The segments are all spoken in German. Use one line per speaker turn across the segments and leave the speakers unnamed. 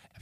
hab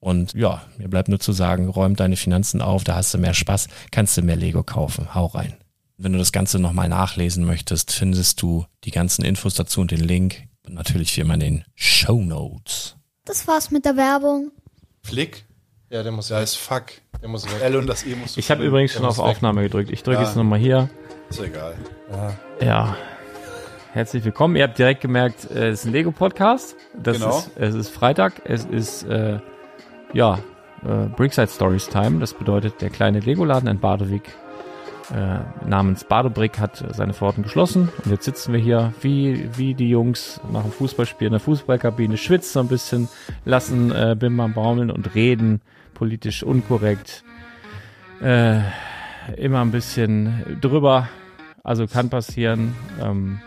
Und ja, mir bleibt nur zu sagen, räum deine Finanzen auf, da hast du mehr Spaß, kannst du mehr Lego kaufen. Hau rein. Wenn du das Ganze nochmal nachlesen möchtest, findest du die ganzen Infos dazu und den Link und natürlich wie immer in den Show Notes.
Das war's mit der Werbung.
Flick?
Ja, der muss
Da
weg.
ist Fuck.
Der muss
Das
weg.
L und das E musst du
Ich habe
flicken.
übrigens schon
Der
auf
muss weg.
Aufnahme gedrückt. Ich drücke
Ja.
jetzt nochmal hier.
Ist egal.
Ja. Herzlich willkommen. Ihr habt direkt gemerkt, äh, es ist ein Lego-Podcast. Das
Genau.
ist, es ist Freitag. Es ist, äh, ja, äh, Brickside Stories Time. Das bedeutet, der kleine Lego-Laden in Badewig äh, namens Badebrick hat äh, seine Pforten geschlossen. Und jetzt sitzen wir hier wie, wie die Jungs nach dem Fußballspiel in der Fußballkabine, schwitzen so ein bisschen, lassen äh, Bimmer baumeln und reden politisch unkorrekt. Äh, immer ein bisschen drüber, also kann passieren, ähm,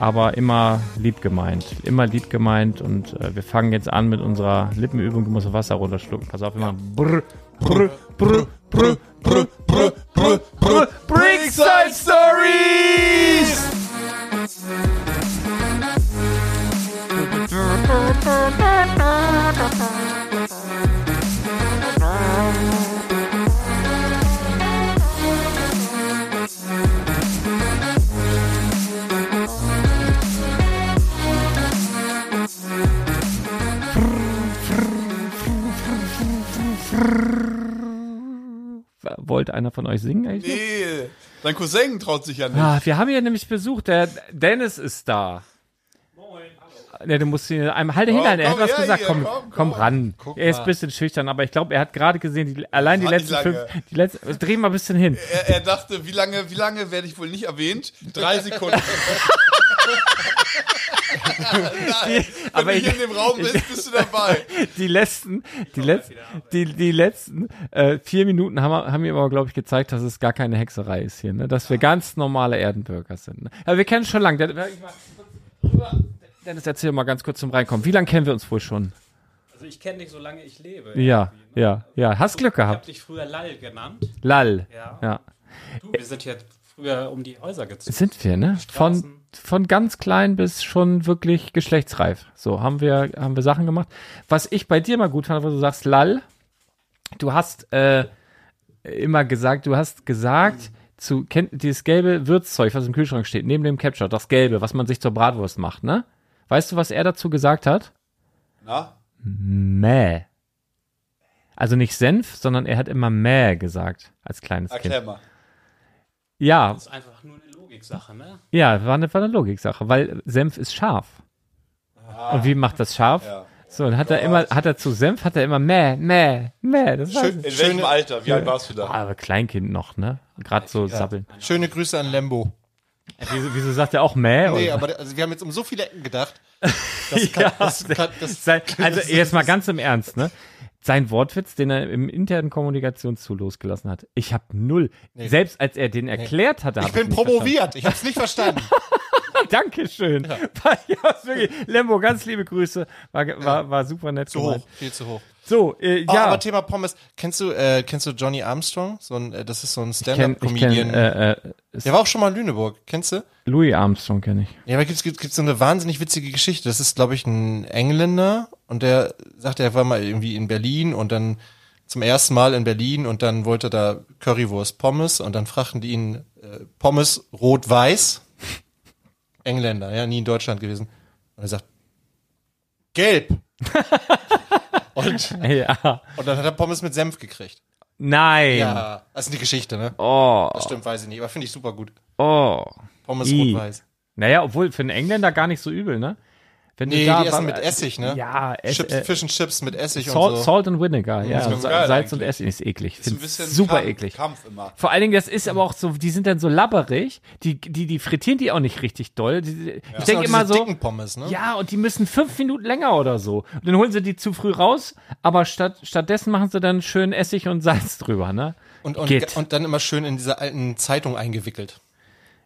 aber immer lieb gemeint. Immer lieb gemeint und äh, wir fangen jetzt an mit unserer Lippenübung. Du musst Wasser runterschlucken. Pass auf, immer. Brr, brr, brr, brr, brr, brr, brr, brr, Brickside Stories! Wollte einer von euch singen eigentlich? noch?
Nee, E. dein Cousin traut sich ja nicht.
Ah, wir haben hier nämlich Besuch. Der Dennis ist da. Moin. Ne, du musst ihn einmal. Halt
Komm,
hinter, er hat
komm
was
her
gesagt.
hier,
komm, komm,
komm, komm.
ran.
Guck
er ist ein
mal.
bisschen schüchtern, aber ich glaube, er hat gerade gesehen, die, allein die
Warte
letzten fünf.
lange.
Die letzten, dreh mal ein bisschen hin.
Er, er dachte, wie lange, wie lange werde ich wohl nicht erwähnt? Drei Sekunden. Wenn
aber
du
ich,
hier in dem Raum bist, bist du dabei.
die letzten, die letzten, die, die letzten äh, vier Minuten haben, wir- haben mir aber, glaube ich, gezeigt, dass es gar keine Hexerei ist hier, ne? dass wir ganz normale Erdenbürger sind. Ne? Aber wir kennen schon lange. Dennis, erzähl mal ganz kurz zum Reinkommen. Wie lange kennen wir uns wohl schon?
Also ich kenne dich, solange ich lebe.
Ja, ja, ja. Hast Glück
Ich habe
gehabt.
dich früher Lall genannt.
Lall.
Ja.
Ja.
Du, wir sind hier früher um die Häuser gezogen.
Sind wir, ne? Von,
Straßen.
von ganz klein bis schon wirklich geschlechtsreif. So haben wir, haben wir Sachen gemacht. Was ich bei dir mal gut fand, wo du sagst, lall, du hast äh, immer gesagt, du hast gesagt, zu kennt dieses gelbe Würzzeug, was im Kühlschrank steht, neben dem Ketchup, das gelbe, was man sich zur Bratwurst macht, ne? Weißt du, was er dazu gesagt hat?
Na?
Mäh. Also nicht Senf, sondern er hat immer Mäh gesagt als kleines
Erklär
Kind.
mal.
Ja,
Das ist einfach nur eine Logiksache, ne?
Ja, war eine, war eine Logiksache, weil Senf ist scharf.
Ah.
Und wie macht das scharf?
Ja.
So, dann hat er immer, hat er zu Senf, hat er immer mäh, mäh, mäh. Das
Schön,
Schön.
In
schöne,
welchem Alter? Wie alt warst du da?
Aber Kleinkind noch, ne? Gerade so sabbeln.
schöne Grüße an Lembo.
Äh, Wieso, wieso sagt er auch mäh?
Nee,
Und-
aber der- also wir haben jetzt um so viele Ecken gedacht. Das kann,
Ja,
das kann, das
Sein, also jetzt mal ganz im Ernst, ne? Sein Wortwitz, den er im internen Kommunikationstool losgelassen hat. Ich hab null. Selbst als er den erklärt hatte, hab
ich bin
nicht
promoviert. Ich hab's nicht verstanden.
verstanden. Dankeschön. War, ja, wirklich, Lembo, ganz liebe Grüße. War, war, war super nett
Zu
gemeint.
hoch, viel zu hoch.
So, äh,
Oh,
ja.
aber Thema Pommes. Kennst du, äh, kennst du Johnny Armstrong? So ein, äh, das ist so ein
kenn, ich
Stand-up-Comedian.
kenn, äh, äh,
der war auch schon mal in Lüneburg. Kennst du?
Louis Armstrong kenne ich.
Ja, aber gibt's, gibt's, gibt's so eine wahnsinnig witzige Geschichte. Das ist, glaube ich, ein Engländer und der sagte, er war mal irgendwie in Berlin und dann zum ersten Mal in Berlin und dann wollte er da Currywurst Pommes und dann fragten die ihn äh, Pommes rot-weiß. Engländer, ja, nie in Deutschland gewesen. Und er sagt, gelb. und,
Ja.
und dann hat er Pommes mit Senf gekriegt.
Nein.
Ja, das ist eine Geschichte, ne?
Oh,
Das stimmt, weiß ich nicht, aber finde ich super gut.
oh.
Pommes
I.
rot-weiß.
Naja, obwohl für einen Engländer gar nicht so übel, ne? Wenn du
Nee,
da
die essen
war-
mit Essig, ne?
Ja, Ess,
Chips,
äh,
Fish and Chips mit Essig
Salt,
und so.
Salt and Vinegar, ja.
ist ganz
Sa-
geil
Salz und
eigentlich.
Essig ist eklig.
Ist ein
Find's
bisschen
super
Kampf,
eklig.
Kampf immer.
Vor allen Dingen, das ist aber auch so, die sind dann so labberig, die, die, die frittieren die auch nicht richtig doll. Die, die- Ich
Das sind auch
denke
Genau,
immer
diese
so,
dicken Pommes, ne?
Ja, und die müssen fünf Minuten länger oder so. Und dann holen sie die zu früh raus, aber statt, stattdessen machen sie dann schön Essig und Salz drüber, ne?
Und, und,
Geht.
und dann immer schön in diese alten Zeitung eingewickelt.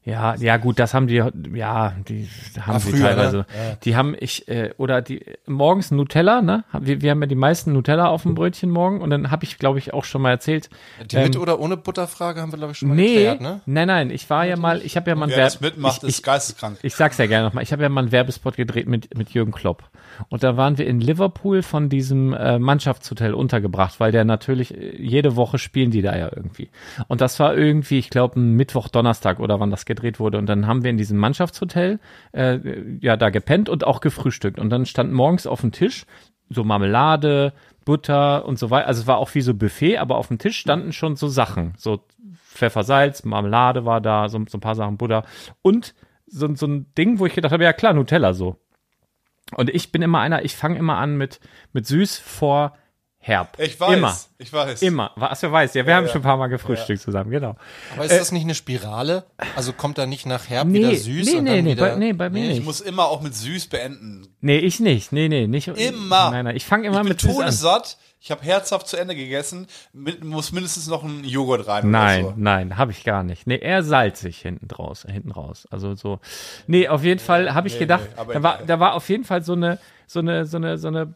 Ja, ja, gut, das haben die, ja, die haben sie
früher,
teilweise.
ne? Ja.
Die haben ich, äh, oder die, morgens Nutella, ne? Hab- Wir, wir haben ja die meisten Nutella auf dem Brötchen morgen und dann habe ich, glaube ich, auch schon mal erzählt.
Die mit oder ohne Butterfrage haben wir, glaube ich, schon mal
Ähm, Nee,
geklärt, ne?
nein, nein, ich war ja mal, ich habe ja mal ein
Wer
Werb-
das mitmacht,
ich,
ist geisteskrank.
Ich sag's ja gerne nochmal. Ich habe ja mal einen Werbespot gedreht mit, mit Jürgen Klopp. Und da waren wir in Liverpool von diesem äh, Mannschaftshotel untergebracht, weil der natürlich, äh, jede Woche spielen die da ja irgendwie. Und das war irgendwie, ich glaube, ein Mittwoch, Donnerstag oder wann das gedreht wurde. Und dann haben wir in diesem Mannschaftshotel äh, ja da gepennt und auch gefrühstückt. Und dann stand morgens auf dem Tisch so Marmelade, Butter und so weiter. Also es war auch wie so Buffet, aber auf dem Tisch standen schon so Sachen. So Pfeffer, Salz, Marmelade war da, so, so ein paar Sachen Butter und so, so ein Ding, wo ich gedacht habe, ja klar, Nutella so. Und ich bin immer einer, ich fange immer an mit, mit süß vor herb.
Ich weiß.
Immer.
Ich weiß.
Immer. Was wer weiß. Ja, wir haben schon ein paar Mal gefrühstückt zusammen, genau.
Aber ist das nicht eine Spirale? Also kommt da nicht nach Herb wieder süß
nee,
und
nee,
dann
nee,
wieder...
bei, nee, bei mir
Ich
nicht.
muss immer auch mit süß beenden.
nee, ich nicht. Nee, nee, nicht.
Immer.
Nein, nein, ich fange immer
ich bin
mit süß an.
todessatt. Ich habe herzhaft zu Ende gegessen. Mit, muss mindestens noch ein Joghurt rein. oder
Nein,
So.
nein, habe ich gar nicht. Nee, eher salzig hinten draus, hinten raus. Also so. Nee, auf jeden Fall habe ich gedacht,
nee, aber
da, war,
egal.
da war auf jeden Fall so eine, so eine, so eine, so eine.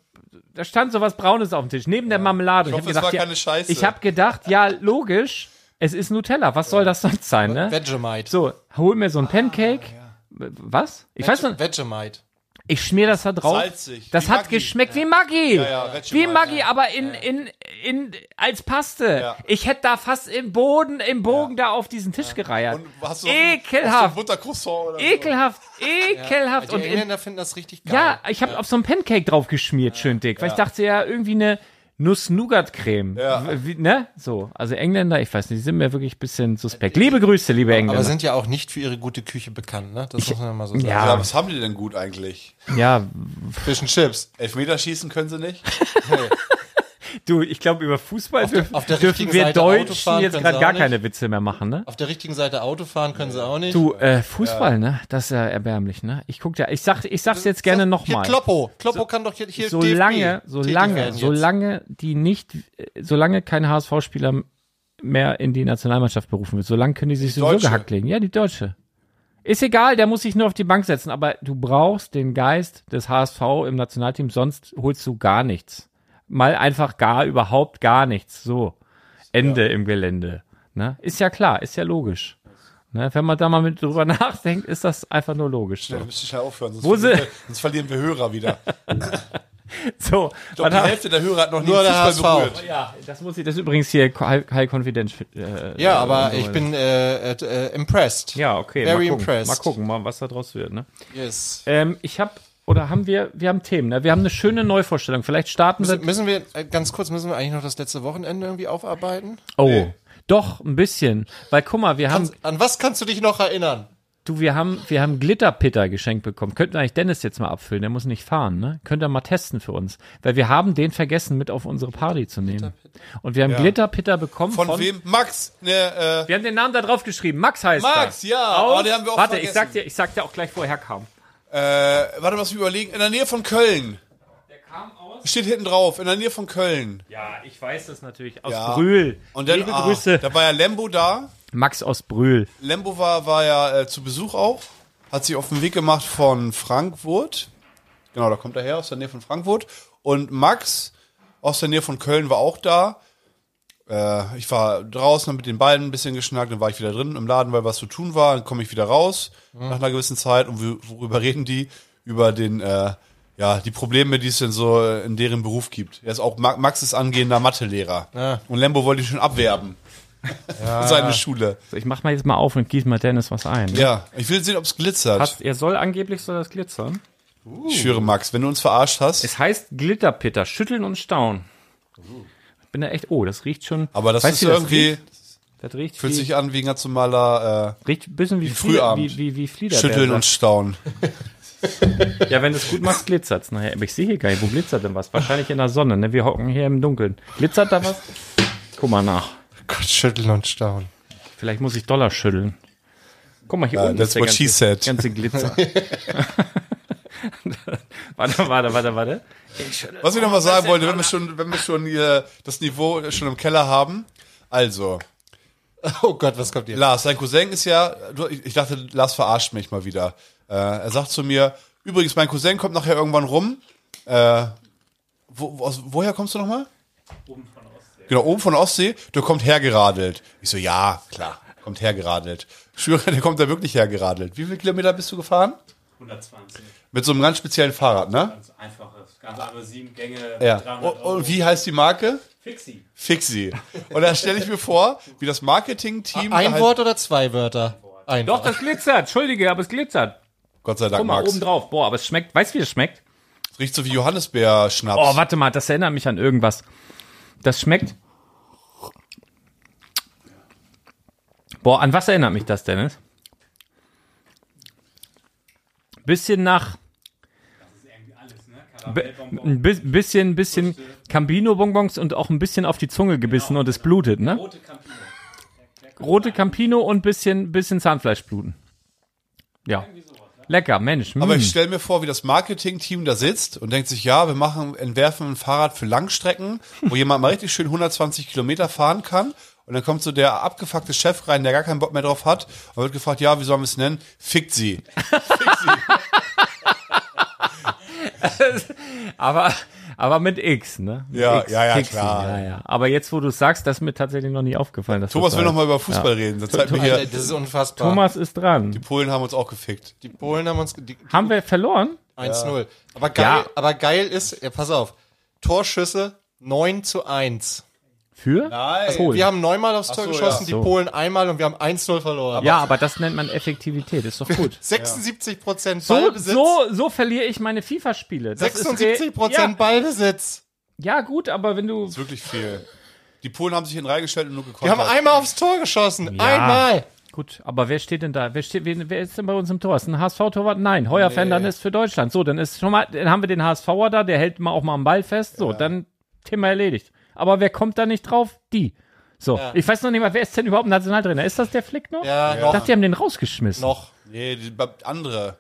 Da stand so was Braunes auf dem Tisch, neben der Marmelade.
Ich hoffe, es
hab gedacht,
war
ja,
keine Scheiße.
Ich habe gedacht, ja, logisch, es ist Nutella. Was soll das sonst sein, ne?
Vegemite.
So, hol mir so
Ah,
ein Pancake. Was? Ich weiß noch,
Vegemite.
ich schmier das da drauf.
Salzig,
Das
wie
hat
Maggi.
geschmeckt wie Maggi.
ja, Vegemite.
wie Maggi, aber in, in, in, als Paste.
Ja.
Ich hätte da fast im Boden, im Bogen da auf diesen Tisch gereiert.
Und hast du
Ekelhaft.
Buttercroissant oder
Ekelhaft, ekelhaft.
Die
Und in,
Engländer finden das richtig geil.
ja, ich habe auf so ein Pancake drauf geschmiert, schön dick, weil ich dachte ja irgendwie eine Nuss-Nougat-Creme.
Ja.
Wie, ne? So, also Engländer, ich weiß nicht, die sind mir wirklich ein bisschen suspekt. Liebe Grüße, liebe Engländer.
Aber sind ja auch nicht für ihre gute Küche bekannt, ne? Das muss man ja mal so sagen.
so? Ja,
ja,
was haben die denn gut eigentlich?
ja,
Fish and Chips.
Elfmeterschießen können sie nicht.
Du, ich glaube, über Fußball dürfen-
der- auf der
dürfen
richtigen
wir
Seite
Deutschen
Autofahren
jetzt
können
gerade
sie
gar
auch
keine Witze mehr machen, ne?
Auf der richtigen Seite Auto fahren können sie auch nicht.
Du, äh, Fußball, ne? Das ist ja erbärmlich, ne? Ich guck ja, ich sag, ich sag's jetzt gerne
hier
nochmal.
Kloppo. Kloppo kann doch hier, hier DFB
Solange,
tätig
solange,
werden jetzt.
solange die nicht, äh, solange kein HSV-Spieler mehr in die Nationalmannschaft berufen wird, solange können die sich sowieso
Deutsche.
gehackt legen. Ja, die Deutsche. Ist egal, der muss sich nur auf die Bank setzen, aber du brauchst den Geist des HSV im Nationalteam, sonst holst du gar nichts. Mal einfach gar, überhaupt gar nichts. So. Ende im Gelände. Ne? Ist ja klar, ist ja logisch. Ne? Wenn man da mal mit drüber nachdenkt, ist das einfach nur logisch.
Wir
So,
müssen schnell aufhören, sonst,
Wo
verlieren
sie-
wir, sonst verlieren wir Hörer wieder. Ich
so
glaub,
was
die
hab-
Hälfte der Hörer hat noch nie
Nur der
Fußball
HSV.
berührt.
Ja, das muss ich, das ist übrigens hier High, High Confidence. Äh,
Ja, aber ich bin äh, äh, impressed.
ja, okay.
Very
mal gucken,
impressed.
Mal gucken, mal, was da draus wird. Ne?
Yes.
Ähm, ich habe, oder haben wir, wir haben Themen. Ne? Wir haben eine schöne Neuvorstellung. Vielleicht starten wir.
Müssen, müssen wir, äh, ganz kurz, müssen wir eigentlich noch das letzte Wochenende irgendwie aufarbeiten?
Oh, doch, ein bisschen. Weil guck mal, wir haben,
Kannst, an was kannst du dich noch erinnern?
du, wir haben, wir haben Glitterpitter geschenkt bekommen. Könnten wir eigentlich Dennis jetzt mal abfüllen? Der muss nicht fahren, ne? Könnte er mal testen für uns. Weil wir haben den vergessen, mit auf unsere Party zu nehmen. Und wir haben Glitterpitter bekommen
Von, wem? Max, ne, äh,
Wir haben den Namen da drauf geschrieben. Max heißt
Max,
er.
ja.
Aus,
Oh, den haben wir auch
warte, ich
vergessen.
sag dir, ich sag dir auch gleich, woher kam.
äh, warte, lass mich überlegen. In der Nähe von Köln.
Der kam aus.
Steht hinten drauf, in der Nähe von Köln.
Ja, ich weiß das natürlich. Aus
Ja.
Brühl.
Und dann,
Liebe
ah,
Grüße.
da war ja Lembo da.
Max aus Brühl.
Lembo war, war ja äh, zu Besuch auch. Hat sich auf den Weg gemacht von Frankfurt. Genau, da kommt er her, aus der Nähe von Frankfurt. Und Max aus der Nähe von Köln war auch da. Äh, ich war draußen, hab mit den beiden ein bisschen geschnackt, dann war ich wieder drin im Laden, weil was zu tun war. Dann komme ich wieder raus nach einer gewissen Zeit. Und wo- worüber reden die? Über den, äh, ja, die Probleme, die es denn so äh, in deren Beruf gibt. Er ist auch Ma- Max ist angehender Mathelehrer. Und Lembo wollte ihn schon abwerben. Seine Schule.
So, ich mach mal jetzt mal auf und gieß mal Dennis was ein. ne?
Ja, ich will sehen, ob es glitzert.
Hast, er soll angeblich soll das glitzern.
Ich schwöre, Max, wenn du uns verarscht hast.
Es heißt Glitterpitter. Schütteln und staunen. Ich bin da echt, oh, das riecht schon.
aber das
Weißt
ist
du, das
irgendwie,
Riecht, das riecht,
fühlt
wie,
sich an wie ein ganz normaler
riecht ein bisschen wie, Flieder, wie,
Frühabend.
wie, wie
äh,
Flieder.
Schütteln und Staunen.
Ja, wenn du es gut machst, glitzert's nachher. Aber ich sehe hier gar nicht, wo glitzert denn was? Wahrscheinlich in der Sonne, ne? Wir hocken hier im Dunkeln. Glitzert da was? Guck mal nach.
Gott, schütteln und staunen.
Vielleicht muss ich Dollar schütteln. Guck mal, hier unten
that's
ist der
what
ganze,
she said.
ganze Glitzer. warte, warte, warte, warte.
Was ich nochmal sagen wollte, wenn wir schon, wenn wir schon hier das Niveau schon im Keller haben. Also,
Oh Gott, was kommt jetzt?
Lars, dein Cousin ist ja, du, ich ich dachte, Lars verarscht mich mal wieder. Äh, er sagt zu mir, übrigens, mein Cousin kommt nachher irgendwann rum. Äh, wo, wo, aus, woher kommst du nochmal? Oben von Ostsee. Genau, oben von der Ostsee, der kommt hergeradelt. Ich so, ja, klar, kommt hergeradelt. Ich Schwöre, der kommt da wirklich hergeradelt. Wie viele Kilometer bist du gefahren?
120.
Mit so einem ganz speziellen Fahrrad, ne?
Ganz einfaches. Ganz andere sieben Gänge.
Ja.
300
Und,
Euro.
und wie heißt die Marke?
Fixi.
Fixie. Und da stelle ich mir vor, wie das Marketing-Team. da
Ein
halt-
Wort oder zwei Wörter? Ein
Doch,
Wort.
das glitzert. Entschuldige, aber es glitzert.
Gott sei Dank,
Guck mal
Max.
oben drauf. Boah, aber es schmeckt. Weißt du, wie es schmeckt?
Riecht so wie Johannisbeer-Schnaps.
Oh, warte mal, das erinnert mich an irgendwas. Das schmeckt. Boah, an was erinnert mich das, Dennis? Bisschen nach. Bi- Ein bi- bisschen, bisschen Campino-Bonbons und auch ein bisschen auf die Zunge gebissen und es blutet, ne?
Rote Campino.
Rote Campino und bisschen, bisschen Zahnfleischbluten. Ja. Lecker, Mensch.
Aber
mm.
ich stelle mir vor, wie das Marketing-Team da sitzt und denkt sich, ja, wir machen, entwerfen ein Fahrrad für Langstrecken, wo jemand mal richtig schön 120 Kilometer fahren kann. Und dann kommt so der abgefuckte Chef rein, der gar keinen Bock mehr drauf hat und wird gefragt, ja, wie sollen wir es nennen? Fickt sie.
Aber, aber mit X, ne? Mit
Ja,
X,
ja, ja,
Pixi,
klar.
Ja, ja. Aber jetzt, wo du es sagst, das ist mir tatsächlich noch nie aufgefallen. Dass
Thomas
das
will
heißt.
noch mal über Fußball reden. Das zeigt mir
Alter,
hier,
das ist unfassbar.
Thomas ist
die
dran.
Polen haben uns auch gefickt.
Die Polen haben uns ge- die-
Haben wir verloren?
1-0. Aber, geil,
Ja.
aber geil ist, ja, pass auf, Torschüsse 9 zu 1.
Für?
Nein.
Polen.
Wir haben neunmal aufs Tor
so,
geschossen,
ja.
die
So.
Polen einmal und wir haben 1-0 verloren.
ja, aber das nennt man Effektivität. Ist doch gut.
76 Prozent
So,
Ballbesitz.
so, so verliere ich meine FIFA-Spiele. Das ist re-
76 Prozent Ballbesitz.
Ja, ja, gut, aber wenn du.
Das ist wirklich viel. Die Polen haben sich hinten reingestellt und nur gekocht.
Wir haben einmal aufs Tor geschossen. Einmal.
Gut, aber wer steht denn da? Wer, steht, wen, wer ist denn bei uns im Tor? Ist ein HSV-Torwart? Nein. Heuer Fernandes für Deutschland. So, dann ist schon mal, dann haben wir den HSVer da, der hält mal auch mal am Ball fest. So, dann Thema erledigt. Aber wer kommt da nicht drauf? Die. So, ich weiß noch nicht mal, wer ist denn überhaupt Nationaltrainer? Ist das der Flick noch?
Ja,
Ich
Äh, noch.
dachte, die haben den rausgeschmissen.
noch.
Nee, die, ba- andere.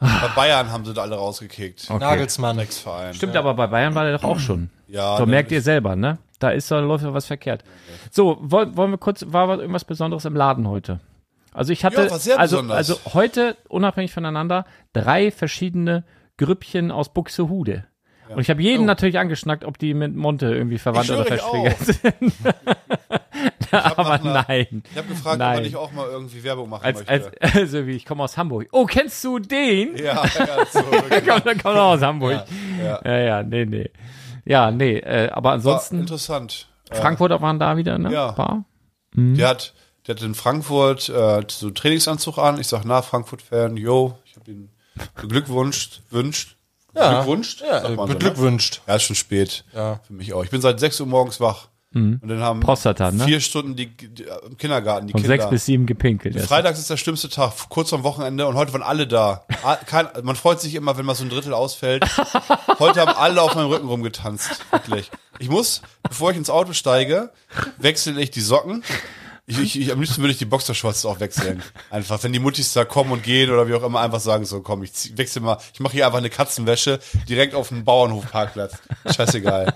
Bei Bayern haben sie da alle rausgekickt.
Nagelsmann.
Verein.
Stimmt, aber bei Bayern war der doch auch schon.
Ja,
so,
ne,
merkt ihr selber, ne? Da ist, da läuft ja was verkehrt. So, wollen, wollen wir kurz, war was- irgendwas Besonderes im Laden heute? Also ich hatte,
Ja, war sehr
also,
besonders.
also heute, unabhängig voneinander, drei verschiedene Grüppchen aus Buxtehude. Und ich habe jeden natürlich angeschnackt, ob die mit Monte irgendwie verwandt
Oh. Ich
oder
schwöre, ich
verschwägert sind.
nach
Aber
einer-
nein.
Ich habe gefragt, ob
Nein.
man nicht auch mal irgendwie Werbung machen
Als,
möchte.
als, also wie, ich komme aus Hamburg. Oh, kennst du den?
ja, ja, so, genau.
Komm, komm doch aus Hamburg. Ja, ja, nee, nee. Ja, nee, äh, aber
War
ansonsten,
interessant.
Frankfurter waren da wieder, ne?
Ja.
Paar. Mhm.
Der hat, der hat in Frankfurt äh, so einen Trainingsanzug an. Ich sag, na, Frankfurt-Fan, yo, ich habe ihn beglückwünscht, wünscht,
Ja.
beglückwünscht.
Ja,
sagt man so, ne?
beglückwünscht.
Ja, ist schon spät.
Ja.
Für mich auch. Ich bin seit 6 Uhr morgens wach. Und dann haben
Mhm. Prostata, ne?
vier Stunden die, die, äh, im Kindergarten die
Von
Kinder.
sechs bis sieben gepinkelt. ist.
Freitags ist der schlimmste Tag, kurz am Wochenende und heute waren alle da. Ah, Kein, man freut sich immer, wenn mal so ein Drittel ausfällt. Heute haben alle auf meinem Rücken rumgetanzt, wirklich. Ich muss, bevor ich ins Auto steige, wechsle ich die Socken. Ich, ich, ich, am liebsten würde ich die Boxershorts auch wechseln. Einfach, wenn die Muttis da kommen und gehen oder wie auch immer, einfach sagen so, komm, ich zieh- wechsle mal, ich mache hier einfach eine Katzenwäsche direkt auf dem Bauernhofparkplatz. Scheißegal.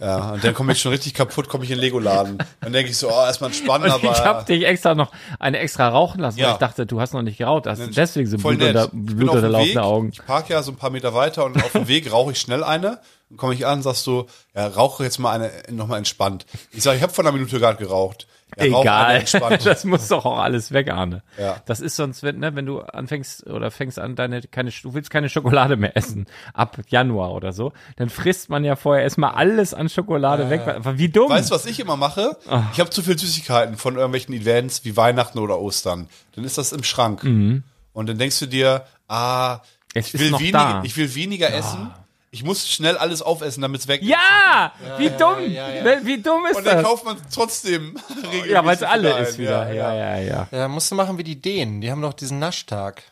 Ja, und dann komme ich schon richtig kaputt, komme ich in den Lego-Laden. Dann denke ich so, oh, erstmal entspannen,
Und
aber...
ich habe dich extra noch eine extra rauchen lassen, weil
Ja.
ich dachte, du hast noch nicht geraucht. Hast
Mensch,
deswegen so
voll
Blut unter,
nett. Ich bin
Blut
auf dem
unterlaufene
Weg,
Augen.
Ich park ja so ein paar Meter weiter und auf dem Weg rauche ich schnell eine. Dann komme ich an, sagst du, ja, rauche jetzt mal eine nochmal entspannt. Ich sage, ich habe vor einer Minute gerade geraucht. Ja, rauch eine
Egal,
entspannt.
das muss doch auch alles weg, Arne.
Ja.
Das ist sonst, wenn, ne, wenn du anfängst oder fängst an, deine keine, du willst keine Schokolade mehr essen ab Januar oder so, dann frisst man ja vorher erstmal alles an Schokolade weg. Aber Wie dumm.
Weißt du, was ich immer mache?
Ah.
Ich habe zu viel Süßigkeiten von irgendwelchen Events wie Weihnachten oder Ostern. Dann ist das im Schrank. Und dann denkst du dir, ah,
Mhm. Es
ich
ist
will,
noch
weniger,
da.
ich will weniger essen. Ich muss schnell alles aufessen, damit es weg ist.
ja, wie dumm, Ne, wie dumm ist
Und dann
das?
kauft man trotzdem regelmäßig.
Ja, weil es alle
ein.
ist wieder. Ja, ja, ja.
Ja, musst du machen wie die Dänen. Die haben doch diesen Naschtag.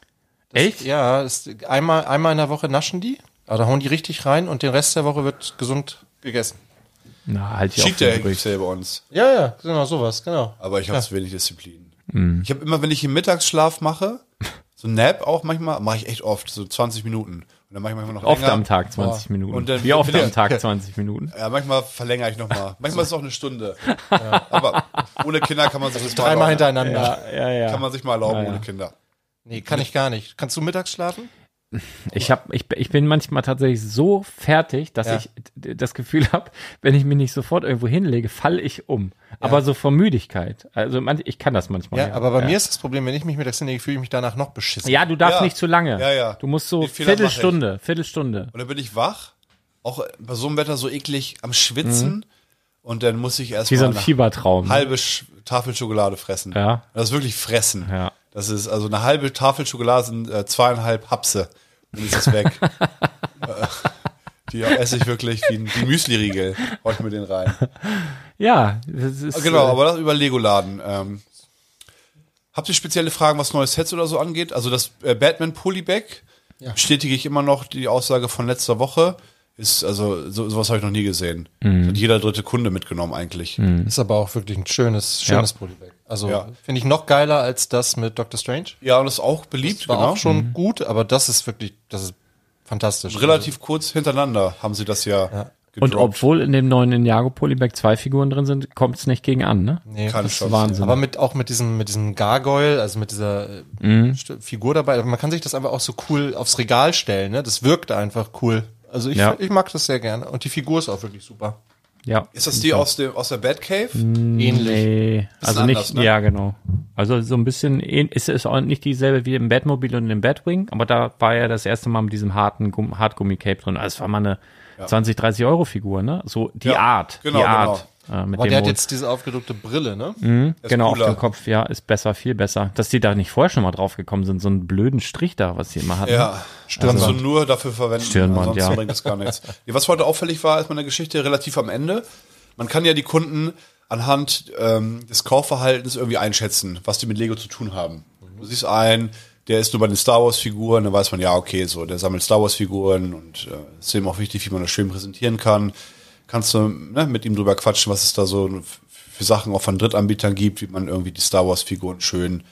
Echt?
Ja, ist, einmal, einmal in der Woche naschen die. Also da hauen die richtig rein und den Rest der Woche wird gesund gegessen.
Na, halt ich auch.
Cheat Day gibt's ja bei uns.
Ja, ja, genau, sowas, genau.
Aber ich habe zu wenig Disziplin.
Mhm.
Ich habe immer, wenn ich hier Mittagsschlaf mache, so ein Nap auch manchmal, mache ich echt oft, so 20 Minuten. Und dann mache ich manchmal noch
Oft
länger.
am Tag 20 Minuten.
Und dann-
Wie oft
Ja.
am Tag 20 Minuten?
Ja, manchmal verlängere ich nochmal. Manchmal ist es auch eine Stunde. Aber ohne Kinder kann man sich das mal
Dreimal
erlauben.
hintereinander.
Ja, ja.
Kann man sich mal erlauben ohne Kinder.
Nee, kann ich gar nicht. Kannst du mittags schlafen?
Ich, hab, ich, ich bin manchmal tatsächlich so fertig, dass
Ja.
ich d- das Gefühl habe, wenn ich mich nicht sofort irgendwo hinlege, falle ich um. Aber so vor Müdigkeit. Also manch, ich kann das manchmal.
Ja, aber bei mir ist das Problem, wenn ich mich mittags hinlege, fühle ich mich danach noch beschissen.
Ja, du darfst
Ja.
nicht zu lange.
Ja, ja.
Du musst so
Den Fehler mach ich.
Viertelstunde, Viertelstunde.
Und dann bin ich wach, auch bei so einem Wetter so eklig am Schwitzen. Und dann muss ich
Mhm. Wie so
erstmal
ein
eine
Fiebertraum.
halbe Sch Tafel Schokolade fressen.
Mhm. Ja.
Das ist wirklich fressen.
Ja.
Das ist also eine halbe Tafel Schokolade sind äh, zweieinhalb Hapse. Dann ist es weg. äh, die esse ich wirklich wie, ein- wie Müsli-Riegel. Hau ich mir den rein.
Ja, das ist.
Genau,
äh,
aber das über Legoladen. Ähm, habt ihr spezielle Fragen, was neue Sets oder so angeht? Also das äh, Batman Polybag bestätige ich immer noch die Aussage von letzter Woche. Ist, also, so, sowas habe ich noch nie gesehen.
Mhm.
Das Hat jeder dritte Kunde mitgenommen eigentlich.
Ist aber auch wirklich ein schönes, schönes Polybag. Also
Ja.
finde ich noch geiler als das mit Doctor Strange.
Ja, und das ist auch beliebt,
Das war
genau.
auch schon gut, aber das ist wirklich, das ist fantastisch.
Relativ kurz hintereinander haben sie das ja,
Und
gedroppt.
obwohl in dem neuen Ninjago Polybag zwei Figuren drin sind, kommt es nicht gegen an, ne?
Nee,
Keine
das
Chance.
Wahnsinn.
Aber mit, auch mit diesem, mit diesem Gargoyle, also mit dieser äh, St- Figur dabei. Aber Man kann sich das einfach auch so cool aufs Regal stellen, ne? Das wirkt einfach cool. Also ich,
Ja.
ich mag das sehr gerne. Und die Figur ist auch wirklich super.
ja. Mhm.
Ist das die aus, dem, aus der Batcave?
Ähnlich.
Nee, also
anders,
nicht,
ne?
ja, genau. Also so ein bisschen, ähn- ist es auch nicht dieselbe wie im Batmobil und im Batwing, aber da war ja das erste Mal mit diesem harten Gumm- Hartgummi-Cape drin. Also es war mal eine 20, 30 Euro Figur, ne? So die
Ja,
Art,
genau,
die
genau.
Art. Äh, mit
Aber
dem
der hat
Mond.
jetzt diese aufgedruckte Brille, ne?
genau auf
cooler.
dem Kopf, ja, ist besser, viel besser. Dass die da nicht vorher schon mal drauf gekommen sind, so einen blöden Strich da, was die immer hatten.
Ja, Stirnband. Also nur dafür verwenden,
Stirnband,
ansonsten
ja.
bringt es gar nichts. Ja, Was heute auffällig war, ist meine Geschichte relativ am Ende. Man kann ja die Kunden anhand ähm, des Kaufverhaltens irgendwie einschätzen, was die mit Lego zu tun haben. Du siehst einen, der ist nur bei den Star Wars-Figuren, dann weiß man, ja, okay, so, der sammelt Star Wars-Figuren und äh, ist dem auch wichtig, wie man das schön präsentieren kann. kannst du ne, mit ihm drüber quatschen, was es da so f- für Sachen auch von Drittanbietern gibt, wie man irgendwie die Star Wars-Figuren schön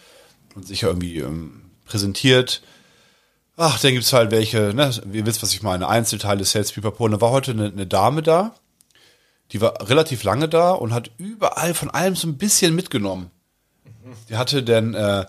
und sicher irgendwie ähm, präsentiert. Ach, dann gibt's halt welche, ne, ihr wisst, was ich meine, Einzelteile, Sales, Pipapo. Und da war heute eine, eine Dame da, die war relativ lange da und hat überall von allem so ein bisschen mitgenommen. Die hatte dann äh,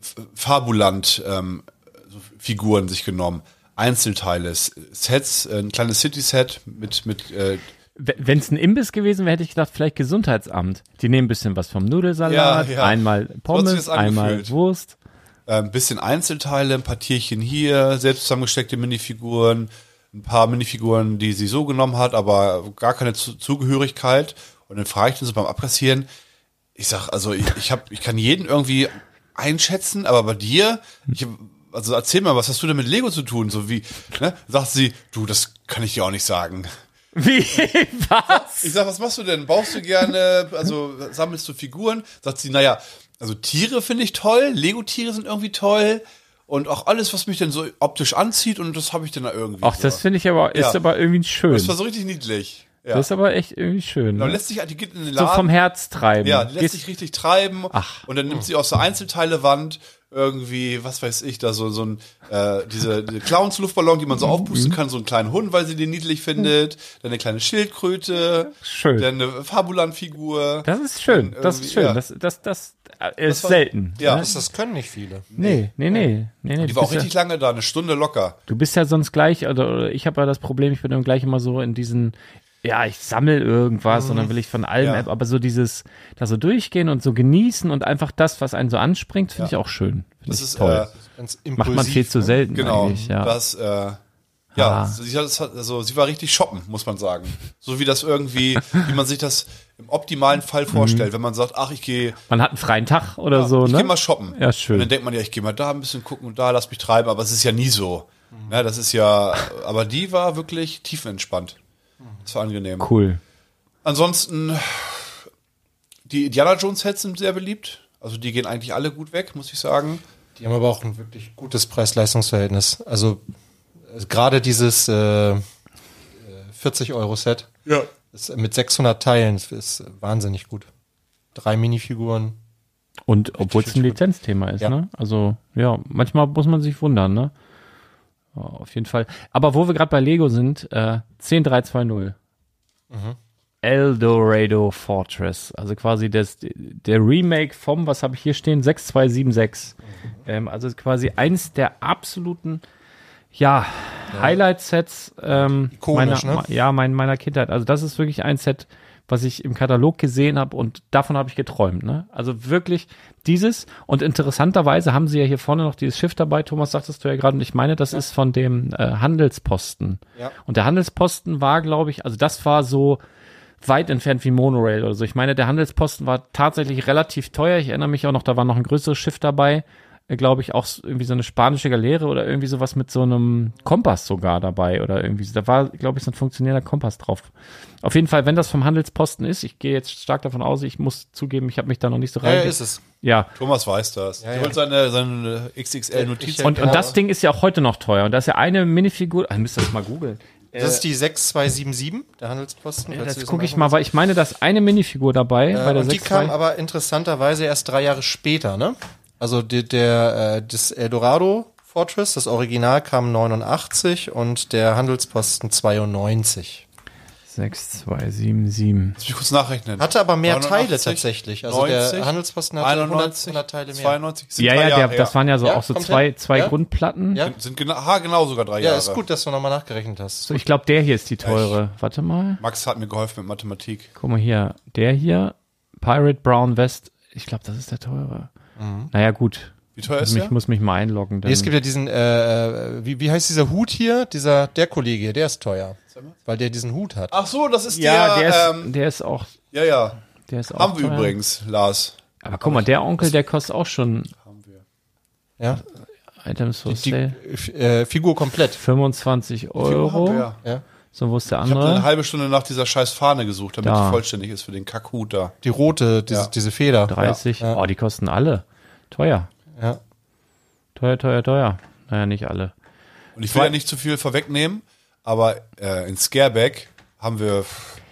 F- Fabuland ähm, so Figuren sich genommen, Einzelteile, S- Sets, äh, ein kleines City-Set mit, mit äh,
Wenn es ein Imbiss gewesen wäre, hätte ich gedacht, vielleicht Gesundheitsamt. Die nehmen ein bisschen was vom Nudelsalat,
Ja, ja.
einmal
So hat
Pommes,
sich's angefühlt.
einmal Wurst.
äh, ein bisschen Einzelteile, ein paar Tierchen hier, selbst zusammengesteckte Minifiguren, ein paar Minifiguren, die sie so genommen hat, aber gar keine Zu Zugehörigkeit. Und dann frage ich den so beim Abkassieren, ich sag, also ich, ich, hab, ich kann jeden irgendwie einschätzen, aber bei dir, ich, hab- also erzähl mal, was hast du denn mit Lego zu tun? So wie, ne? Sagt sie, du, das kann ich dir auch nicht sagen.
Wie? Was?
Ich sag, was machst du denn? Baust du gerne, also sammelst du Figuren? Sagt sie, naja, also Tiere finde ich toll, Lego-Tiere sind irgendwie toll und auch alles, was mich denn so optisch anzieht und das habe ich denn da irgendwie.
Ach, das finde ich aber, ist
Ja.
aber irgendwie schön.
Das war so richtig niedlich. Ja.
Das ist aber echt irgendwie schön.
Dann
Ne?
lässt sich, halt die geht in den
So
Laden.
vom Herz treiben.
ja, die lässt
Hm. Gehst-
sich richtig treiben
Ach. Hm.
und dann nimmt sie aus der Einzelteilewand irgendwie, was weiß ich, da so, so ein, äh, diese, diese Clowns-Luftballon, die man so
Hm.
aufpusten kann, so einen kleinen Hund, weil sie den niedlich findet, dann eine kleine Schildkröte,
Schön.
dann eine Fabulan-Figur.
das ist schön.
Dann
Das
irgendwie,
ist schön.
ja.
Das, das, das äh, ist
war-
selten.
Ja.
ne?
Das, das können nicht viele.
Nee, nee, nee. nee, nee.
Die
Du,
war auch
bist ja,
richtig lange da, eine Stunde locker.
du bist ja sonst gleich, oder, oder ich habe ja das Problem, ich bin dann gleich immer so in diesen, ja, ich sammle irgendwas und dann will ich von allem,
Mhm. Ja.
ab- aber so dieses, da so durchgehen und so genießen und einfach das, was einen so anspringt, finde ich auch schön. Finde
Das
ich
ist
toll.
äh,
Ganz
Macht man viel zu
ne?
selten
genau
eigentlich, ja. Ah.
das. Äh, ja, sie, hat das hat, also, sie war richtig shoppen, muss man sagen. So wie das irgendwie, wie man sich das im optimalen Fall
Mhm.
vorstellt, wenn man sagt, ach, ich gehe
Man hat einen freien Tag oder so,
ich
ne?
gehe mal shoppen.
Ja, schön.
Und dann denkt man ja, ich gehe mal da ein bisschen gucken und da, lass mich treiben, aber es ist ja nie so. Ne, das ist ja, aber die war wirklich tiefenentspannt. Das war angenehm.
cool.
Ansonsten, die Indiana Jones Sets sind sehr beliebt. Also die gehen eigentlich alle gut weg, muss ich sagen.
Die haben aber auch ein wirklich gutes Preis-Leistungs-Verhältnis. Also äh, gerade dieses äh, 40-Euro-Set
Ja.
ist mit 600 Teilen ist wahnsinnig gut. Drei Minifiguren.
Und obwohl es ein Lizenzthema ist,
Ja.
ne? Also ja, manchmal muss man sich wundern, ne? Ja, auf jeden Fall. Aber wo wir gerade bei Lego sind, äh, 10320. Eldorado Fortress, also quasi das, der Remake vom, was habe ich hier stehen, 6276. Ähm, also quasi eins der absoluten, ja, Highlight-Sets ähm,
Ikonisch,
meiner,
ne?
ja, mein, meiner Kindheit. Also das ist wirklich ein Set, was ich im Katalog gesehen habe und davon habe ich geträumt. Ne? Also wirklich dieses und interessanterweise haben sie ja hier vorne noch dieses Schiff dabei, Thomas sagtest du ja gerade und ich meine, das ist von dem äh, Handelsposten.
Ja.
Und der Handelsposten war, glaube ich, also das war so weit entfernt wie Monorail oder so. Ich meine, der Handelsposten war tatsächlich relativ teuer. Ich erinnere mich auch noch, da war noch ein größeres Schiff dabei. Äh, Glaube ich, auch s- irgendwie so eine spanische Galeere oder irgendwie sowas mit so einem Kompass sogar dabei oder irgendwie. so. Da war, glaube ich, so ein funktionierender Kompass drauf. Auf jeden Fall, wenn das vom Handelsposten ist, ich gehe jetzt stark davon aus, ich muss zugeben, ich habe mich da noch nicht so rein.
es.
ja.
Thomas weiß das. Ja,
ja.
holt seine, seine XXL-Notiz.
Ich-
Und,
Genau.
und das Ding ist ja auch heute noch teuer. Und da ist ja eine Minifigur. Ah, Ich müsste das mal googeln.
Das ist die 6277, der Handelsposten. falls
Ja,
ihr
Äh, das
das
gucke ich
machen
mal, weil ich meine, da ist eine Minifigur dabei.
wollt.
bei der
Äh, Und die
6-2.
kam aber interessanterweise erst drei Jahre später, ne? Also die, der, äh, das Eldorado Fortress, das Original kam 89 und der Handelsposten 92.
6277.
Lass mich kurz nachrechnen.
Hatte aber mehr
89,
Teile tatsächlich. Also der Handelsposten hatte 100,
91,
100 Teile mehr.
92, sind
Ja,
drei
ja, der,
Jahre
das waren ja so
Ja,
auch so
kommt
zwei,
hin.
zwei
Ja.
Grundplatten.
Ja.
her. Sind gena ha, genau sogar drei Jahre.
Ja, ist gut, dass du nochmal nachgerechnet hast.
So, ich glaube, der hier ist die teure. Warte mal.
Max hat mir geholfen mit Mathematik.
Guck mal hier. Der hier, Pirate Brown West. Ich glaube, das ist der teure. Naja, gut.
Wie teuer
Ich
ist Mhm. der?
muss mich mal einloggen.
Nee,
Dann.
es gibt ja diesen, äh, äh, wie, wie heißt dieser Hut hier? Dieser, der Kollege, der ist teuer. Weil der diesen Hut hat.
Ach so, das ist
ja,
der.
der, ist,
ähm,
der ist auch.
ja, ja.
Der ist auch
Haben wir
teuer.
übrigens, Lars.
Aber guck mal, der Onkel, der kostet auch schon
Ja.
Items for
Die
Sale.
F- äh, Figur komplett.
25
Haben wir,
Euro.
ja.
Ja.
So, wo ist der
Ich habe eine
andere?
halbe Stunde nach dieser scheiß Fahne gesucht, damit
Ne? Da.
die vollständig ist für den Kackhut da.
Die rote, diese,
Ja.
diese Feder.
30.
Ja.
Oh, die kosten alle. Teuer.
Ja.
Teuer, teuer, teuer. Naja, nicht alle.
Und ich will ja nicht zu viel vorwegnehmen, aber äh, in Scareback haben wir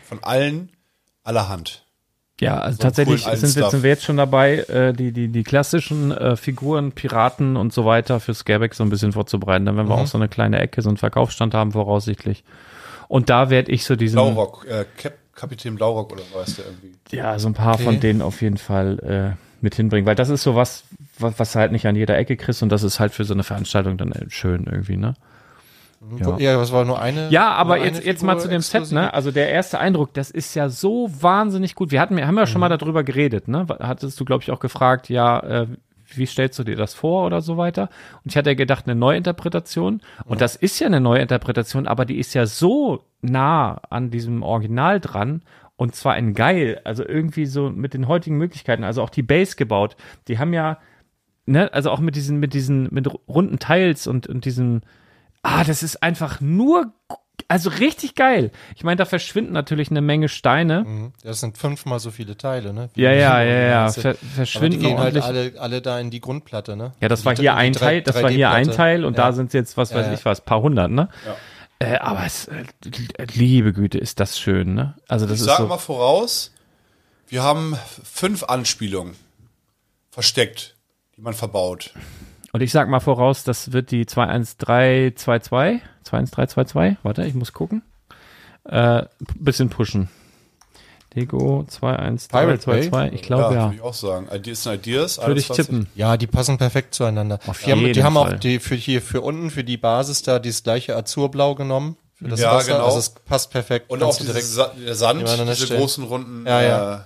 von allen allerhand.
Ja, also tatsächlich
coolen alten
sind, wir-
Stuff.
sind wir jetzt schon dabei, äh, die, die, die klassischen äh, Figuren, Piraten und so weiter für Scareback so ein bisschen vorzubereiten. Dann werden wir auch so eine kleine Ecke, so einen Verkaufsstand haben voraussichtlich. Und da werde ich so diesen,
Blaurock, äh, Cap Kapitän Blaurock oder was der irgendwie.
ja, so ein paar von denen auf jeden Fall äh, mit hinbringen, weil das ist so was, was, was du halt nicht an jeder Ecke kriegst und das ist halt für so eine Veranstaltung dann äh, schön irgendwie, ne?
Ja, ja das war nur eine.
Ja, aber
nur eine
jetzt, jetzt mal
Figur
zu dem Set,
exklusiv.
ne? Also der erste Eindruck, das ist ja so wahnsinnig gut. Wir hatten, wir haben ja
Mhm.
schon mal darüber geredet, ne? Hattest du, glaube ich, auch gefragt, ja, äh, wie stellst du dir das vor oder so weiter? Und ich hatte ja gedacht, eine Neuinterpretation. Und das ist ja eine Neuinterpretation, aber die ist ja so nah an diesem Original dran. Und zwar in geil, also irgendwie so mit den heutigen Möglichkeiten, also auch die Base gebaut. Die haben ja, ne, also auch mit diesen, mit diesen, mit runden Teils und, und diesem, Ah, das ist einfach nur, also richtig geil. Ich meine, da verschwinden natürlich eine Menge Steine.
Mhm. Das sind fünfmal so viele Teile, ne? Wie
Ja,
die
ja,
Figur,
ja,
die
ja.
ganze-
Ver
Aber die
verschwinden
gehen halt
ordentlich.
alle, alle da in die Grundplatte, ne?
ja, das war
Die-
hier
die
ein
3-
Teil, das war hier ein
3D-Platte.
Teil und da
Ja.
sind jetzt, was weiß
Ja, ja.
ich was, paar hundert, ne? Äh, aber es, äh, liebe Güte, ist das schön, ne? Also das
Ich
ist
sage
so.
mal voraus, wir haben fünf Anspielungen versteckt, die man verbaut.
Und ich sag mal voraus, das wird die 21322, 21322, warte, ich muss gucken. Äh, bisschen pushen. Lego
Pirate Bay?
21322, ich
ja,
glaube ja.
würde ich auch sagen. Äh, Ideas sind Ideas.
Würde ich
21.
tippen.
Ja, die passen perfekt zueinander.
Auf
die haben,
jeden
die haben
Fall.
auch die für hier für unten für die Basis da dieses gleiche Azurblau genommen für das
Ja,
Wasser.
genau.
Also es passt perfekt.
Und auch
Kannst du
diese Sa der Sand,
nebeneinander
diese
stellen.
großen runden
Ja, ja.
Äh,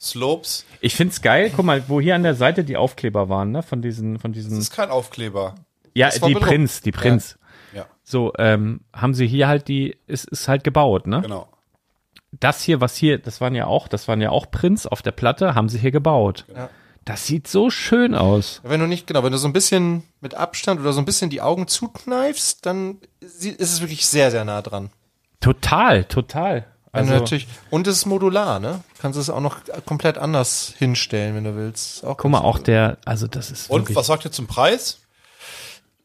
Slopes.
Ich find's geil, guck mal, wo hier an der Seite die Aufkleber waren, ne? Von diesen, von diesen.
Das ist kein Aufkleber.
ja,
das war
die
Belohnung.
Prinz, die Prinz.
Ja,
So, ähm, haben sie hier halt die, ist, ist halt gebaut, ne?
genau.
Das hier, was hier, das waren ja auch, das waren ja auch Prinz auf der Platte, haben sie hier gebaut. Das sieht so schön aus.
Wenn du nicht, genau, wenn du so ein bisschen mit Abstand oder so ein bisschen die Augen zukneifst, dann sie- ist es wirklich sehr, sehr nah dran.
Total, total.
Wenn
Also,
du natürlich, und es ist modular, ne? Kannst es auch noch komplett anders hinstellen, wenn du willst. Auch
guck mal, auch der, also das ist
Und
wirklich,
was sagt ihr zum Preis?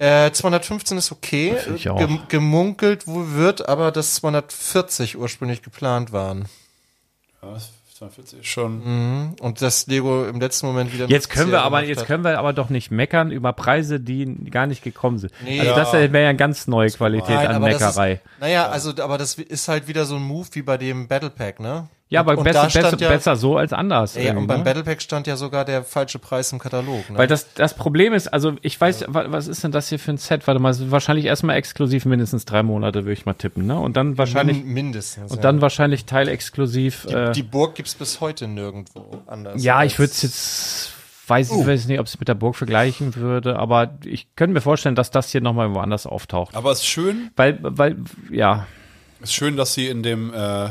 Äh, 215 ist okay.
Finde ich auch.
Gem gemunkelt wo- wird aber, dass 240 ursprünglich geplant waren.
Ja, 240 ist schon.
Und das Lego im letzten Moment wieder.
Jetzt können wir
offiziell
aber,
gemacht
jetzt
hat.
können wir aber doch nicht meckern über Preise, die gar nicht gekommen sind.
Nee.
also das wäre ja ganz neue Qualität
Nein,
an
aber das
Meckerei.
Ist, naja, also, aber das ist halt wieder so ein Move wie bei dem Battle Pack, ne?
ja, aber
und
besser,
da stand
besser,
ja,
besser so als anders.
Ja,
irgendwie,
und beim
ne?
Battle Pack stand ja sogar der falsche Preis im Katalog, ne?
Weil das, das Problem ist, also ich weiß, wa- was ist denn das hier für ein Set? Warte mal, es ist wahrscheinlich erstmal exklusiv mindestens drei Monate, würde ich mal tippen, ne? Und dann wahrscheinlich,
Min- mindestens.
und dann wahrscheinlich teilexklusiv.
ja.
Äh,
Die Burg gibt's bis heute nirgendwo anders.
ja, ich
als-
würde es jetzt, weiß ich weiß nicht, ob ich es mit der Burg vergleichen würde, aber ich könnte mir vorstellen, dass das hier nochmal woanders auftaucht.
Aber es ist schön,
Weil, weil, ja,
es ist schön, dass sie in dem äh,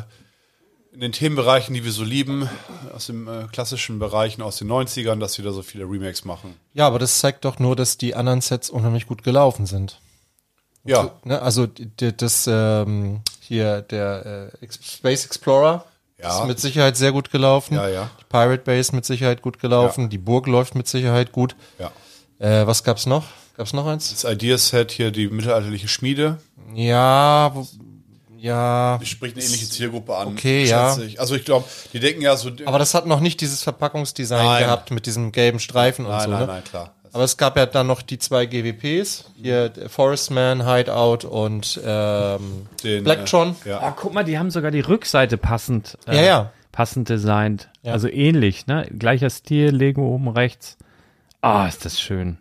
in den Themenbereichen, die wir so lieben, aus den äh, klassischen Bereichen aus den 90ern, dass sie da so viele Remakes machen.
Ja, aber das zeigt doch nur, dass die anderen Sets unheimlich gut gelaufen sind.
Ja,
Ne? Also die- die- das ähm, hier der äh, Ex- Space Explorer
Ja.
ist mit Sicherheit sehr gut gelaufen.
Ja, ja.
Die Pirate Bay ist mit Sicherheit gut gelaufen.
Ja.
Die Burg läuft mit Sicherheit gut.
ja.
Äh, was gab's noch? Gab's noch eins?
Das Ideaset hier, die mittelalterliche Schmiede,
Ja, wo, ja.
die spricht eine ähnliche Zielgruppe an.
Okay,
schätze
ja.
Ich. Also ich glaube, die denken ja so.
Aber das hat noch nicht dieses Verpackungsdesign
Nein.
gehabt mit diesem gelben Streifen und
nein,
so.
nein,
ne?
nein, klar.
Aber es gab ja dann noch die zwei GWPs, hier der Forestman, Hideout und ähm,
Den,
Blacktron.
Äh, ja.
Ah, guck mal, die haben sogar die Rückseite passend, äh,
Ja, ja.
passend designt. Also ähnlich, ne? Gleicher Stil, Lego oben rechts. Ah, ist das schön.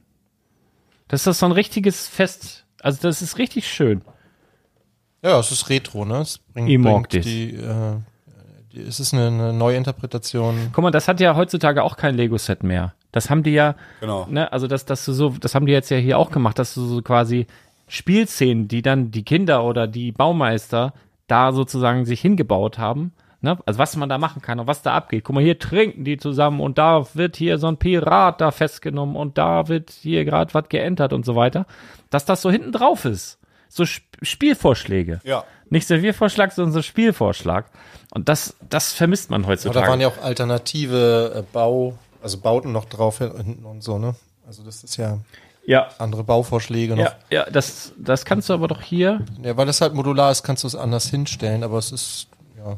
Das ist so ein richtiges Fest. Also das ist richtig schön.
Ja, es ist Retro, ne? Es bringt,
Ich mag das.
bringt die, äh, die, es ist eine, eine Neuinterpretation.
Guck mal, das hat ja heutzutage auch kein Lego-Set mehr. Das haben die ja,
Genau.
ne, also das, dass du so, das haben die jetzt ja hier auch gemacht, dass du so quasi Spielszenen, die dann die Kinder oder die Baumeister da sozusagen sich hingebaut haben, ne, also was man da machen kann und was da abgeht. Guck mal, hier trinken die zusammen und da wird hier so ein Pirat da festgenommen und da wird hier gerade was geentert und so weiter, dass das so hinten drauf ist. So Sp Spielvorschläge.
Ja.
Nicht Serviervorschlag, sondern so Spielvorschlag. Und das, das vermisst man
Aber
heutzutage.
da waren ja auch alternative äh, Bau, also Bauten noch drauf hin- hinten und so, ne? Also das ist ja.
Ja,
andere Bauvorschläge noch.
ja, ja, das, das kannst du aber doch hier.
Ja, weil das halt modular ist, kannst du es anders hinstellen, aber es ist, ja.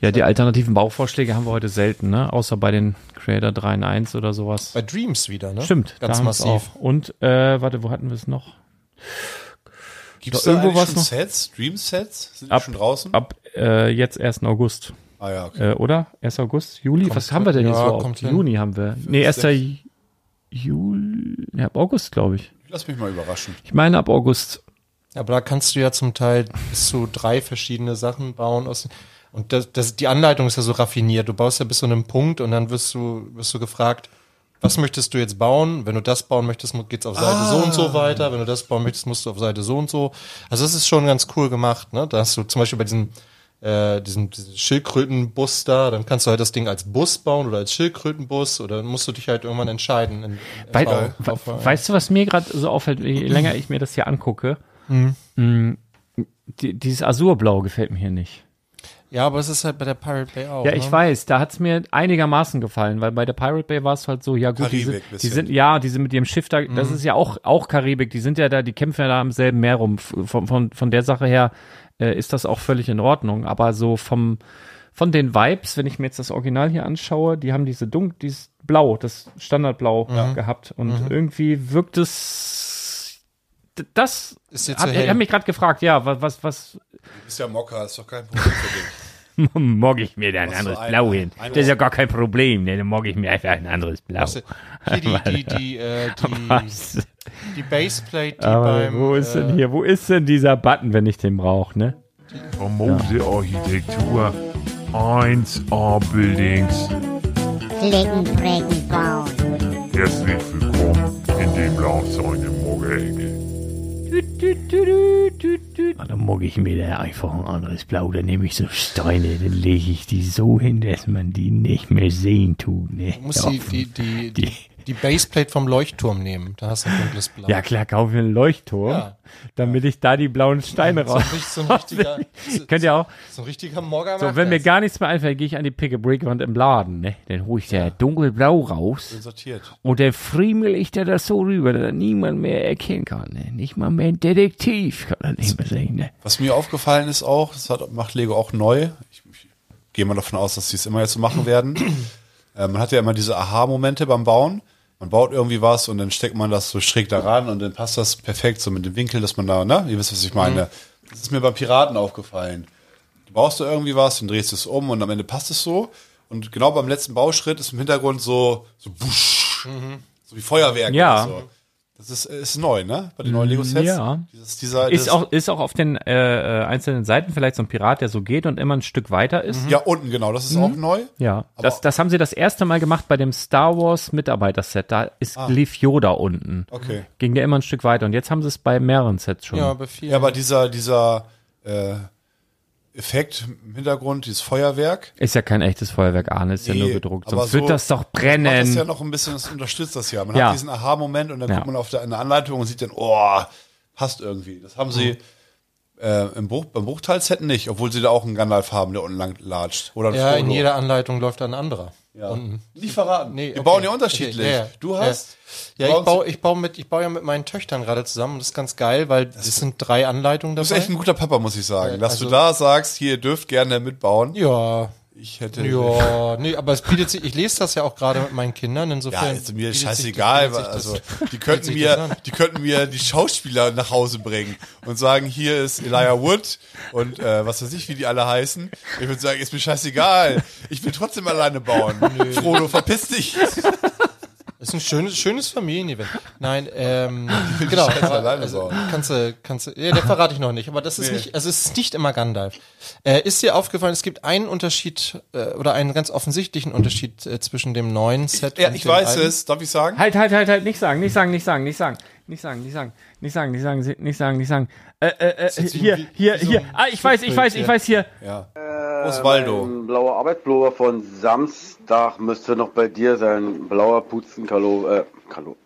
Ja, die alternativen Bauvorschläge haben wir heute selten, ne? Außer bei den Creator 3 in 1 oder sowas.
Bei Dreams wieder, ne?
Stimmt,
Ganz
haben wir's
massiv.
auch. Und, äh, warte, wo hatten wir es noch?
Gibt es
Da
da
irgendwo
irgendwo
was
schon
noch?
Sets? Dream-Sets? Sind
Ab-
die schon draußen?
Ab äh, jetzt 1. August,
ah ja,
äh,
okay.
oder? 1. August, Juli? Was haben wir denn
hin.
jetzt
Ja,
so?
kommt
Kommt
hin.
Juni haben wir. Nee, 1.
sechs.
Juli, ja, ab August, glaube ich.
Lass mich mal überraschen.
Ich meine ab August.
Aber da kannst du ja zum Teil bis zu drei verschiedene Sachen bauen. Aus, und das, das, die Anleitung ist ja so raffiniert. Du baust ja bis zu einem Punkt und dann wirst du, wirst du gefragt, was möchtest du jetzt bauen? Wenn du das bauen möchtest, mu- geht's auf Seite so und so weiter. Wenn du das bauen möchtest, musst du auf Seite so und so. Also das ist schon ganz cool gemacht. Ne? Da hast du zum Beispiel bei diesem, äh, diesem, diesem Schildkrötenbus da, dann kannst du halt das Ding als Bus bauen oder als Schildkrötenbus oder dann musst du dich halt irgendwann entscheiden. In, im
Wei
Bau.
we- weißt du, was mir gerade so auffällt, je länger ich mir das hier angucke?
Mhm.
Mm, Die, dieses Azurblau gefällt mir hier nicht.
ja, aber es ist halt bei der Pirate Bay auch.
Ja, ich
ne?
weiß, da hat es mir einigermaßen gefallen, weil bei der Pirate Bay war es halt so, ja gut, die sind,
Karibik
die
bisschen.
sind, ja, die sind mit ihrem Schiff da, das
Mhm.
ist ja auch, auch Karibik, die sind ja da, die kämpfen ja da im selben Meer rum. F- Von, von, von der Sache her äh, ist das auch völlig in Ordnung, aber so vom, von den Vibes, wenn ich mir jetzt das Original hier anschaue, die haben diese dunkel, dieses Blau, das Standardblau
Mhm.
gehabt und irgendwie wirkt es, d- das,
Ist dir
hab,
zu
ich
hell.
hab mich gerade gefragt, ja, wa- was, was,
Du bist ja Mocker, ist doch kein Problem für dich.
Morg ich mir dann ein
Machst
anderes
du ein-
Blau hin.
ein-
Das ist ja gar kein Problem, ne? Dann morg ich mir einfach ein anderes Blau.
Hier die, die, die, äh, die,
Was?
die Baseplate, die
Aber
beim. äh,
wo ist denn hier, wo ist denn dieser Button, wenn ich den brauche, ne?
Mose Architektur 1A Buildings.
Flickenfrecken bauen.
Herzlich willkommen in dem Laufzeichen im Morgenecke.
Ah, Dann mag ich mir da einfach ein anderes Blau. Dann nehme ich so Steine, dann lege ich die so hin, dass man die nicht mehr sehen tut. Ne?
Du musst die, die, die, die, die Baseplate vom Leuchtturm nehmen. Da hast du ein dunkles Blau.
Ja klar, kaufe mir einen Leuchtturm,
Ja.
damit ich da die blauen Steine
so ein,
raus.
richtig- so ein richtiger, so,
Könnt ihr auch.
so ein richtiger Mogger
So,
macht
wenn mir
das.
gar nichts mehr einfällt, gehe ich an die pick a brick wand im Laden, ne? Dann hole ich da dunkelblau raus
Sortiert.
und dann friemel ich da das so rüber, dass das niemand mehr erkennen kann, ne? Nicht mal mehr ein Detektiv kann das nicht mehr sehen, ne?
Was mir aufgefallen ist auch, das hat, macht Lego auch neu. Ich, ich gehe mal davon aus, dass sie es immer jetzt so machen werden. äh, man hat ja immer diese Aha-Momente beim Bauen. Man baut irgendwie was und dann steckt man das so schräg daran und dann passt das perfekt so mit dem Winkel, dass man da, ne? Ihr wisst, was ich meine.
Mhm.
Das ist mir beim Piraten aufgefallen. Du baust da irgendwie was und drehst es um und am Ende passt es so. Und genau beim letzten Bauschritt ist im Hintergrund so, so, busch, so wie Feuerwerk.
Mhm. Ja.
Oder so. Das ist, ist neu, ne? Bei den neuen Lego-Sets.
ja.
Dieses, dieser,
Ist
dieses-
auch, ist auch auf den äh, äh, einzelnen Seiten vielleicht so ein Pirat, der so geht und immer ein Stück weiter ist.
Ja, unten, genau. Das ist auch neu.
Mhm. Hm? Ja, das, das haben sie das erste Mal gemacht bei dem Star Wars Mitarbeiter-Set. Da ist
Ah.
lief Yoda unten.
Okay.
Ging der immer ein Stück weiter. Und jetzt haben sie es bei mehreren Sets schon.
Ja, aber viel.
Ja, aber dieser, dieser äh, Effekt im Hintergrund, dieses Feuerwerk,
Ist ja kein echtes Feuerwerk, Arne, ist
Nee,
ja nur gedruckt.
aber
Sonst
so-
wird das doch
macht das
brennen.
ja noch ein bisschen, das unterstützt das ja. Man
Ja.
hat diesen Aha-Moment und dann
Ja.
guckt man auf der, in der Anleitung und sieht dann, oh, passt irgendwie. Das haben
Hm.
sie äh, im Bruch, beim Bruchteilset nicht, obwohl sie da auch einen Gandalf haben, der unten lang latscht. Oder einen
ja, in
Frodo.
jeder Anleitung läuft da ein anderer.
Ja. Nicht verraten.
Nee,
Wir
okay.
bauen ja unterschiedlich.
Okay, ja, ja.
Du hast.
Ja,
bei
ich
uns-
baue, ich baue mit, ich baue ja mit meinen Töchtern gerade zusammen. Das ist ganz geil, weil es sind drei Anleitungen
Du bist echt
dabei.
ein guter Papa, muss ich sagen. Dass
also-
du da sagst, hier ihr dürft gerne mitbauen.
Ja,
Ich hätte.
ja, nee, aber es bietet sich, ich lese das ja auch gerade mit meinen Kindern,
Ja,
insofern.
ist mir
bietet sich-
scheißegal.
bietet sich das-
also, die
bietet
könnten
sich das
mir,
an.
die könnten mir die Schauspieler nach Hause bringen und sagen, hier ist Elijah Wood und äh, was weiß ich, wie die alle heißen. Ich würde sagen, ist mir scheißegal. Ich will trotzdem alleine bauen. Frodo, verpiss dich.
Das ist ein schönes, schönes Familienevent. Nein, ähm, genau.
Scheiße
aber,
alleine
also,
bauen.
kannst du, kannst du, ja, der verrate ich noch nicht, aber das ist nicht, also es ist nicht immer Gandalf. Äh, ist dir aufgefallen, es gibt einen Unterschied, äh, oder einen ganz offensichtlichen Unterschied äh, zwischen dem neuen Set
Ja,
und
ich
dem
weiß
alten?
es. Darf ich sagen?
Halt, halt, halt, halt, nicht sagen, nicht sagen, nicht sagen, nicht sagen, nicht sagen, nicht sagen, nicht sagen, nicht sagen, nicht sagen, nicht sagen. Äh, äh, äh,
jetzt wie-
hier,
wie-
hier,
wie so ein
hier. Ah, ich weiß, ich weiß, ich
Schutzbild
weiß hier.
Ja. Osvaldo.
Ein blauer Arbeitspullover von Samstag müsste noch bei dir sein. Blauer Puzenkalo, äh, Kalo.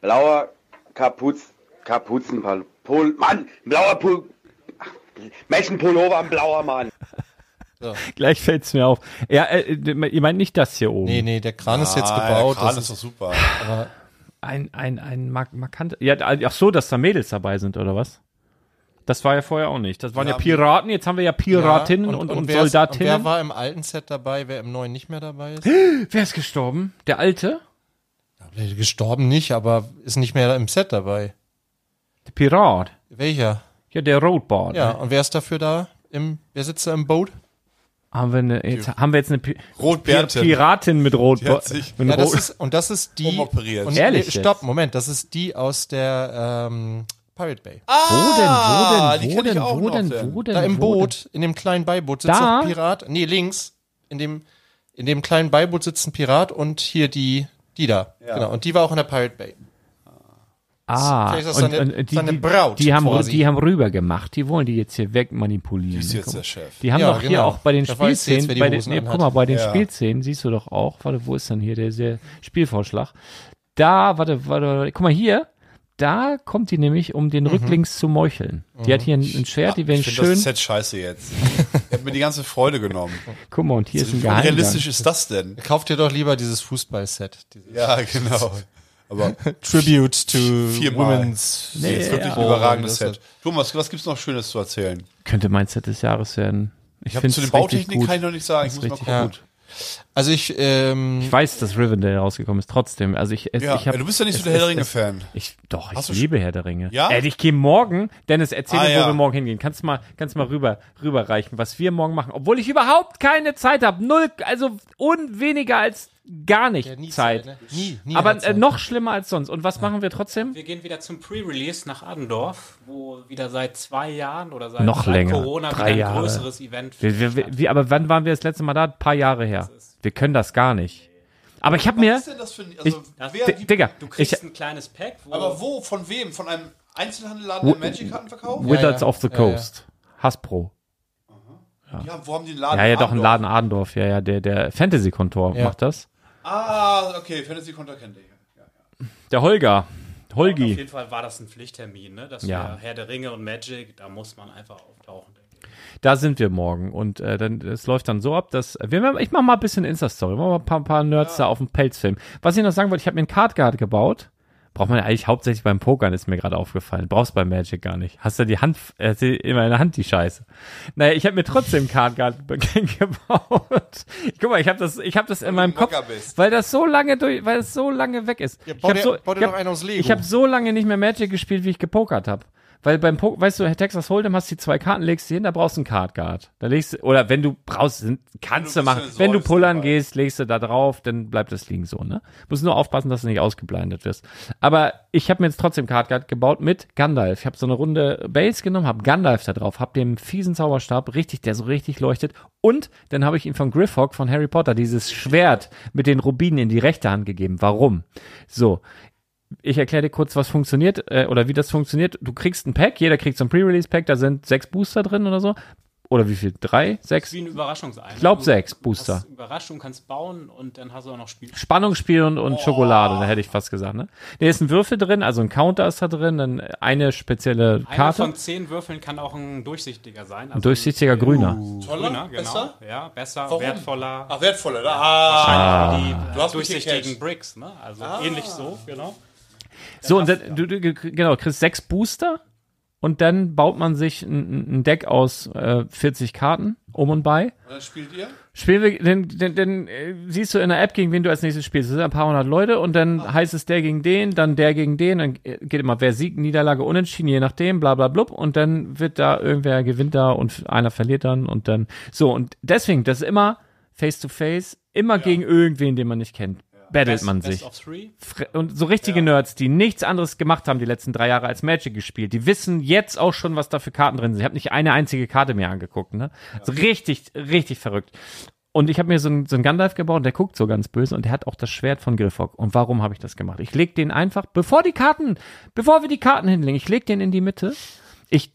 Blauer Kapuz, Kapuzenpal, Pol, Mann, blauer Pul, Ach, Menschenpullover, ein blauer Mann.
Gleich fällt's mir auf. Ja, äh, ihr meint nicht das hier oben.
Nee, nee, der Kran ist jetzt
Ah,
gebaut.
Der Kran
das
ist doch super.
ein, ein, ein mark markanter. Ja, ach so, dass da Mädels dabei sind, oder was? Das war ja vorher auch nicht. Das waren
Wir
ja,
haben-
Piraten, jetzt haben wir ja Piratinnen und, und,
wer ist-
Soldatinnen.
Und wer war im alten Set dabei, wer im neuen nicht mehr dabei ist?
wer ist gestorben? Der Alte?
Gestorben nicht, aber ist nicht mehr im Set dabei.
Der Pirat.
Welcher?
Ja, der Roadboard.
Ja, und wer ist dafür da? Im, wer sitzt da im Boot?
Haben wir, eine, jetzt, haben wir jetzt eine Pi Pir
Rotbärte.
Piratin mit
Die hat
Roadboard?
sich-
mit
Ja, das
Rot-
ist, und das ist die.
Umoperiert.
Und,
Ehrlich
nee, stopp,
jetzt?
Moment, das ist die aus der ähm, Pirate Bay.
Ah,
wo
die
denn, wo
kenn ich
denn,
auch
wo
noch,
denn, wo
denn.
denn, wo denn?
da im
wo
Boot, in dem kleinen Beiboot sitzt
Da?
noch ein Pirat. Nee, links. In dem, in dem kleinen Beiboot sitzt ein Pirat und hier die, die da. Genau. Und die war auch in der Pirate Bay.
Ah,
Vielleicht ist das
und,
seine-
und die,
seine
die-
Braut
Die haben,
quasi.
die haben rüber gemacht. Die wollen die jetzt hier wegmanipulieren.
ist jetzt
Guck mal.
der Chef.
Die haben
Ja,
doch hier
genau.
auch bei den
Da weiß sie jetzt,
Spielszenen,
wer die
bei den,
Hosen
nee,
anhat.
guck mal, bei den
Ja.
Spielszenen siehst du doch auch, warte, wo ist denn hier der, der Spielvorschlag? Da, warte, warte, warte, guck mal hier, da kommt die nämlich, um
Mhm.
den rücklings zu meucheln. Die hat hier ein, ein Schwert, die werden
Ich finde
schön,
das Set scheiße jetzt. Ich habe mir die ganze Freude genommen.
guck mal, und hier ist ein
Wie realistisch
Geheimgang.
ist das denn?
Kauft dir doch lieber dieses Fußballset. Dieses
Ja, genau. Aber
Tribute to
Viermal.
Women's.
nee, ist wirklich
ja.
ein überragendes
Oh, das
Set. Thomas, was gibt's noch Schönes zu erzählen?
Könnte mein Set des Jahres werden. Ich,
Ich hab,
find's
zu den
richtig
Bautechniken
gut.
kann ich noch nicht sagen. Ich
Das
muss
ist
mal
richtig
gucken.
gut. Also ich, ähm,
Ich weiß, dass Rivendell rausgekommen ist, trotzdem. Also ich, es-
Ja,
ich hab,
ja, du bist ja nicht so
es-
der Herr
es-
der Ringe
es-
Fan.
Ich, doch,
Hast du
ich liebe Herr der Ringe.
Ja?
Ey, ich gehe morgen, Dennis, erzähl
Ah,
mir,
ja.
wo wir morgen hingehen. Kannst mal, kannst mal rüber, rüberreichen, was wir morgen machen. Obwohl ich überhaupt keine Zeit habe. Null, also un weniger als gar nicht
nie
Zeit.
ne? Nie, nie
Aber
hat
äh,
Zeit.
noch schlimmer als sonst. Und was machen wir trotzdem?
Wir gehen wieder zum Pre-Release nach Adendorf, wo wieder seit zwei Jahren oder seit,
Noch
seit
länger,
Corona
drei
wieder ein
Jahre.
größeres Event
Wir, wir, wir, wir, aber wann waren wir das letzte Mal da? Ein paar Jahre her. Wir können das gar nicht. Aber ich habe mir,
denn das für ein, also,
ich, Di- Digga,
Du kriegst
ich,
ein kleines Pack, wo
aber wo, von wem? Von einem Einzelhandelladen, der Magic-Karten verkauft?
Wizards
ja.
of the
Ja,
Coast. Hasbro.
Ja, wo haben die den Laden?
Ja, ja, doch, ein
Adendorf?
Laden Adendorf. Ja, ja, der, der Fantasy-Kontor
Ja.
macht das.
Ah, okay, Fantasy-Konter kennt ihr.
Der Holger.
Und auf
Holgi.
jeden Fall war das ein Pflichttermin, ne? Das
Ja.
war Herr der Ringe und Magic, da muss man einfach auftauchen. denke ich.
Da sind wir morgen. Und äh, dann, es läuft dann so ab, dass. äh, Wir, werden- ich mache mal ein bisschen Insta-Story. Machen mal ein paar, paar Nerds da auf dem Pelzfilm. Was ich noch sagen wollte, ich habe mir ein Cardguard gebaut. Braucht man ja eigentlich hauptsächlich beim Pokern, ist mir gerade aufgefallen. Brauchst bei Magic gar nicht. Hast ja die Hand, äh, hast ja immer in der Hand die Scheiße. Naja, ich habe mir trotzdem ein Cardguard be- gebaut. Guck mal, ich habe das, ich habe das in meinem
Mocker
Kopf,
bist.
weil das so lange durch, weil es so lange weg ist. ich
bau
habe
dir-
so,
bau dir
ich
doch einen aus Lego.
ich hab so lange nicht mehr Magic gespielt, wie ich gepokert habe. Weil beim Poker, weißt du, Texas Hold'em hast die zwei Karten, legst die hin, da brauchst du einen Card Guard. Da legst du, oder wenn du brauchst, sind- kannst du
Wenn du ein
machen.
bisschen
Wenn du
säufst
pullern
dabei.
gehst, legst du da drauf, dann bleibt das liegen so, ne? Musst nur aufpassen, dass du nicht ausgeblendet wirst. Aber ich habe mir jetzt trotzdem Card Guard gebaut mit Gandalf. Ich habe so eine runde Base genommen, habe Gandalf da drauf, habe den fiesen Zauberstab, richtig, der so richtig leuchtet. Und dann habe ich ihm von Griffhawk von Harry Potter dieses Schwert mit den Rubinen in die rechte Hand gegeben. Warum? So, ich erkläre dir kurz, was funktioniert äh, oder wie das funktioniert. Du kriegst ein Pack, jeder kriegt so ein Pre-Release-Pack, da sind sechs Booster drin oder so. Oder wie viel? Drei?
Das ist
Sechs?
Wie ein Überraschungsei. Ich
glaub, sechs Booster.
Hast Überraschung, kannst bauen und dann hast du auch noch Spiel.
Spannungsspiel und,
Oh.
und Schokolade, da hätte ich fast gesagt. Ne? Da ist ein Würfel drin, also ein Counter ist da drin, dann eine spezielle
Einer
Karte.
von Oh. zehn Würfeln kann auch ein durchsichtiger sein. Also
Ein durchsichtiger Grüner.
Toller,
Grüner, genau.
besser?
Ja, besser,
Warum?
wertvoller.
Ach, wertvoller, da. Ah,
wahrscheinlich die
Du hast Ah. mich
durchsichtigen
gecatcht.
Bricks, ne? Also ähnlich so, genau.
So, und dann, du, du genau, kriegst sechs Booster und dann baut man sich ein, ein- ein Deck aus äh, 40 Karten um und bei.
Und dann spielt ihr?
Spielen wir, denn, denn, denn äh, siehst du in der App, gegen wen du als nächstes spielst. Das sind ein paar hundert Leute und dann
Ah.
heißt es der gegen den, dann der gegen den, dann äh, geht immer wer siegt, Niederlage, Unentschieden, je nachdem, bla bla blub und dann wird da irgendwer gewinnt da und einer verliert dann und dann so und deswegen, das ist immer face to face, immer gegen irgendwen, den man nicht kennt. Battelt man
Best
sich.
of three.
Fre- Und so richtige Nerds, die nichts anderes gemacht haben die letzten drei Jahre als Magic gespielt, die wissen jetzt auch schon, was da für Karten drin sind. Ich habe nicht eine einzige Karte mir angeguckt. Ne? So richtig, richtig verrückt. Und ich habe mir so einen, so einen Gandalf gebaut und der guckt so ganz böse und der hat auch das Schwert von Griffog. Und warum habe ich das gemacht? Ich leg den einfach, bevor die Karten, bevor wir die Karten hinlegen, ich leg den in die Mitte. Ich,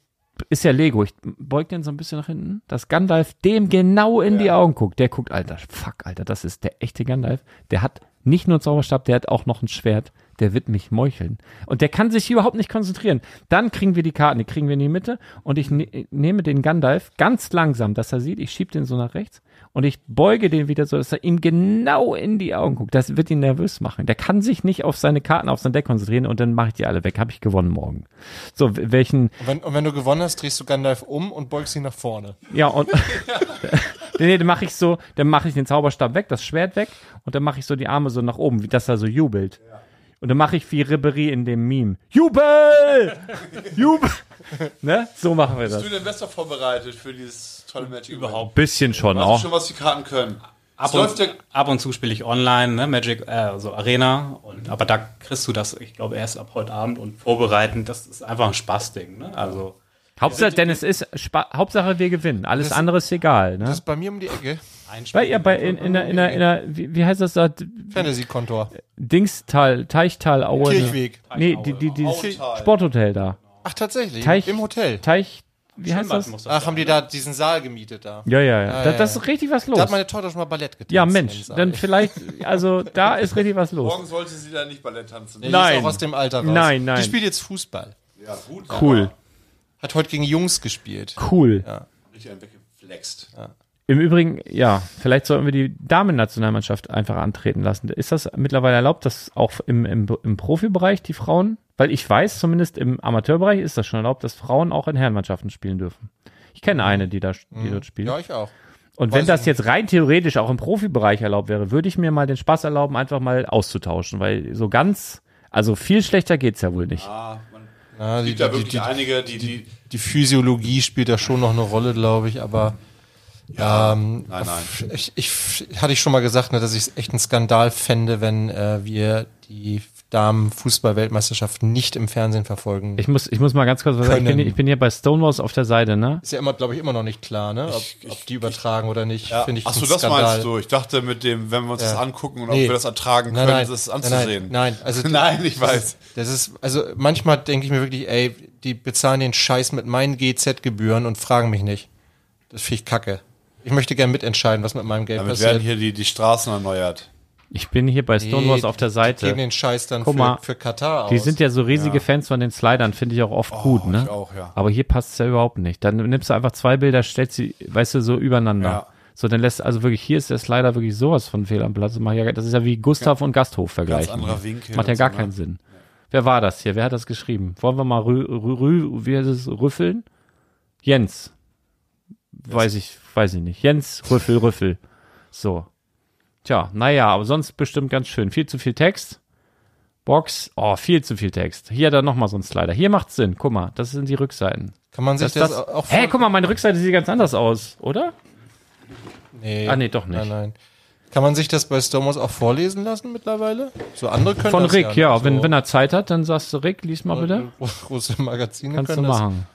ist ja Lego, ich beug den so ein bisschen nach hinten, dass Gandalf dem genau in die Augen guckt. Der guckt, Alter, fuck, Alter, das ist der echte Gandalf. Der hat nicht nur einen Zauberstab, der hat auch noch ein Schwert. Der wird mich meucheln. Und der kann sich überhaupt nicht konzentrieren. Dann kriegen wir die Karten, die kriegen wir in die Mitte. Und ich ne nehme den Gandalf ganz langsam, dass er sieht, ich schiebe den so nach rechts. Und ich beuge den wieder so, dass er ihm genau in die Augen guckt. Das wird ihn nervös machen. Der kann sich nicht auf seine Karten, auf sein Deck konzentrieren. Und dann mache ich die alle weg. Habe ich gewonnen morgen. So, w- welchen,
Und wenn, und wenn du gewonnen hast, drehst du Gandalf um und beugst ihn nach vorne.
ja, und nee, dann mache ich so, dann mache ich den Zauberstab weg, das Schwert weg und dann mache ich so die Arme so nach oben, wie dass er so jubelt. Und dann mache ich wie Ribery in dem Meme. Jubel! Jubel! ne? So machen wir
Bist du
das.
denn besser vorbereitet für dieses tolle Match überhaupt?
Bisschen schon
Weißt du
auch.
schon, was die Karten können?
Ab
Es
und,
läuft ja-
ab und zu spiele ich online, ne, Magic, äh, also Arena. Und, aber da kriegst du das, ich glaube, erst ab heute Abend und vorbereitend. Das ist einfach ein Spaßding. Ne? Also,
Hauptsache, denn es ist Spa Hauptsache wir gewinnen. Alles andere ist egal, ne?
Das ist bei mir um die Ecke.
Bei ihr bei in, in, der, in, der, in der, wie, wie heißt das da?
Fantasy-Kontor.
Dingstal, Teichtal Aue. ne?
Kirchweg.
Nee, die, die, dieses
Auental.
Sporthotel da.
Ach, tatsächlich.
Teich-
Im Hotel.
Teich wie heißt
Schwimmbad
das?
muss
Ach, haben die da diesen Saal gemietet da?
Ja, ja, ja.
Ah,
Da,
ja,
das
ja.
ist richtig was los.
Da hat meine Tochter schon mal Ballett getanzt.
Ja,
im
Mensch,
Saal.
dann vielleicht, also da ist richtig was los.
Morgen sollte sie da nicht Ballett tanzen.
Die ist
Nein.
auch aus dem Alter raus.
Nein, nein.
Die spielt jetzt Fußball.
Ja, gut.
Cool,
Hat heute gegen Jungs gespielt.
cool.
aber Richtig einen weggeflext.
Im Übrigen, ja, vielleicht sollten wir die Damen-Nationalmannschaft einfach antreten lassen. Ist das mittlerweile erlaubt, dass auch im, im, im Profibereich die Frauen, weil ich weiß, zumindest im Amateurbereich ist das schon erlaubt, dass Frauen auch in Herrenmannschaften spielen dürfen. Ich kenne eine, die da die dort spielt.
Mhm. Ja, ich auch.
Und
Weiß
wenn
ich
das jetzt rein theoretisch auch im Profibereich erlaubt wäre, würde ich mir mal den Spaß erlauben, einfach mal auszutauschen, weil so ganz, also viel schlechter geht's ja wohl nicht.
Ah, man
Na, die,
gibt da
die,
wirklich
die,
einige, die, die,
die Physiologie spielt da schon noch eine Rolle, glaube ich, aber ja, ähm,
nein, nein.
Ich, ich hatte ich schon mal gesagt, ne, dass ich es echt einen Skandal fände, wenn äh, wir die Damen-Fußball-Weltmeisterschaft nicht im Fernsehen verfolgen.
Ich muss, ich muss mal ganz kurz was sagen. Ich bin,
Können.
hier- ich bin hier bei Stonewalls auf der Seite, ne?
ist ja immer, glaube ich, immer noch nicht klar, ne, ob, ob die übertragen oder nicht.
Ja.
Finde ich
Achso,
einen
das
Skandal.
meinst du. Ich dachte mit dem, wenn wir uns das angucken und ob
Nee.
wir das ertragen
Nein,
können,
nein,
das
nein,
anzusehen.
nein, nein, also-
nein, ich weiß.
Das ist, also manchmal denke ich mir wirklich, ey, die bezahlen den Scheiß mit meinen GZ-Gebühren und fragen mich nicht. Das finde ich kacke. Ich möchte gern mitentscheiden, was mit meinem Geld
Damit werden
passiert.
hier die, die Straßen erneuert.
Ich bin hier bei Stonewalls
Nee,
auf der
Die geben
Seite.
den Scheiß dann
Guck mal,
für, für Katar aus.
Die sind ja so riesige Fans von den Slidern, finde ich auch oft gut, ne?
ich auch, ja.
Aber hier passt's ja überhaupt nicht. Dann nimmst du einfach zwei Bilder, stellst sie, weißt du, so übereinander.
Ja.
So, dann lässt, also wirklich, hier ist der Slider wirklich sowas von fehl am Platz. Das macht ja- Das ist ja wie Gustav und Gasthof vergleichen.
Ganz anderer Winkel
Macht ja
und
gar
so, ne?
keinen Sinn. Wer war das hier? Wer hat das geschrieben? Wollen wir mal rü, rü, rü, wie heißt es, rüffeln? Jens. Weiß ich, weiß ich nicht. Jens, Rüffel, Rüffel. So. Tja, naja, aber sonst bestimmt ganz schön. Viel zu viel Text. Box, oh, viel zu viel Text. Hier dann nochmal so ein Slider. Hier macht's Sinn. Guck mal, das sind die Rückseiten.
Kann man sich
Das,
das,
das,
auch
hey, guck mal, meine Rückseite sieht ganz anders aus, oder?
Nee.
Ah, nee, doch nicht.
Nein, nein. Kann man sich das bei Stormos auch vorlesen lassen mittlerweile? So andere können
Von
das
Rick, ja.
So
Wenn, wenn er Zeit hat, dann sagst du, Rick, lies mal bitte.
Große Magazine
Kannst du
können das. Ah.
machen.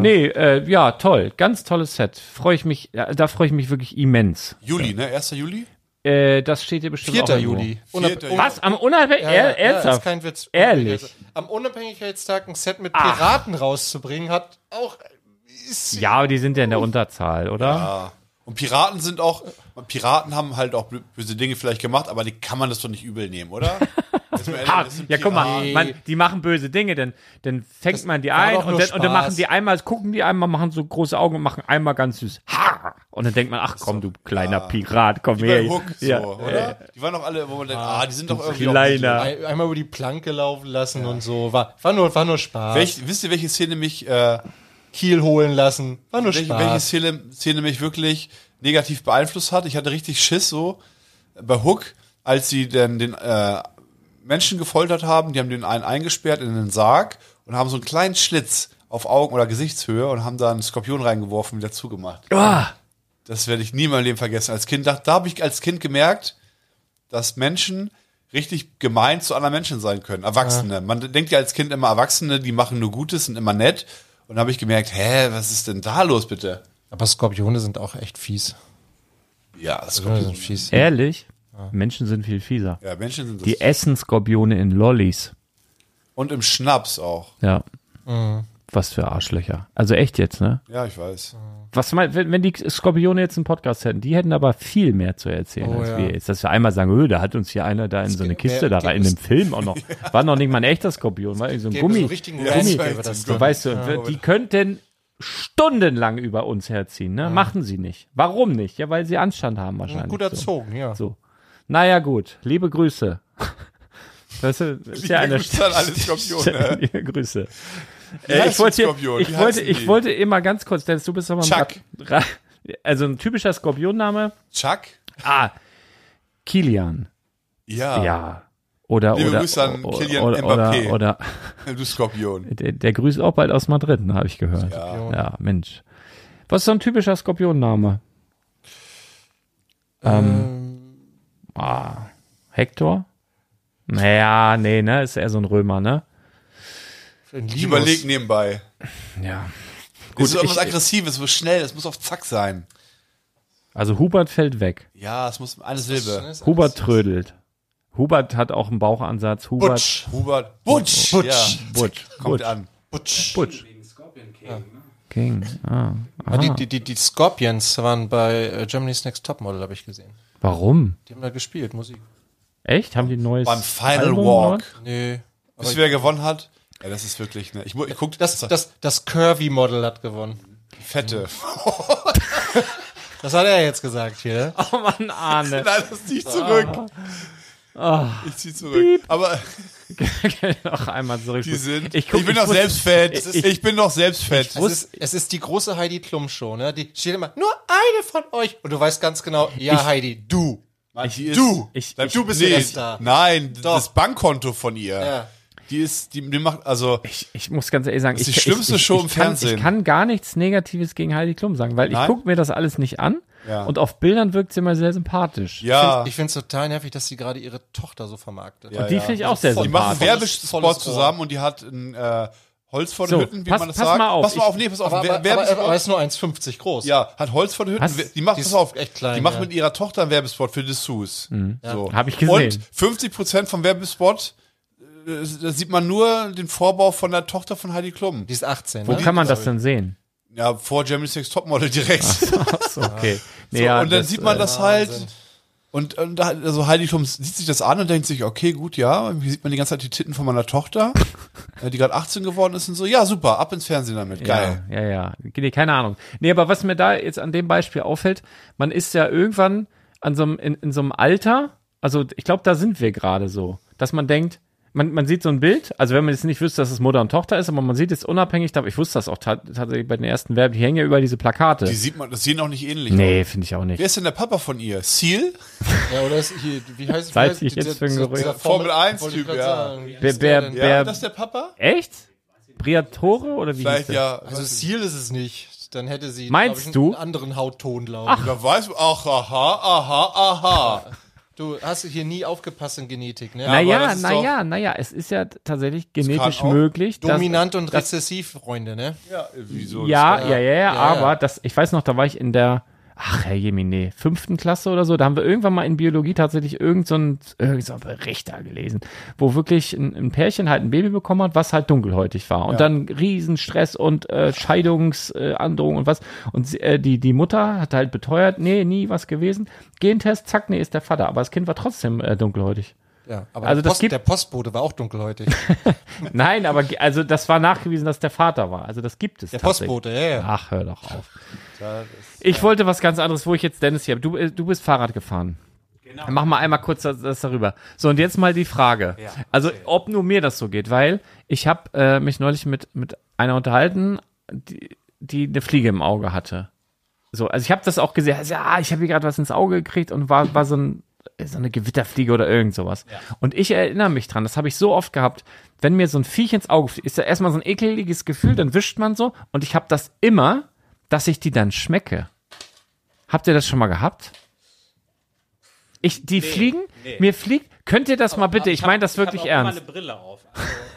Nee, äh, ja, toll. Ganz tolles Set. Freue ich mich, ja, da freue ich mich wirklich immens.
Juli, ne? 1. Juli?
Äh, das steht dir bestimmt
4.
auch irgendwo.
Juli.
Vierter Juli.
Was? Am unabhängig?
Ja,
er,
ja, ja, ist
ernsthaft?
kein Witz. Also,
Ehrlich? Ah.
Am Unabhängigkeitstag ein Set mit Piraten rauszubringen, hat auch. Ist,
ja, aber die sind ja in der Unterzahl, oder?
Und Piraten sind auch, Piraten haben halt auch böse Dinge vielleicht gemacht, aber die kann man das doch nicht übel nehmen, oder? Jetzt mal ehrlich,
Ah,
das sind
ja, guck mal,
Piraten.
man, die machen böse Dinge, denn dann fängt man die
war
ein
doch
und
nur
dann, und dann
Spaß.
machen die einmal, gucken die einmal, machen so große Augen und machen einmal ganz süß. Ha! Und dann denkt man, ach komm, du kleiner Pirat, komm
Wie bei
her.
Hook, so,
ja.
oder? Die waren doch alle, wo man denkt, ah, die sind doch irgendwie auch
Kleiner.
Ein, einmal über die Planke laufen lassen und so. War, war, nur, war nur Spaß.
Welch, wisst ihr, welche Szene mich, äh,
Kiel holen lassen. War nur
welche,
Spaß.
welche Szene, Szene mich wirklich negativ beeinflusst hat? Ich hatte richtig Schiss so bei Hook, als sie dann den äh, Menschen gefoltert haben. Die haben den einen eingesperrt in den Sarg und haben so einen kleinen Schlitz auf Augen- oder Gesichtshöhe und haben da einen Skorpion reingeworfen und wieder zugemacht.
Ah.
Das werde ich nie in meinem Leben vergessen. Als Kind, da, da habe ich als Kind gemerkt, dass Menschen richtig gemein zu anderen Menschen sein können. Erwachsene. Man denkt ja als Kind immer, Erwachsene, die machen nur Gutes, sind immer nett. Und da habe ich gemerkt, hä, was ist denn da los, bitte?
Aber Skorpione sind auch echt fies.
Ja, das
Skorpione
kommt
sind fies.
Ehrlich, Menschen sind viel fieser.
ja, Menschen sind das.
Die essen Skorpione in Lollis.
Und im Schnaps auch.
Ja. Was für Arschlöcher. Also echt jetzt, ne?
Ja, ich weiß.
Was mein, wenn, wenn die Skorpione jetzt einen Podcast hätten, die hätten aber viel mehr zu erzählen
Oh,
als
ja.
wir jetzt. Dass wir einmal sagen, öh, da hat uns hier einer da in so eine
gibt-
Kiste
wer-
da rein, in
gibt
dem Film auch noch. War noch nicht mal ein echter Skorpion, war irgendwie so ein
Gäbe es
Gummi.
einen richtigen
Ja,
Gummi.
das
über das
So,
Ja.
weißt du, wir- die könnten stundenlang über uns herziehen, ne? Machen sie nicht. Warum nicht? Ja, weil sie Anstand haben wahrscheinlich.
Gut
so.
erzogen, ja.
So. Naja, gut. Liebe Grüße. Das ist ist ja
Liebe
eine
Grüße an alle Skorpione. ne?
Liebe Grüße.
Die
Äh, ich
heißen
wollte, hier-
Skorpion,
ich,
die
wollte,
heißen
ich
die.
wollte immer ganz kurz, Dennis, du bist doch mal ein
Chuck.
Ra- Ra- Also ein typischer Skorpionname.
Chuck?
Ah, Kilian.
Ja.
Ja. Oder,
Ah. Liebe
oder,
Grüße an
o- o-
Kylian
oder,
Mbappé.
Oder, oder
Du Skorpion.
der, der grüßt auch bald aus Madrid, ne, habe ich gehört.
Ja.
Ja, Mensch. Was ist so ein typischer Skorpionname? Ähm, ah, Hector? Naja, nee, ne? Ist eher so ein Römer, ne?
Ein
Ich
Linus.
überleg nebenbei.
Ja.
Gut, es ist irgendwas
ich-
Aggressives, es muss schnell, es muss auf Zack sein.
Also Hubert fällt weg.
Ja, es muss eine Silbe.
Hubert trödelt. Hubert hat auch einen Bauchansatz. Hubert.
Butsch.
Hubert. Butsch.
Butsch.
Ja.
Butsch.
Kommt
Butch.
an.
Butsch.
Butch. King. Ah.
Aber Die, die, die, die Scorpions waren bei äh, Germany's Next Topmodel, habe ich gesehen.
Warum?
Die haben da gespielt, Musik.
Echt? Haben die ein neues.
Beim Final
Album
Walk.
Nee.
Wisst ihr, wer gewonnen hat? Ja, das ist wirklich, ne? Ich, mu- ich guck,
Das, das, das Curvy-Model hat gewonnen.
Fette.
Das hat er jetzt gesagt hier. ne?
gemacht? Oh Mann, Arne.
Nein, das zieht zurück.
Ah.
Ich zieh zurück. Aber
Genau, noch einmal zurück.
die sind.
Ich, guck,
ich bin
ich
doch
muss-
selbst fett. Ich bin doch selbst fett.
Es ist, es ist die große Heidi Klum Show, ne? Die steht immer, nur eine von euch. Und du weißt ganz genau, ja, Heidi, du.
Die ist-
du.
Ich-
Bleib
ich-
du bist
nee.
jetzt da. Nein,
Doch.
das Bankkonto von ihr.
Ja.
Die ist, die, die macht, also,
Ich, ich muss ganz ehrlich sagen,
Das ist
ich,
die schlimmste
ich, ich,
Show
ich
im
kann,
Fernsehen.
Ich kann gar nichts Negatives gegen Heidi Klum sagen, weil ich
Nein?
gucke mir das alles nicht an
Ja.
und auf Bildern wirkt sie immer sehr sympathisch.
ja.
Ich finde es total nervig, dass sie gerade ihre Tochter so vermarktet.
Ja,
die
ja.
finde ich auch sehr
die machen
sympathisch.
Werbespot
volles Ohr.
zusammen und die hat ein, äh, Holz vor den
So,
Hütten, wie
pass-
man das
pass
sagt.
mal auf.
Pass mal
Ich-
auf, nee, pass auf.
Aber,
Wer-
aber, aber,
Werbespot-
aber ist nur 1,50 groß.
ja, hat Holz vor den Hütten.
Was?
Die macht,
Die ist
pass auf,
echt klein,
Die macht
ja.
mit ihrer Tochter einen Werbespot für Dessous. So.
Mhm. Hab ich gesehen.
Und 50 Prozent vom Werbespot, äh, da sieht man nur den Vorbau von der Tochter von Heidi Klum.
Die ist 18.
Wo
ne?
kann man das denn sehen?
Ja, vor Germany's Next Topmodel direkt.
Achso, okay.
So,
Ja,
und dann
das,
sieht man
äh,
das halt. Und, und da, also Heidi Klum sieht sich das an und denkt sich, okay, gut, ja, irgendwie sieht man die ganze Zeit die Titten von meiner Tochter, äh, die gerade 18 geworden ist und so, ja, super, ab ins Fernsehen damit, geil.
Ja, ja, ja. Nee, keine Ahnung. Nee, aber was mir da jetzt an dem Beispiel auffällt, man ist ja irgendwann an so einem, in, in so einem Alter, also ich glaube, da sind wir gerade so, dass man denkt, man, man sieht so ein Bild, also wenn man jetzt nicht wüsste, dass es Mutter und Tochter ist, aber man sieht es unabhängig, davon- ich wusste das auch ta- tatsächlich bei den ersten Werben, die hängen ja über diese Plakate.
Die sieht man, das sehen auch nicht ähnlich.
nee, finde ich auch nicht.
Wer ist denn der Papa von ihr? Seal?
Ja, oder ist hier, wie heißt
Seid
heißt-
ich jetzt für ein Gerücht?
Formel 1
wollte
Typ,
grad
ja.
sagen, wie
Wer,
ist der
wer,
denn?
Ja,
wer,
das ist der Papa?
echt? Briatore oder wie hieß
Vielleicht
das?
ja.
Also Seal ist es nicht. Dann hätte sie
Meinst
glaub ich,
du?
einen anderen Hautton, glaube ich.
Da weiß ach, aha, aha, aha.
Du hast hier nie aufgepasst in Genetik, ne?
aber das
Naja,
ist
naja, naja, es ist ja tatsächlich
kann
genetisch
auch
möglich. dass-
Dominant und rezessiv, Freunde, ne?
Ja, wieso?
Ja,
war-
ja, ja, ja,
ja,
aber
ja.
das, ich weiß noch, da war ich in der, ach Herr Jemine, fünften Klasse oder so, da haben wir irgendwann mal in Biologie tatsächlich irgendeinen so einen- irgend so einen Bericht da gelesen, wo wirklich ein, ein Pärchen halt ein Baby bekommen hat, was halt dunkelhäutig war. Und dann Riesenstress und äh, Scheidungsandrohung äh, Androhung und was. Und sie, äh, die, die Mutter hat halt beteuert, nee, nie was gewesen. Gentest, zack, nee, ist der Vater. Aber das Kind war trotzdem äh, dunkelhäutig.
Ja, aber
Also
der,
das
Post,
gibt-
der Postbote war auch dunkelhäutig.
Nein, aber ge- also das war nachgewiesen, dass der Vater war. Also das gibt es
Der
tatsächlich.
Postbote, ja, ja.
Ach, hör doch auf. Ich wollte was ganz anderes, wo ich jetzt Dennis hier habe. Du, äh, du bist Fahrrad gefahren. Genau. Mach mal einmal kurz das, das darüber. So, und jetzt mal die Frage. Also, ob nur mir das so geht, weil ich habe äh, mich neulich mit, mit einer unterhalten, die, die eine Fliege im Auge hatte. So, also ich habe das auch gesehen. Also, ja, ich habe hier gerade was ins Auge gekriegt und war, war so, ein, äh, so eine Gewitterfliege oder irgend sowas. Und ich erinnere mich dran, das habe ich so oft gehabt, wenn mir so ein Viech ins Auge fliegt, ist ja erstmal so ein ekeliges Gefühl, dann wischt man so und ich habe das immer, dass ich die dann schmecke. Habt ihr das schon mal gehabt? Ich, die fliegen, mir fliegt, könnt ihr das mal bitte, ich meine das wirklich
Ich habe
ernst.
eine Brille auf.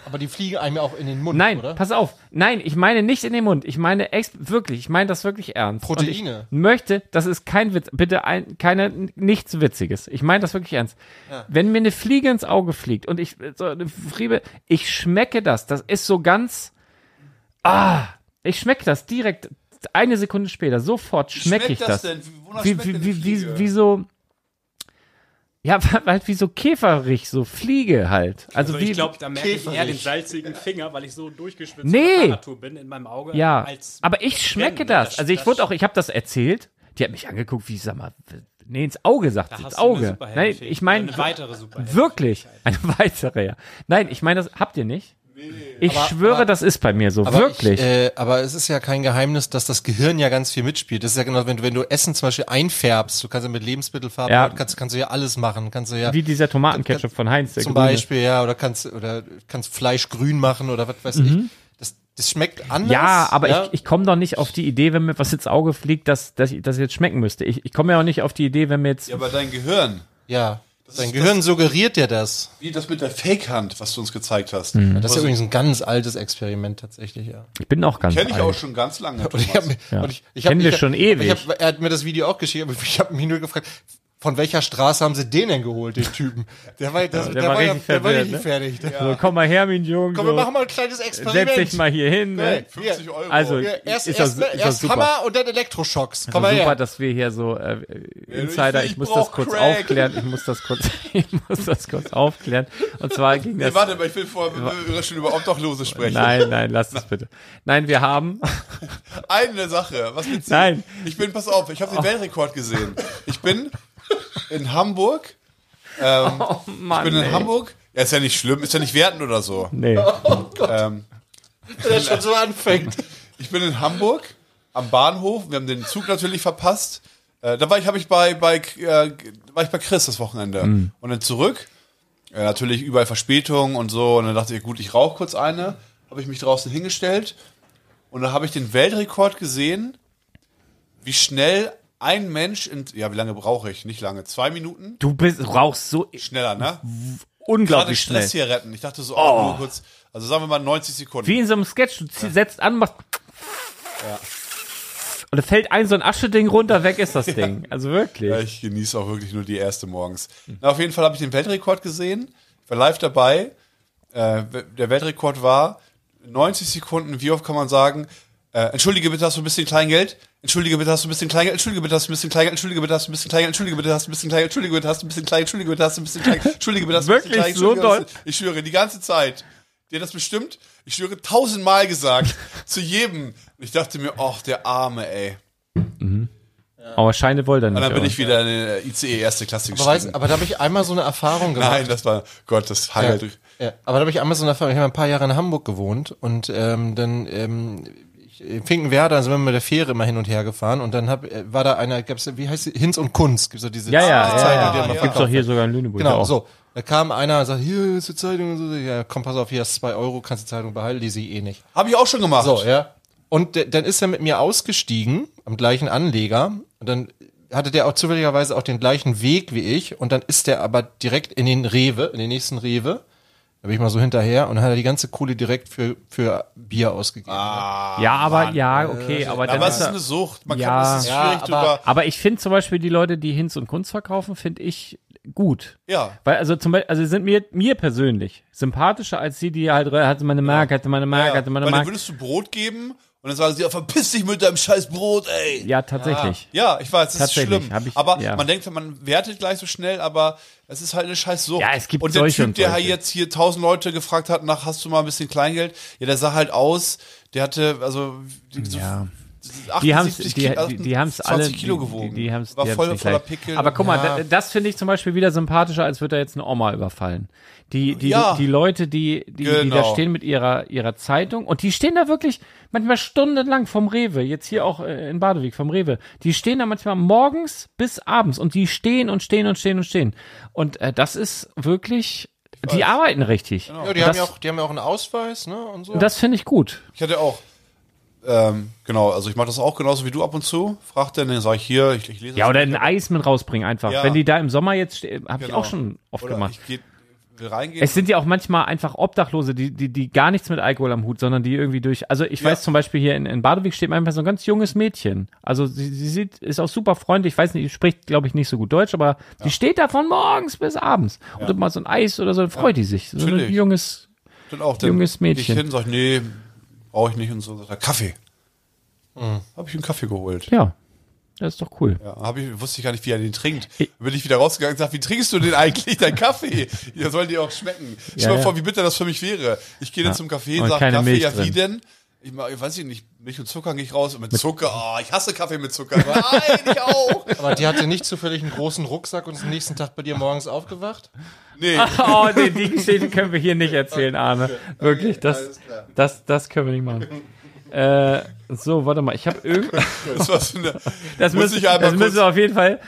Aber die fliegen einem ja auch in den Mund,
Nein,
oder?
pass auf. Nein, ich meine nicht in den Mund. Ich meine ex wirklich, ich meine das wirklich ernst.
Proteine.
Und ich möchte, das ist kein Witz, bitte ein, keine, nichts Witziges. Ich meine das wirklich ernst. Wenn mir eine Fliege ins Auge fliegt und ich, so eine Friebe, ich schmecke das, das ist so ganz, Ah, ich schmecke das direkt eine Sekunde später. Sofort schmecke ich das.
denn? Wie- Wonach
Wie,
schmeckt
wie,
denn
wie,
Fliege?
wie, wie so. Ja, halt wie so Käferriech, so Fliege halt. Also,
Also
wie,
ich glaube, da merke ich eher
Käferig.
den salzigen Finger, weil ich so durchgeschwitzt
Nee.
von der Natur bin in meinem
Äh,
Auge.
Ja,
als
aber ich schmecke
ne?
das.
Das-
Also ich
das-
wurde auch, ich habe das erzählt. Die hat mich angeguckt, wie sag mal, nee, ins Auge sagt
da
sie,
hast
ins
du eine
Auge. Nein,
Superheldenfähigkeit.
ich meine
Eine weitere Superheldenfähigkeit.
wirklich eine weitere. Ja. Nein, ich meine, das habt ihr nicht. ich schwöre, das ist bei mir so
Aber
wirklich.
Ich, äh, aber es ist ja kein Geheimnis, dass das Gehirn ja ganz viel mitspielt. Das ist ja genau, wenn du, wenn du Essen zum Beispiel einfärbst, du kannst ja mit Lebensmittelfarben,
Ja.
kannst, kannst du ja alles machen, kannst du ja
wie dieser Tomatenketchup von Heinz. Der
zum
grüne.
Beispiel ja oder kannst oder kannst Fleisch grün machen oder was weiß ich. Das, das schmeckt anders.
Mhm. Ja, aber
ja?
ich, ich komme doch nicht auf die Idee, wenn mir was ins Auge fliegt, dass, dass ich das jetzt schmecken müsste. Ich, ich komme ja auch nicht auf die Idee, wenn mir jetzt.
Ja, aber dein Gehirn.
ja. Dein Gehirn suggeriert dir das.
Wie das mit der Fake-Hand, was du uns gezeigt hast.
Mhm.
Das ist ja übrigens ein ganz altes Experiment tatsächlich, ja.
ich bin auch ganz.
Kenne ich
alt.
auch schon ganz lange.
Und ich hab,
Thomas.
Ja.
und ich, ich hab,
Kennen
ich
wir
hab,
schon ewig.
Ich hab, er hat mir das Video auch geschickt, aber ich habe mich nur gefragt, von welcher Straße haben sie den denn geholt, den Typen? Der war, das,
der
der
war
war, ja,
richtig
der war
verwirrt,
richtig
ne?
fertig. Der-
So, komm mal her, mein Junge.
Komm,
so,
wir machen mal ein kleines Experiment.
setz dich mal hier hin. Ne?
Hey,
50
hier.
Euro.
Also,
Ja, erst
ist das,
erst,
ist das
erst
super.
Hammer und dann Elektroschocks. Komm
Komm
mal
super,
her.
dass wir hier so äh, Insider,
ich-
ich muss
ich
das
brauch
kurz
Crack.
aufklären, ich muss das kurz, ich muss das kurz aufklären. Und zwar ging das.
Nee, warte, aber ich will vorher schon über Obdachlose sprechen.
nein, nein, lass es bitte. Nein, wir haben.
Eine Sache. Was willst du?
Nein. Oh.
Ich bin, pass auf, ich habe den Weltrekord gesehen. Ich bin in Hamburg. Ähm,
Mann,
ich bin in
ey.
Hamburg. Ja, ist ja nicht schlimm, ist ja nicht wertend oder so.
Nee.
Oh
Ähm,
Der schon so anfängt.
ich bin in Hamburg am Bahnhof. Wir haben den Zug natürlich verpasst. Äh, da war ich, habe ich bei, bei, äh, war ich bei Chris das Wochenende. Und dann zurück. Äh, natürlich überall Verspätung und so. Und dann dachte ich, gut, ich rauche kurz eine. Habe ich mich draußen hingestellt. Und dann habe ich den Weltrekord gesehen, wie schnell ein Mensch in, ja, wie lange brauche ich? Nicht lange. Zwei Minuten?
Du bist, rauchst so
Schneller, ne? Gerade
unglaublich schnell.
Stress hier retten. Ich dachte so, oh, nur kurz. Also sagen wir mal 90 Sekunden.
Wie in so einem Sketch, du zieh- setzt an, machst. Und da fällt ein so ein Ascheding runter, weg ist das Ding. Also
Ja,
wirklich.
ich genieße auch wirklich nur die erste morgens. Na, auf jeden Fall habe ich den Weltrekord gesehen, war live dabei. Äh, w- der Weltrekord war 90 Sekunden, wie oft kann man sagen, äh, entschuldige bitte, hast du ein bisschen Kleingeld? Entschuldige bitte, hast du ein bisschen Kleingeld? Entschuldige bitte, hast du ein bisschen Kleingeld? Entschuldige bitte, hast du ein bisschen Kleingeld? Entschuldige bitte, hast du ein bisschen Kleingeld? Entschuldige bitte, hast du ein bisschen Kleingeld? Entschuldige bitte, hast du ein bisschen Kleingeld? Entschuldige bitte, hast du ein bisschen
Wirklich
Kleingeld?
so
Entschuldige, hast du- Ich schwöre, die ganze Zeit. Dir das bestimmt, ich schwöre, tausendmal gesagt, zu jedem. Und ich dachte mir, ach, der Arme, ey.
Aber Scheine wollte er nicht.
Und dann Ah, bin
aber.
ich wieder in der ICE erste Klasse
Aber,
gestiegen.
weißt, aber da habe ich einmal so eine Erfahrung gemacht.
Nein, das war, Gott, das
Ja.
Highlight. durch.
Ja, aber da habe ich einmal so eine Erfahrung. Ich habe ein paar Jahre in Hamburg gewohnt und ähm, dann ähm, ich- in Finkenwerder sind wir mit der Fähre immer hin und her gefahren und dann hab, äh, war da einer, gab's, wie heißt die, Hinz und Kunz, gibt's so diese
Ah,
ja, ja,
diese
ja,
Zeitung,
ja.
die immer
Das Gibt's doch hier sogar in Lüneburg.
Genau,
auch.
so. Da kam einer und sagt, hier ist die Zeitung und so, ja, komm, pass auf, hier hast zwei Euro, kannst die Zeitung behalten, die sie eh nicht.
Habe ich auch schon gemacht.
So, ja. Und der, dann ist er mit mir ausgestiegen, am gleichen Anleger. Und dann hatte der auch zufälligerweise auch den gleichen Weg wie ich. Und dann ist der aber direkt in den Rewe, in den nächsten Rewe. Da bin ich mal so hinterher und dann hat er die ganze Kohle direkt für, für Bier ausgegeben.
Ja, aber ja, okay, aber dann
äh, aber es
ist
ist
er,
eine Sucht. Man
Ja.
kann, es ist
Ja,
schwierig
aber-
drüber.
Aber ich finde zum Beispiel die Leute, die Hinz und Kunst verkaufen, finde ich gut.
Ja.
Weil, also zum Beispiel, also sie sind mir, mir persönlich sympathischer als die, die halt, hatte meine Marke, hatte meine Marke,
Ja,
hatte also meine
weil dann
Marke.
würdest du Brot geben und dann sagen sie, ja, verpiss dich mit deinem scheiß Brot, ey.
Ja, tatsächlich.
Ja, ich weiß, das ist
Tatsächlich,
schlimm.
hab ich-
aber
ja.
man denkt, man wertet gleich so schnell, aber es ist halt eine scheiß Sucht.
Ja, es gibt
Und der
solche
Typ,
und
der
solche.
jetzt hier tausend Leute gefragt hat, nach hast du mal ein bisschen Kleingeld, ja, der sah halt aus, der hatte, also, die- so
Ja.
78
Die haben's, die,
Kilo-
die, die haben's alle,
20 Kilo
die-
gewogen.
die, die haben's,
war
die haben's
voll,
nicht
voller
leicht.
Pickel.
Aber guck mal,
Ja.
da, das finde ich zum Beispiel wieder sympathischer, als würde da jetzt eine Oma überfallen. Die, die,
Ja.
die Leute, die, die, die da
Genau.
stehen mit ihrer, ihrer Zeitung und die stehen da wirklich manchmal stundenlang vom Rewe, jetzt hier auch äh, in Badewig vom Rewe. Die stehen da manchmal morgens bis abends und die stehen und stehen und stehen und stehen. Und äh, das ist wirklich, die arbeiten richtig.
Ja, die,
Das-
haben ja auch, die haben ja auch einen Ausweis, ne? Und so.
Und das finde ich gut.
Ich hatte auch. Ähm, genau, also ich mache das auch genauso wie du ab und zu. Frag dann, dann sage ich hier, ich, ich lese
Ja,
das
oder
nicht.
ein Eis mit rausbringen einfach.
Ja.
Wenn die da im Sommer jetzt stehen, habe ich
Genau.
auch schon oft
Oder
gemacht.
Ich geh, will reingehen.
Es sind ja auch manchmal einfach Obdachlose, die, die, die gar nichts mit Alkohol am Hut, sondern die irgendwie durch. Also ich
Ja.
weiß zum Beispiel hier in, in Badewig steht manchmal so ein ganz junges Mädchen. Also sie, sie sieht, ist auch super freundlich, weiß nicht, die spricht, glaube ich, nicht so gut Deutsch, aber die steht da von morgens bis abends. Und Und mal so ein Eis oder so, dann freut die sich. So ein
Natürlich.
junges.
dann auch, dann
junges
geh
Mädchen.
Ich hin, sag, nee, brauche ich nicht und so. Sagt er, Kaffee. Habe ich einen Kaffee geholt.
Ja, das ist doch cool.
Ja, hab ich, wusste ich gar nicht, wie er den trinkt. Bin ich wieder rausgegangen und sag, wie trinkst du denn eigentlich deinen Kaffee? Ja, soll dir auch schmecken. Ich
Ja,
stell mir
ja.
vor, wie bitter das für mich wäre. Ich gehe dann zum Kaffee,
Und
sag
keine
Kaffee,
Milch
ja, wie
drin.
denn? Ich mach, ich weiß ich nicht, Milch und Zucker gehe ich raus und mit, Zucker, oh, ich hasse Kaffee mit Zucker. Nein, ich auch.
Aber die hatte nicht zufällig einen großen Rucksack und ist am nächsten Tag bei dir morgens aufgewacht?
Ah.
Nee,
Oh, nee, die Geschichte können wir hier nicht erzählen, Arne. Wirklich, das, das, das können wir nicht machen. Äh, so, warte mal, ich habe irgendwas.
das war so eine,
Das,
Muss
müssen-
ich einmal
das müssen
kurz-
wir auf jeden Fall.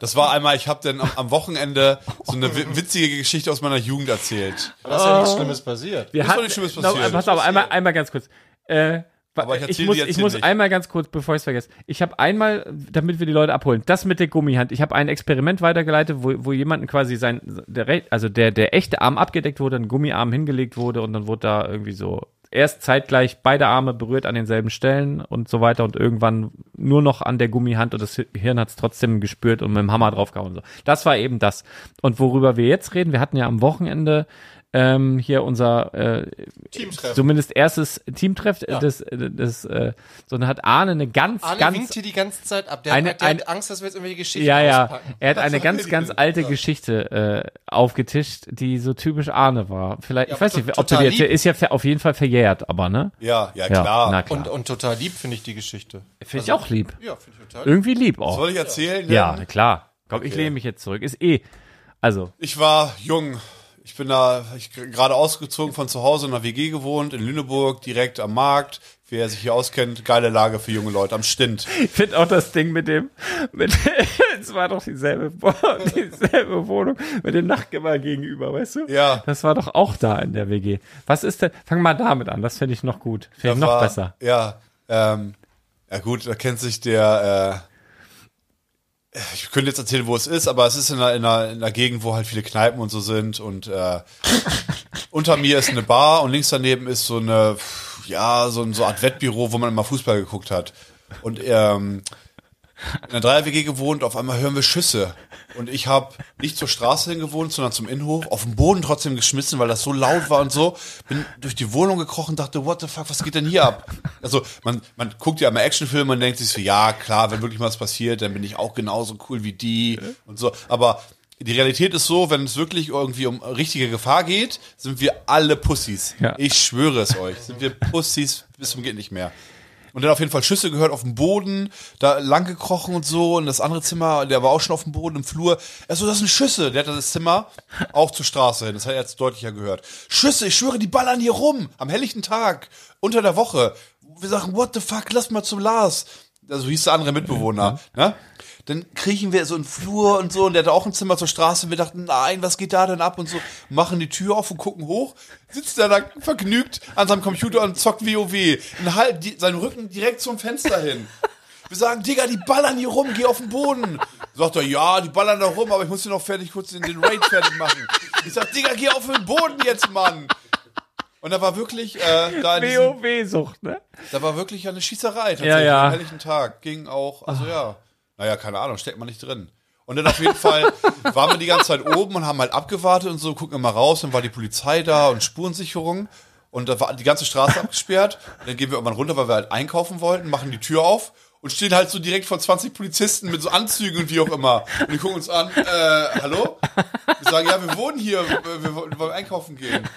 das war einmal, ich habe dann am, am Wochenende so eine wi- witzige Geschichte aus meiner Jugend erzählt.
Da ist ja nichts Schlimmes passiert.
Wir
Ist doch
hatten-
nichts Schlimmes
No,
passiert.
pass auf, einmal, einmal ganz kurz. Äh,
Aber ich
ich,
erzähl
muss,
dir jetzt
ich
hier
muss
nicht.
einmal ganz kurz, bevor ich es vergesse. Ich habe einmal, damit wir die Leute abholen, das mit der Gummihand. Ich habe ein Experiment weitergeleitet, wo, wo jemanden quasi sein, der, re- also der, der echte Arm abgedeckt wurde, ein Gummiarm hingelegt wurde und dann wurde da irgendwie so erst zeitgleich beide Arme berührt an denselben Stellen und so weiter und irgendwann nur noch an der Gummihand und das Hi- Hirn hat es trotzdem gespürt und mit dem Hammer draufgehauen. und So. Das war eben das. Und worüber wir jetzt reden, wir hatten ja am Wochenende ähm, hier unser äh, zumindest erstes Teamtreff das das äh, sondern hat Arne eine ganz
Arne winkt
ganz
hier die ganze Zeit ab. Der,
Eine-
hat, der
ein-
hat Angst, dass wir jetzt irgendwelche Geschichten
ja ja
auspacken.
er hat eine ganz ganz alte Geschichte äh, aufgetischt die so typisch Arne war vielleicht ich weiß
to-
nicht ob du
total
dir
lieb.
ist ja ver- auf jeden Fall verjährt aber ne
Ja, ja,
ja
klar.
na klar
Und, und total lieb finde ich die Geschichte.
finde ich auch lieb
Ja, finde ich total lieb.
irgendwie lieb auch
Soll ich erzählen? ne?
ja na klar komm ich lehne mich jetzt zurück ist eh also
Ich war jung. Ich bin da ich gr- gerade ausgezogen von zu Hause in einer WG gewohnt, in Lüneburg, direkt am Markt. Wer sich hier auskennt, geile Lage für junge Leute, am Stint.
Ich finde auch das Ding mit dem, mit, es war doch dieselbe, dieselbe Wohnung mit dem Nachtgeber gegenüber, weißt du?
Ja.
Das war doch auch da in der WG. Was ist denn, fang mal damit an, das finde ich noch gut. Finde ich
Da
noch
war-
besser.
Ja, ähm, ja gut, da kennt sich der, äh, ich könnte jetzt erzählen, wo es ist, aber es ist in einer, in einer, in einer Gegend, wo halt viele Kneipen und so sind und äh, unter mir ist eine Bar und links daneben ist so eine, pff, ja, so ein so Art Wettbüro, wo man immer Fußball geguckt hat. Und ähm, in einer Dreier-WG gewohnt, auf einmal hören wir Schüsse. Und ich habe nicht zur Straße hin gewohnt, sondern zum Innenhof, auf den Boden trotzdem geschmissen, weil das so laut war und so. Bin durch die Wohnung gekrochen, dachte, what the fuck, was geht denn hier ab? Also, man, man guckt ja immer Actionfilme und denkt sich so, ja, klar, wenn wirklich mal was passiert, dann bin ich auch genauso cool wie die und so. Aber die Realität ist so, wenn es wirklich irgendwie um richtige Gefahr geht, sind wir alle Pussys.
Ja.
Ich schwöre es euch, sind wir Pussys bis zum geht nicht mehr. Und dann auf jeden Fall Schüsse gehört auf dem Boden, da lang gekrochen und so. Und das andere Zimmer, der war auch schon auf dem Boden im Flur. Er so, das sind Schüsse. Der hat das Zimmer auch zur Straße hin. Das hat er jetzt deutlicher gehört. Schüsse, ich schwöre, die ballern hier rum. Am helllichten Tag, unter der Woche. Wir sagen, what the fuck, lass mal zum Lars. Also hieß der andere Mitbewohner. Ne? Dann kriechen wir so in den Flur und so. Und der hatte auch ein Zimmer zur Straße. Wir dachten, nein, was geht da denn ab und so. Machen die Tür auf und gucken hoch. Sitzt er da vergnügt an seinem Computer und zockt WoW. Ein halb, die, seinen Rücken direkt zum Fenster hin. Wir sagen, Digga, die ballern hier rum, geh auf den Boden. Sagt er, ja, die ballern da rum, aber ich muss hier noch fertig kurz den, den Raid fertig machen. Ich sag, Digga, geh auf den Boden jetzt, Mann. Und da war wirklich, äh, da, in diesem,
WoW-Sucht, ne?
da war wirklich eine Schießerei tatsächlich
ja. Ah.
am helllichen Tag. Ging auch, also ja. Naja, keine Ahnung, steckt man nicht drin. Und dann auf jeden Fall waren wir die ganze Zeit oben und haben halt abgewartet und so, gucken immer raus, dann war die Polizei da und Spurensicherung. Und da war die ganze Straße abgesperrt. Und dann gehen wir irgendwann runter, weil wir halt einkaufen wollten, machen die Tür auf und stehen halt so direkt vor 20 Polizisten mit so Anzügen und wie auch immer. Und die gucken uns an, äh, hallo? Wir sagen, ja, wir wohnen hier, wir, wir wollen einkaufen gehen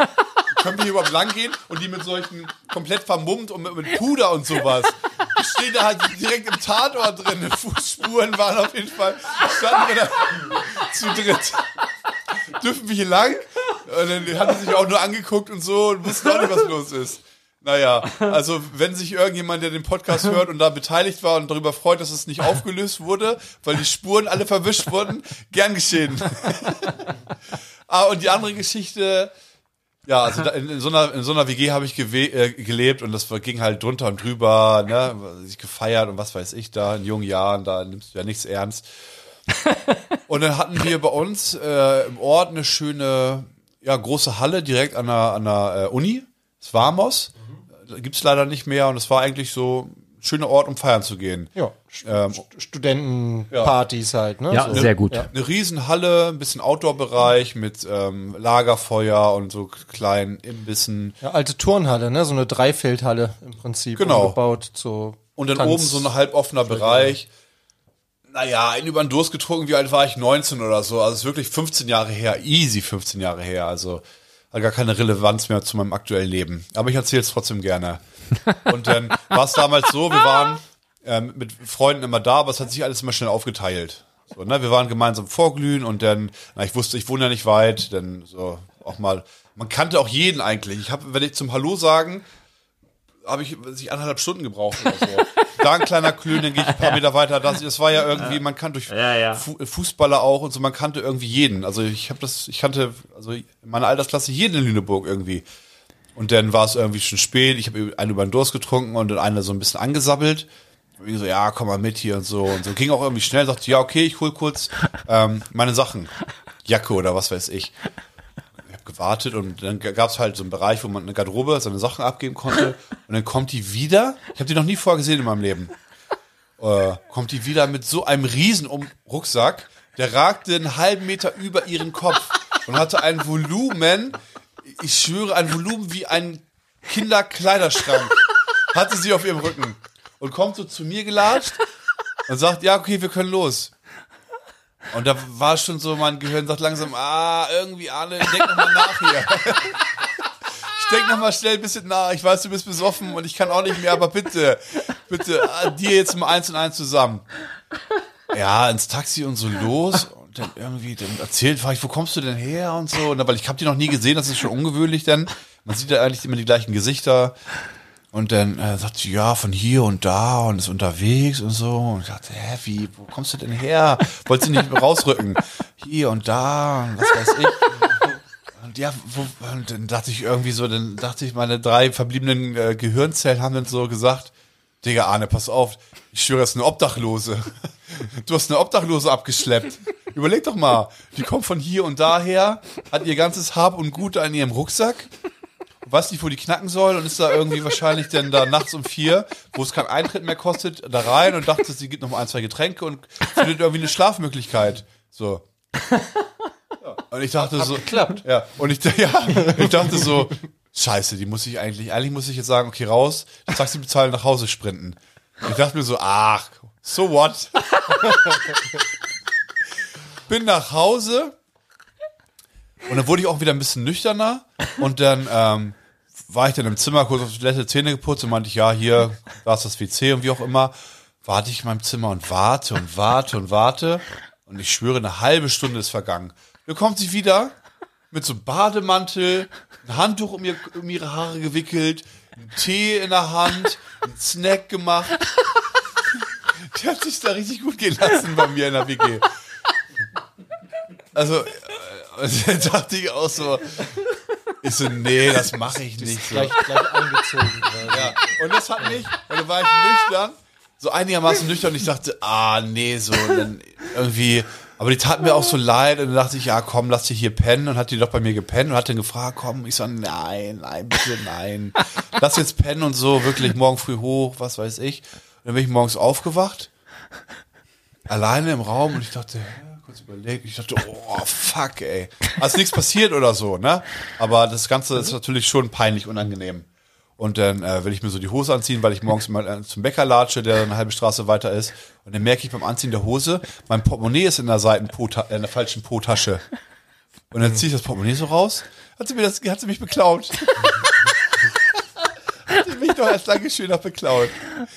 können wir hier überhaupt lang gehen? Und die mit solchen komplett vermummt und mit, mit Puder und sowas. Die stehen da halt direkt im Tatort drin. Fußspuren waren auf jeden Fall. Standen wir da zu dritt. Dürfen wir hier lang? Und dann haben sie sich auch nur angeguckt und so und wussten auch nicht, was los ist. Naja, also wenn sich irgendjemand, der den Podcast hört und da beteiligt war und darüber freut, dass es nicht aufgelöst wurde, weil die Spuren alle verwischt wurden, gern geschehen. ah, und die andere Geschichte, ja, also da, in, in, so einer, in so einer WG habe ich gewe- äh, gelebt und das war- ging halt drunter und drüber, ne, sich gefeiert und was weiß ich da, in jungen Jahren, da nimmst du ja nichts ernst. und dann hatten wir bei uns äh, im Ort eine schöne, ja, große Halle direkt Äh, an der, an der äh, Uni, das Warmos. Gibt's leider nicht mehr und es war eigentlich so schöner Ort, um feiern zu gehen.
Ja,
Ähm,
Studentenpartys halt, ne?
Ja,
So.
sehr gut.
Eine Riesenhalle, ein bisschen Outdoor-Bereich mit ähm, Lagerfeuer und so kleinen Imbissen.
Ja, alte Turnhalle, ne? So eine Dreifeldhalle im Prinzip.
Genau.
Umgebaut zu
Und dann
Tanz-
oben so ein halboffener Bereich. Naja, einen über den Durst getrunken, wie alt war ich? 19 oder so. Also es ist wirklich 15 Jahre her. Easy 15 Jahre her. Also hat gar keine Relevanz mehr zu meinem aktuellen Leben. Aber ich erzähle es trotzdem gerne. Und dann war es damals so, wir waren ähm, mit Freunden immer da, aber es hat sich alles immer schnell aufgeteilt. So, ne? Wir waren gemeinsam vorglühen und dann, na, ich wusste, ich wohne ja nicht weit, dann so auch mal. Man kannte auch jeden eigentlich. Ich habe, wenn ich zum Hallo sagen, habe ich sich anderthalb Stunden gebraucht oder so. da ein kleiner Klön, dann gehe ich ein paar Meter weiter. Das, das war ja irgendwie, man kannte durch Fu äh, Fußballer auch und so, man kannte irgendwie jeden. Also ich habe das, ich kannte, also in meiner Altersklasse jeden in Lüneburg irgendwie. Und dann war es irgendwie schon spät, ich habe einen über den Durst getrunken und dann einer so ein bisschen angesabbelt. Und ich so, ja, komm mal mit hier und so. Und so ging auch irgendwie schnell, sagte, ja, okay, ich hol kurz ähm, meine Sachen. Jacke oder was weiß ich hab gewartet und dann gab es halt so einen Bereich, wo man eine Garderobe seine Sachen abgeben konnte. Und dann kommt die wieder. Ich habe die noch nie vorher gesehen in meinem Leben. Äh, kommt die wieder mit so einem riesen um Rucksack, der ragte einen halben Meter über ihren Kopf und hatte ein Volumen, ich schwöre, ein Volumen wie ein Kinderkleiderschrank. Hatte sie auf ihrem Rücken und kommt so zu mir gelatscht und sagt, ja, okay, wir können los. Und da war schon so, mein Gehirn sagt langsam, ah, irgendwie, Arne, denk nochmal nach hier. Ich denk nochmal schnell ein bisschen nach. Ich weiß, du bist besoffen und ich kann auch nicht mehr, aber bitte, bitte, ah, dir jetzt mal eins und eins zusammen. Ja, ins Taxi und so los. Und dann irgendwie, dann erzählt, frag ich, wo kommst du denn her und so. Und, dann, weil ich hab die noch nie gesehen, das ist schon ungewöhnlich, denn man sieht ja eigentlich immer die gleichen Gesichter. Und dann äh, sagt sie, ja, von hier und da und ist unterwegs und so. Und ich dachte, hä, wie, wo kommst du denn her? Wollt sie nicht rausrücken? Hier und da und was weiß ich. Und ja, wo, und dann dachte ich irgendwie so, dann dachte ich, meine drei verbliebenen äh, Gehirnzellen haben dann so gesagt, Digga, Arne, pass auf, ich schwöre, das ist eine Obdachlose. Du hast eine Obdachlose abgeschleppt. Überleg doch mal, die kommt von hier und daher, hat ihr ganzes Hab und Gut an ihrem Rucksack weiß nicht, wo die knacken soll und ist da irgendwie wahrscheinlich dann da nachts um vier, wo es keinen Eintritt mehr kostet, da rein und dachte, sie gibt noch mal ein, zwei Getränke und findet irgendwie eine Schlafmöglichkeit. So. Und ich dachte so. Klappt. Ja. Und ich, ja, ich dachte so, scheiße, die muss ich eigentlich, eigentlich muss ich jetzt sagen, okay, raus, das Taxi bezahlen, nach Hause sprinten. Und ich dachte mir so, ach, so what? Bin nach Hause. Und dann wurde ich auch wieder ein bisschen nüchterner und dann ähm, war ich dann im Zimmer kurz auf die letzte Zähne geputzt und meinte ich, ja, hier, da ist das WC und wie auch immer. Warte ich in meinem Zimmer und warte und warte und warte. Und ich schwöre, eine halbe Stunde ist vergangen. Dann kommt sie wieder mit so einem Bademantel, ein Handtuch um, ihr, um ihre Haare gewickelt, einen Tee in der Hand, einen Snack gemacht. Die hat sich da richtig gut gelassen bei mir in der WG. Also, äh, dann dachte ich auch so, ich so, nee, das mache ich nicht. So.
Gleich, gleich angezogen. weil-
Ja. Und das hat mich, und dann war ich nüchtern, so einigermaßen nüchtern, und ich dachte, ah, nee, so, und dann irgendwie, aber die tat mir auch so leid, und dann dachte ich, ja, komm, lass dich hier pennen, und hat die doch bei mir gepennt, und hat dann gefragt, komm, ich so, nein, nein, bitte, nein, lass jetzt pennen und so, wirklich, morgen früh hoch, was weiß ich. Und dann bin ich morgens aufgewacht, alleine im Raum, und ich dachte, hä, kurz überlegt, ich dachte, oh, fuck, ey. Also nichts passiert oder so, ne? Aber das Ganze ist natürlich schon peinlich unangenehm. Und dann äh, will ich mir so die Hose anziehen, weil ich morgens mal äh, zum Bäcker latsche, der eine halbe Straße weiter ist. Und dann merke ich beim Anziehen der Hose, mein Portemonnaie ist in der Seitenpota in der falschen Po-Tasche. Und dann ziehe ich das Portemonnaie so raus. Hat sie mir das, hat sie mich beklaut. hat sie mich doch als Dankeschön noch beklaut.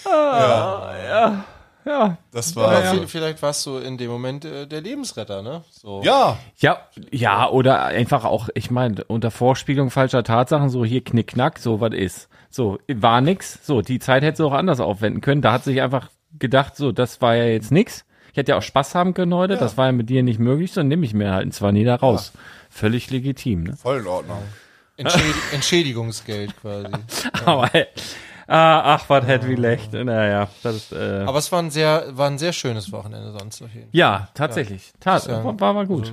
Ah, Ja.
ja.
Das
Aber
war. Ja,
vi- Vielleicht warst du in dem Moment äh, der Lebensretter, ne? So.
ja.
Ja, ja, oder einfach auch, ich meine, unter Vorspiegelung falscher Tatsachen, so hier knickknack, so was ist. So, war nix. So, die Zeit hätte sie auch anders aufwenden können. Da hat sich einfach gedacht, so, das war ja jetzt nix. Ich hätte ja auch Spaß haben können heute, das war ja mit dir nicht möglich, so nehme ich mir halt zwar nie da raus. Völlig legitim, ne?
voll in Ordnung.
Entschädi- Entschädigungsgeld quasi.
Aber, äh, ah, ach, was hätte wie lecht. Naja, das ist, äh,
Aber es war ein sehr, war ein sehr schönes Wochenende sonst auf jeden Fall.
ja, tatsächlich. Tat, war, war gut.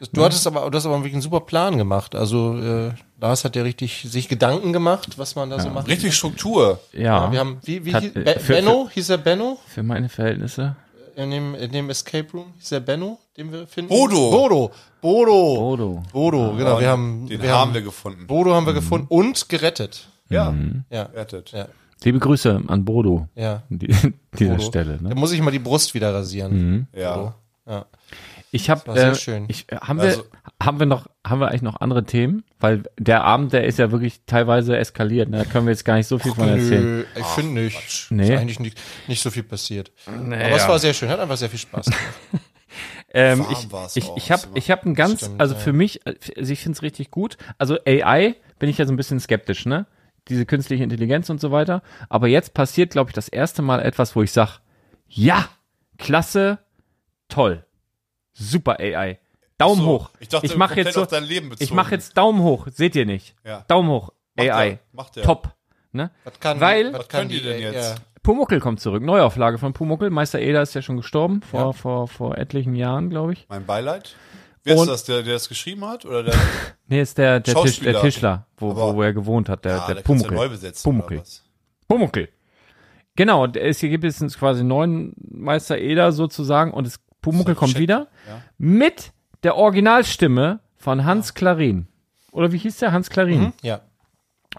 Das, du hattest aber, du hast aber wirklich einen super Plan gemacht. Also äh, Lars hat ja richtig sich Gedanken gemacht, was man da so macht.
Richtig Struktur.
Ja,
Wir haben, wie, wie
Hat-
hieß,
äh,
Be
für-
Benno? Hieß er Benno?
für meine Verhältnisse.
In dem, in dem Escape Room? Hieß er Benno, den wir finden?
Bodo.
Bodo. Bodo.
Bodo.
Bodo, genau. Wir haben,
Den
wir
haben
haben
wir gefunden.
Bodo
Mhm.
haben wir gefunden und gerettet.
Ja,
Ja.
rettet.
Ja.
Liebe Grüße an Bodo
Ja.
an die, an dieser
Bodo.
Stelle.
Da
Ne?
muss ich mal die Brust wieder rasieren.
Mhm.
Ja.
Ja.
Ich habe,
war sehr
äh,
schön.
ich, äh, haben
Also-
wir, haben wir noch, haben wir eigentlich noch andere Themen? Weil der Abend, der ist ja wirklich teilweise eskaliert. Ne? Da können wir jetzt gar nicht so viel von erzählen.
Nö, ich finde nicht.
Nee.
Ist eigentlich nicht, nicht so viel passiert. Aber es war sehr schön, hat einfach sehr viel Spaß gemacht.
Ähm,
Warm
ich
war's
ich,
auch,
ich habe
ist immer-
ich hab ein ganz,
Stimmt,
also
ja.
für mich, äh, also ich finde es richtig gut. Also AI bin ich ja so ein bisschen skeptisch, ne? Diese künstliche Intelligenz und so weiter. Aber jetzt passiert, glaube ich, das erste Mal etwas, wo ich sage, ja, klasse, toll, super AI. Daumen
So,
hoch.
Ich dachte,
ich mache
komplett
jetzt so,
auf dein Leben bezogen.
ich mache jetzt Daumen hoch, seht ihr nicht.
Ja.
Daumen hoch,
Macht der-
AI,
macht der.
top. Ne?
Was kann,
Weil-
Was können die denn jetzt?
Ja.
Pumuckel kommt zurück, Neuauflage von Pumuckel. Meister Eder ist ja schon gestorben, vor, vor, vor etlichen Jahren, glaube ich.
Mein Beileid. Wer ist
Und-
das, der, der das geschrieben hat? Oder der,
Nee, ist der, der, Tisch, der
Schauspieler.
Tischler, wo, wo,
Aber-
wo er gewohnt hat, der,
Ah,
der,
der kann's ja neu
Pumuckel.
besetzen.
Pumuckl.
oder was?
Pumuckel. Genau, und es gibt jetzt quasi einen neuen Meister Eder sozusagen und es, Pumuckel kommt wieder mit der Originalstimme von Hans Klarin. Oder wie hieß der? Hans Klarin.
Mhm.
ja.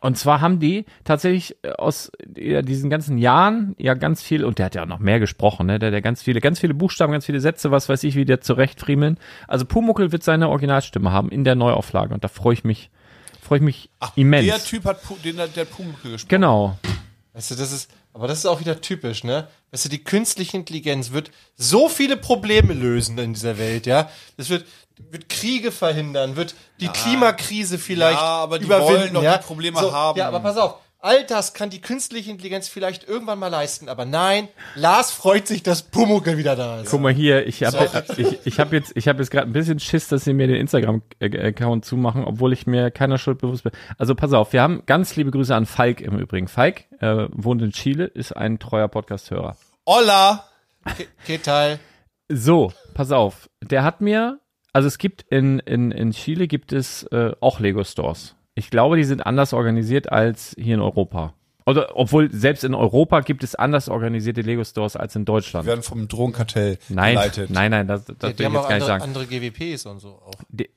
Und zwar haben die tatsächlich äh, aus äh, diesen ganzen Jahren ja ganz viel, und der hat ja auch noch mehr gesprochen, ne? Der hat ja ganz viele, ganz viele Buchstaben, ganz viele Sätze, was weiß ich, wie der zurechtfriemeln. Also Pumuckl wird seine Originalstimme haben in der Neuauflage und da freue ich mich, freue ich mich immens.
Der Typ hat Pu- den, der Pumuckl gesprochen.
Genau.
Weißt du, das ist, aber das ist auch wieder typisch, ne? Weißt du, die künstliche Intelligenz wird so viele Probleme lösen in dieser Welt, ja? Das wird, wird Kriege verhindern, wird die Klimakrise vielleicht
Ja, aber die
überwinden,
wollen doch
ja?
die Probleme haben.
Ja, aber pass auf. All das kann die künstliche Intelligenz vielleicht irgendwann mal leisten, aber nein, Lars freut sich, dass Pumuckl wieder da ist.
Guck mal hier, ich habe ich, ich hab jetzt, ich hab jetzt gerade ein bisschen Schiss, dass sie mir den Instagram-Account zumachen, obwohl ich mir keiner Schuld bewusst bin. Also pass auf, wir haben ganz liebe Grüße an Falk im Übrigen. Falk äh, wohnt in Chile, ist ein treuer Podcast-Hörer.
Olla!
Okay, Teil.
So, pass auf. Der hat mir, also es gibt in, in, in Chile gibt es äh, auch Lego-Stores. Ich glaube, die sind anders organisiert als hier in Europa. Oder obwohl selbst in Europa gibt es anders organisierte Lego-Stores als in
Wir
Deutschland.
werden vom Drogenkartell
Nein,
geleitet.
nein, nein, das, das
Ja, die
will
haben
ich jetzt
auch
gar nicht
andere,
sagen.
andere GWPs und so auch.
Die-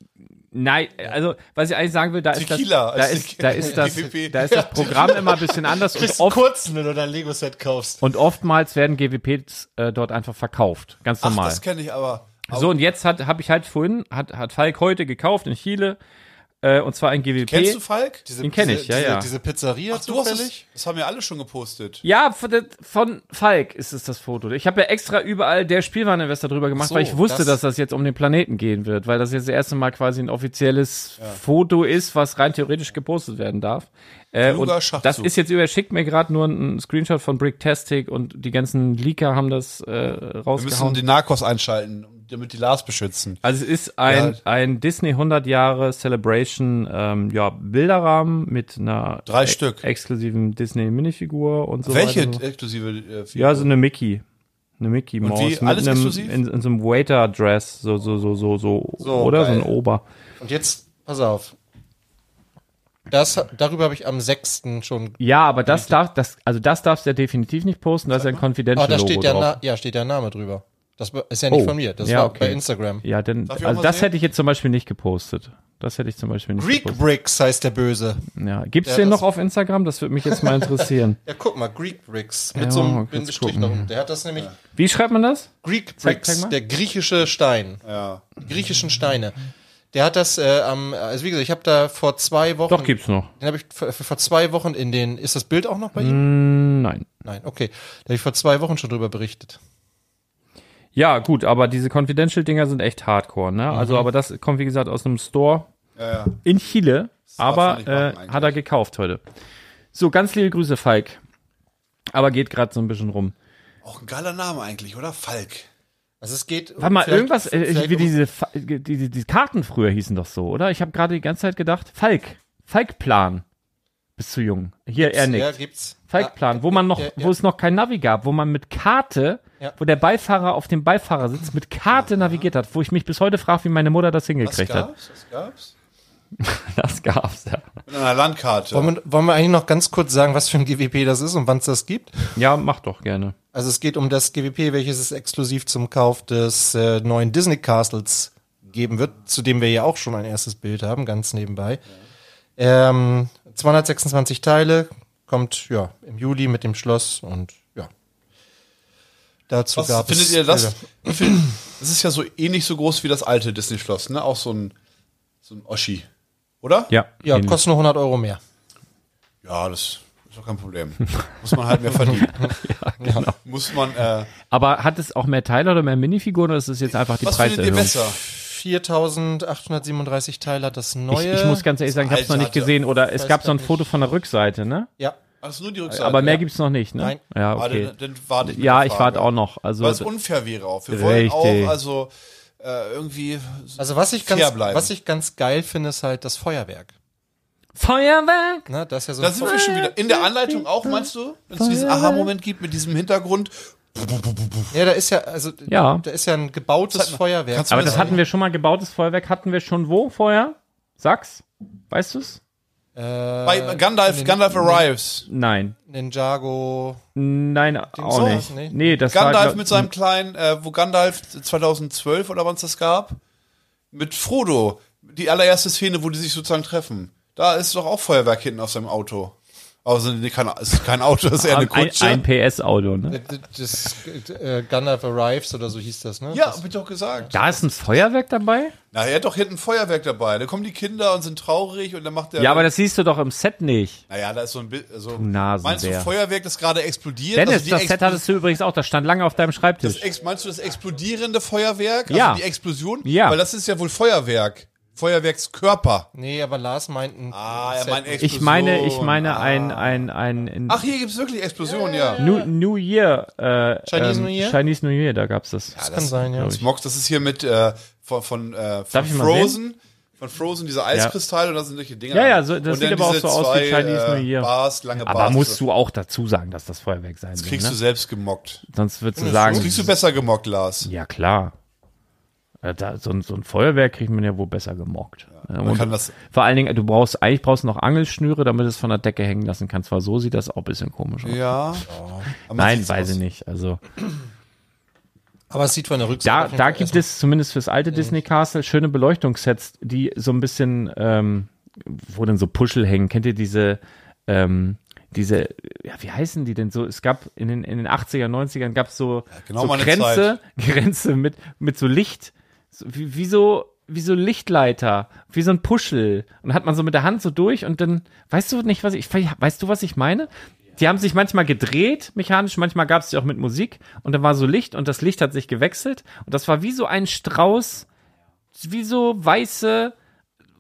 Nein, also was ich eigentlich sagen will, da ist das,
Tequila
da
als
ist,
Tequila.
da ist das,
GWP.
da ist das Programm immer ein bisschen anders und,
Kriegst einen
oft,
kurzen, wenn du dein Lego-Set kaufst.
und oftmals werden GWPs äh, dort einfach verkauft, ganz
Ach,
normal.
das kenne ich aber.
So, und jetzt hat habe ich halt vorhin, hat, hat Falk heute gekauft in Chile, äh, und zwar ein GWP.
Kennst du Falk?
Diese-
Den kenn ich,
diese,
ja,
diese,
ja.
Diese Pizzeria
Ach, du hast
zufällig?
es, das haben ja alle schon gepostet.
ja, von, der- von Falk ist es das Foto. Ich habe ja extra überall der Spielwareninvestor drüber gemacht,
so,
weil ich wusste,
das-
dass das jetzt um den Planeten gehen wird, weil das jetzt das erste Mal quasi ein offizielles Foto ist, was rein theoretisch gepostet werden darf. Äh, und
Kluger Schachzug.
das ist jetzt über, er schickt mir gerade nur einen Screenshot von Bricktastic und die ganzen Leaker haben das äh,
Wir
rausgehauen.
müssen den Narcos einschalten, damit die Lars beschützen.
Also es ist ein,
Ja.
ein Disney 100 Jahre Celebration, ähm, ja, Bilderrahmen mit einer
Drei
e-
Stück.
exklusiven Disney Minifigur und so
Welche
weiter.
exklusive äh, Figur?
Ja, also- so eine Mickey. Eine Mickey
Und
Mouse
wie, alles
mit einem,
exklusiv?
in, in so einem Waiter Dress, so so so so so,
So,
oder
geil.
so ein Ober.
Und jetzt, pass auf. Das, darüber habe ich am 6. schon.
Ja, aber das darf das also das darfst du ja definitiv nicht posten, da ist ja ein
Ah,
Confidential
da
Logo
steht der,
drauf.
Na, ja, steht der Name drüber. Das ist ja nicht
Oh.
von mir. Das
Ja,
war
okay.
bei Instagram.
ja, denn
Darf ich auch
also
mal
das
sehen?
hätte ich jetzt zum Beispiel nicht gepostet. Das hätte ich zum Beispiel nicht
Greek
gepostet.
Bricks heißt der Böse.
Ja. Gibt's
Ja,
den
das-
noch auf Instagram? Das würde mich jetzt mal interessieren.
Ja, guck mal, Greek Bricks. Mit
Ja,
so
mal
einem
kurz
Bindestrich
gucken.
nach unten. Der hat das nämlich.
Wie schreibt man das?
Greek
Zeig-
Bricks,
zeig mal.
der griechische Stein.
Ja.
Die griechischen Steine. Der hat das äh, am. Also, wie gesagt, ich habe da vor zwei Wochen.
Doch gibt's noch.
Den habe ich vor, vor zwei Wochen in den. Ist das Bild auch noch bei ihm?
Mm, Nein.
Nein, okay. Da habe ich vor zwei Wochen schon drüber berichtet.
Ja, gut, aber diese Confidential-Dinger sind echt hardcore, ne?
Mhm.
Also, aber das kommt, wie gesagt, aus einem Store
Ja, ja.
in Chile,
darf
aber
man nicht
äh,
machen eigentlich.
hat er gekauft heute. So, ganz liebe Grüße, Falk. Aber geht gerade so ein bisschen rum.
Auch ein geiler Name eigentlich, oder? Falk.
Also es geht.
Warte mal,
vielleicht-
irgendwas, äh,
vielleicht
wie
um-
diese, Fa- die, die, die Karten früher hießen doch so, oder? Ich habe gerade die ganze Zeit gedacht, Falk, Falkplan. Bist du jung? Hier, er
Ja,
nickt.
gibt's.
Falkplan, wo man noch,
ja, ja.
wo es noch kein Navi gab, wo man mit Karte
Ja.
wo der Beifahrer auf dem Beifahrersitz mit Karte navigiert hat, wo ich mich bis heute frage, wie meine Mutter das hingekriegt hat.
Das gab's?
Das gab's, ja.
Mit einer Landkarte.
Wollen wir, wollen wir eigentlich noch ganz kurz sagen, was für ein GWP das ist und wann es das gibt?
Ja, mach doch gerne.
Also es geht um das GWP, welches es exklusiv zum Kauf des äh, neuen Disney Castles geben wird, zu dem wir ja auch schon ein erstes Bild haben, ganz nebenbei. Ähm, 226 Teile, kommt ja im Juli mit dem Schloss und ja. Dazu
Was
gab
findet
es
ihr das?
Bilder.
Find- Das ist ja so ähnlich so groß wie das alte Disney-Schloss, ne? Auch so ein, so ein Oschi. Oder?
Ja,
Ja,
ähnlich.
kostet nur 100 Euro mehr.
Ja, das ist doch kein Problem. Muss man halt mehr verdienen.
genau.
Muss man, äh,
Aber hat es auch mehr Teile oder mehr Minifiguren oder ist es jetzt einfach die
was findet ihr
Preiserhöhung?
besser?
4837 Teile hat das
Ich,
neue.
ich muss ganz ehrlich sagen, ich hab's noch
Alter,
nicht gesehen. Oder es
weiß
gab so ein
grad
Foto von der Rückseite, ne?
ja.
Also nur die Rückseite.
Aber mehr
ja.
gibt's noch nicht, ne?
Nein.
Ja,
Ah,
okay.
dann, dann warte ich mit
Ja,
der
ich
Frage.
warte auch noch. Also,
Weil es unfair wäre auch. Wir wollen
Richtig.
auch, also äh, irgendwie.
Also was ich ganz,
Fair bleiben.
was ich ganz geil finde, ist halt das Feuerwerk.
Feuerwerk!
Ne, das ist ja so.
Da sind wir schon wieder. In der Anleitung auch, meinst du? Wenn es diesen Aha-Moment gibt mit diesem Hintergrund.
ja, da ist ja, also
Ja.
da ist ja ein gebautes Feuerwerk.
Kannst du
Aber
mir
das
sagen?
hatten wir schon mal gebautes Feuerwerk. Hatten wir schon wo vorher? Sachs? Weißt du's?
Bei Gandalf, Gandalf Arrives.
Nein.
Ninjago.
Nein, auch
Song?
nicht.
Nee.
Nee, das war.
Gandalf
glaub-
mit seinem kleinen, äh, wo Gandalf 2012 oder wann es das gab, mit Frodo. Die allererste Szene, wo die sich sozusagen treffen. Da ist doch auch Feuerwerk hinten auf seinem Auto. Also nee, kein, es ist kein Auto, es ist eher eine
ein,
Kutsche.
ein PS-Auto, ne?
Das, äh, Gandalf Arrives oder so hieß das, ne?
ja, hab ich doch gesagt.
Da ist ein Feuerwerk dabei?
Na, er hat doch hinten Feuerwerk dabei. Da kommen die Kinder und sind traurig und dann macht er.
Ja, aber das siehst du doch im Set nicht.
Naja, da ist so ein Bild. Also,
Nasenbär.
meinst du Feuerwerk, das gerade explodiert?
Dennis,
Also die
das
Expl-
Set hattest du übrigens auch. Das stand lange auf deinem
das
Schreibtisch.
Ex meinst du das explodierende Feuerwerk?
Ja.
Also die Explosion?
Ja.
Weil das ist ja wohl Feuerwerk. Feuerwerkskörper.
Nee, aber Lars meint ein.
Ah, er
Set.
meint Explosion. Ah.
Ich meine, ich meine ein, ein, ein, ein
Ach, hier gibt's wirklich Explosionen, ja.
New, New Year. Äh,
Chinese
ähm,
New Year?
Chinese New Year, da gab's das.
das kann sein, ja.
Smogs, das ist hier mit äh, von, von, äh, von
ich mal
Frozen. Von Frozen, diese Eiskristalle und da sind solche Dinger.
Ja, ja, so- das
Und
sieht
dann
aber auch
diese
so aus wie
zwei,
Chinese
äh,
New Year.
Bars, lange
Aber
Bars.
musst du auch dazu sagen, dass das Feuerwerk sein
Das
soll.
kriegst du
Ne?
selbst gemockt.
Sonst würdest du
Das
sagen,
kriegst du besser gemockt, Lars.
ja klar. Äh, Da, so, ein- so ein Feuerwerk kriegt man ja wohl besser gemockt. Ja,
Man
und
kann das,
vor allen Dingen, du brauchst, eigentlich brauchst du noch Angelschnüre, damit du es von der Decke hängen lassen kannst, weil so sieht das auch ein bisschen komisch aus.
ja.
Nein, weiß ich nicht. Also,
Aber es sieht von der Rückseite.
da,
auf jeden
da
Fall
gibt
erstmal-
es zumindest fürs alte Disney Castle schöne Beleuchtungssets, die so ein bisschen, ähm, wo dann so Puschel hängen. Kennt ihr diese, ähm, diese, ja, wie heißen die denn so? Es gab in den, in den 80er, 90ern gab es so,
genau
so
meine
Grenze, Grenze mit, mit so Licht, so, wie, wie so, wie so Lichtleiter, wie so ein Puschel. Und hat man so mit der Hand so durch und dann, weißt du nicht, was ich, weißt du, was ich meine? Die haben sich manchmal gedreht, mechanisch, manchmal gab es die auch mit Musik und dann war so Licht und das Licht hat sich gewechselt und das war wie so ein Strauß, wie so weiße,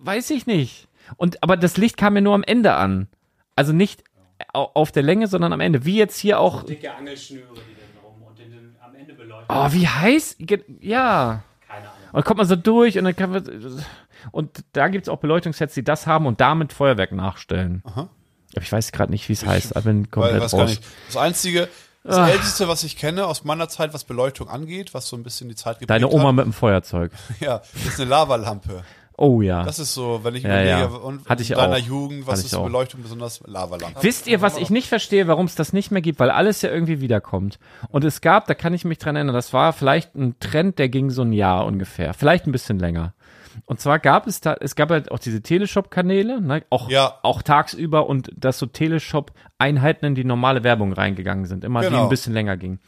weiß ich nicht. Und, aber das Licht kam mir nur am Ende an. Also nicht au- auf der Länge, sondern am Ende. Wie jetzt hier auch
Dicke Angelschnüre, die dann rum und den, den am Ende beleuchten.
Oh, wie heiß? Ge- Ja.
Keine Ahnung.
Und kommt man so durch und dann kann man. Und da gibt es auch Beleuchtungssets, die das haben und damit Feuerwerk nachstellen. Aber ich weiß gerade nicht, wie es heißt. Ich bin
Weil,
komplett
weiß gar
raus. Ah.
nicht. Das einzige, das älteste, was ich kenne aus meiner Zeit, was Beleuchtung angeht, was so ein bisschen die Zeit geprägt
Deine Oma
hat,
mit dem Feuerzeug.
ja, ist eine Lavalampe.
Oh ja.
Das ist so, wenn ich
Ja,
überlege,
ja.
und
Hatte ich
in deiner
auch.
Jugend, was
Hatte ich
ist
auch.
Beleuchtung besonders? Lavalampe.
Wisst ihr, was ich nicht verstehe, warum es das nicht mehr gibt? Weil alles ja irgendwie wiederkommt. Und es gab, da kann ich mich dran erinnern, das war vielleicht ein Trend, der ging so ein Jahr ungefähr. Vielleicht ein bisschen länger. Und zwar gab es da, es gab halt auch diese Teleshop-Kanäle, ne? auch,
Ja.
auch tagsüber und dass so Teleshop-Einheiten in die normale Werbung reingegangen sind, immer die
Genau.
ein bisschen länger ging.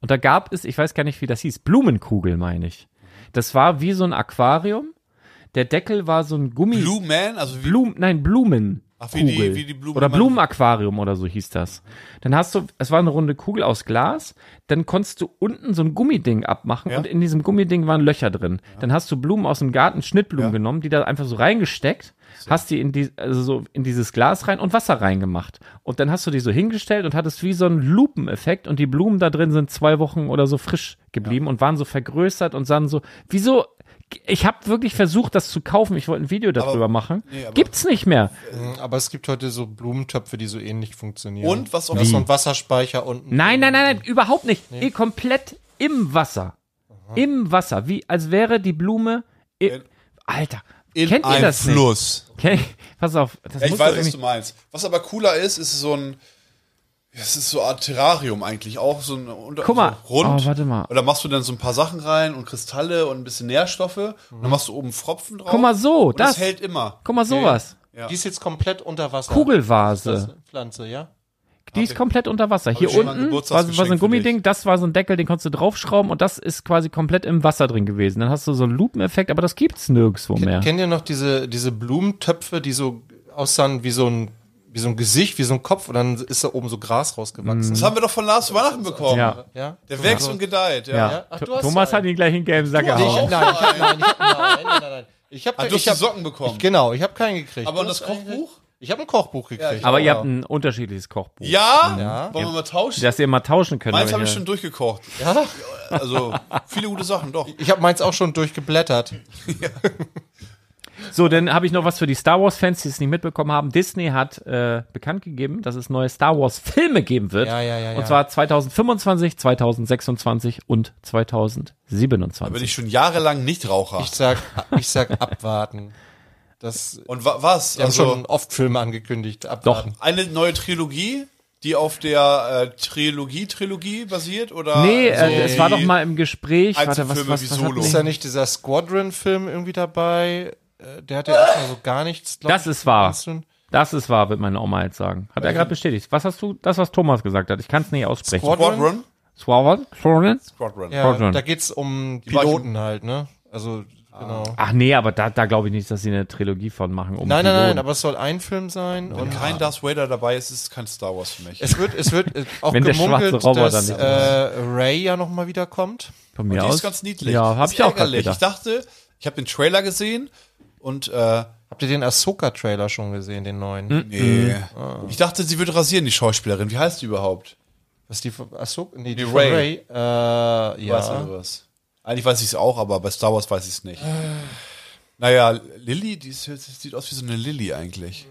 Und da gab es, ich weiß gar nicht, wie das hieß, Blumenkugel, meine ich. Das war wie so ein Aquarium. Der Deckel war so ein Gummi.
Blue Man, also wie,
Blumen, nein, Blumen.
Ach, wie die- wie die Blumen-
oder Blumenaquarium oder so hieß das. Dann hast du, es war eine runde Kugel aus Glas, dann konntest du unten so ein Gummiding abmachen
Ja.
und in diesem Gummiding waren Löcher drin. Dann hast du Blumen aus dem Garten, Schnittblumen
Ja.
genommen, die da einfach so reingesteckt, hast die in, die, also so in dieses Glas rein und Wasser reingemacht. Und dann hast du die so hingestellt und hattest wie so einen Lupeneffekt und die Blumen da drin sind zwei Wochen oder so frisch geblieben und waren so vergrößert und sahen so, wie so ich habe wirklich versucht, das zu kaufen. Ich wollte ein Video darüber machen.
nee, aber-
Gibt's nicht mehr.
Aber es gibt heute so Blumentöpfe, die so ähnlich funktionieren.
Und was auch
Da ist so
immer.
ein Wasserspeicher unten.
Nein, nein,
Mhm.
nein, nein, überhaupt nicht. Eh, Komplett im Wasser. Im Wasser. Wie, als wäre die Blume. i-
In-
Alter,
in
kennt ihr
einem
das nicht?
Fluss.
Okay, pass auf. Das
Ja, ich
muss
weiß,
doch
was
irgendwie-
du meinst. Was aber cooler ist, ist so ein. Es ist so eine Art Terrarium eigentlich. Auch so ein unter,
Guck mal.
So rund.
Oh, warte mal.
Und da machst du dann so ein paar Sachen rein und Kristalle und ein bisschen Nährstoffe. Und dann machst du oben Pfropfen drauf.
Mhm. Guck mal so,
Und das,
das.
hält immer.
Guck mal, sowas.
Ja. äh,
Die ist jetzt komplett unter Wasser. Das ist
Kugelvase.
eine Pflanze, ja?
Die ist komplett unter Wasser. Hier
ich schon mal ein
unten war, so- war so
Geburtstagsgeschenk
ein
für
Gummiding, das war so ein Deckel, den konntest du draufschrauben und das ist quasi komplett im Wasser drin gewesen. Dann hast du so einen Lupeneffekt, aber das gibt's nirgendwo mehr.
Kennt ihr noch diese, diese Blumentöpfe, die so aussahen wie so ein wie so ein Gesicht, wie so ein Kopf und dann ist da oben so Gras rausgewachsen.
Mhm.
Das haben wir doch von Lars zu Weihnachten bekommen.
Ja.
Ja?
Der wächst und gedeiht. Ja.
Ja.
Ja, ach, du hast
Thomas
so
hat
einen.
den gleichen gelben Sack
Nee, ich,
gehauen.
nein, ich hab, nein, ich hab, nein, nein, nein, nein. Ich hab,
Ah, du hast
ich
die
hab,
Socken bekommen.
Ich, genau, ich habe keinen gekriegt.
Aber
Du
das
hast keinen
Kochbuch?
gekriegt? Ich habe ein Kochbuch gekriegt.
Aber ihr habt ein unterschiedliches Kochbuch.
Ja?
Ja.
Wollen wir mal tauschen?
Dass ihr mal tauschen könnt.
Meins
aber
habe ich
ihr-
schon durchgekocht.
Ja?
Also, viele gute Sachen, doch.
Ich habe meins auch schon durchgeblättert.
So, dann habe ich noch was für die Star Wars-Fans, die es nicht mitbekommen haben. Disney hat äh, bekannt gegeben, dass es neue Star Wars-Filme geben wird.
Ja, ja, ja,
Und
ja.
zwar 2025, 2026 und
Bin
2027.
ich schon jahrelang nicht Raucher.
Ich sag, ich sag abwarten. Das
Und wa was? Also,
die haben schon oft Filme angekündigt. Abwarten.
Doch.
eine neue Trilogie, die auf der äh, Trilogie-Trilogie basiert? Oder
Nee,
so
äh, es war doch mal im Gespräch. Warte, was,
Also, Einzelfilme
was,
wie
was
Solo.
hat-
Ist da nicht dieser Squadron-Film irgendwie dabei? Äh, Der hat ja erstmal so gar nichts. glaub
Das
ich,
ist wahr.
drin.
Das ist wahr, wird meine Oma jetzt sagen. Hat er gerade bestätigt. Was hast du, das, was Thomas gesagt hat? Ich kann es nicht aussprechen.
Squadron?
Squadron?
Squadron? Squadron?
Squadron.
Ja,
Squadron.
da geht's um
war
Piloten halt, ne? Also, genau.
Ach nee, aber da, da glaube ich nicht, dass sie eine Trilogie von machen. Um
Nein, nein,
Piloten.
nein, aber es soll ein Film sein.
Wenn
Und
kein Darth Vader dabei ist, ist es kein Star Wars für mich.
Es wird, es wird äh, auch
Wenn der
gemunkelt,
schwarze Roboter
dass
nicht
äh, Ray ja nochmal wiederkommt.
Von mir
Die
aus.
ist ganz niedlich.
Ja,
Das
habe
ist
ich auch gerade
ärgerlich. Ich
gedacht.
dachte, ich habe den Trailer gesehen und äh,
Habt ihr den Ahsoka-Trailer schon gesehen, den neuen?
Hm.
nee. Ich dachte, sie würde rasieren, die Schauspielerin. Wie heißt die überhaupt?
Was die von Ahsoka? Nee, die
Nee,
von
Ray. also.
Ray. Äh,
Weißt
ja.
du was? Eigentlich weiß ich es auch, aber bei Star Wars weiß ich es nicht. Naja, Lilly, die ist- sieht aus wie so eine Lilly eigentlich.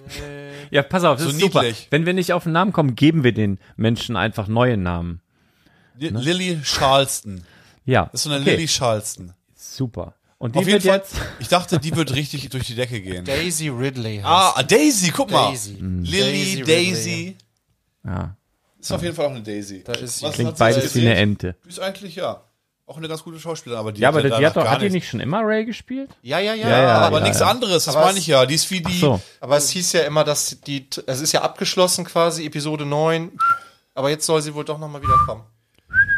Ja, pass auf, das
So
ist super.
niedlich.
Wenn wir nicht auf den Namen kommen, geben wir den Menschen einfach neue Namen.
Li Lilly Charleston.
Ja.
Das ist so eine
Ne? okay,
Lilly Charleston.
Super. Und
Auf
die
jeden
wird
Fall,
jetzt.
ich dachte, die wird richtig durch die Decke gehen.
Daisy Ridley heißt
ah, Daisy, guck mal.
Daisy. Daisy
Lilly, Daisy.
Mhm. Ja,
ist auf jeden Fall auch eine Daisy.
Da ist sie.
Was hat
klingt
sie
beides
da
wie eine
gedreht?
Ente.
Die ist eigentlich, ja. Auch eine ganz gute Schauspielerin, aber die
Ja, aber die
danach
hat, doch,
gar
hat die
nichts.
nicht schon immer Ray gespielt?
Ja, ja, ja.
Ja, ja,
Aber
ja,
nichts
ja.
anderes, das
Aber
meine ich ja. Die ist wie die.
So.
Aber es hieß ja immer, dass die, es ist ja abgeschlossen quasi, Episode 9. Aber jetzt soll sie wohl doch nochmal wiederkommen.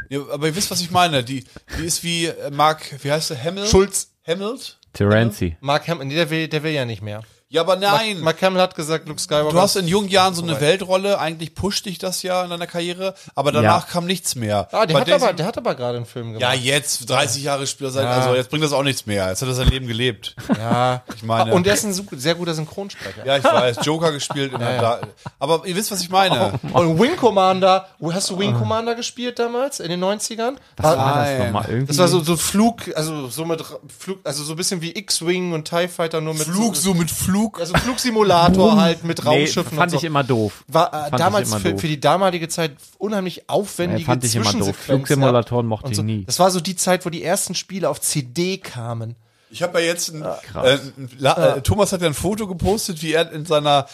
Ja, aber ihr wisst, was ich meine. Die, die ist wie äh, Mark, wie heißt der? Hamill?
Schulz.
Hammelt?
Terenzi.
Mark Hamill, nee, der will, der will ja nicht mehr.
Ja, aber nein.
Mark, Mark Hamill hat gesagt, Luke Skywalker.
du hast in jungen Jahren so eine
Vorbei.
Weltrolle, eigentlich pusht dich das ja in deiner Karriere, aber danach kam nichts mehr.
Ah, der
Bei
hat,
Daisy-
aber, der hat aber gerade einen Film
ja,
gemacht.
jetzt, 30 Jahre Spieler sein, also jetzt bringt das auch nichts mehr. Jetzt hat er sein Leben gelebt.
Ja, Ah,
Ich
genau.
meine-
Und der ist ein su- sehr guter Synchronsprecher.
Ja, ich weiß, Joker gespielt, immer da. Aber ihr wisst, was ich meine.
Und Wing Commander, wo- hast du Wing Commander gespielt damals in den 90ern?
Was war Ah. das
nein.
nochmal irgendwie?
Das war so, so Flug, also so mit Ra- Flug, also so ein bisschen wie X-Wing und TIE Fighter, nur mit
Flug, so mit Flug.
Also Flugsimulator halt mit
nee,
Raumschiffen
fand
und so.
ich immer doof.
war äh,
ich
damals
immer
für,
doof.
für die damalige Zeit unheimlich aufwendige
Äh, fand ich immer doof.
Zwischensequenzen
Flugsimulatoren
gehabt
mochte
und
ich
so.
nie.
Das war so die Zeit, wo die ersten Spiele auf CD kamen.
Ich habe ja jetzt ein, äh, ein La- äh, Thomas hat ja ein Foto gepostet, wie er in seiner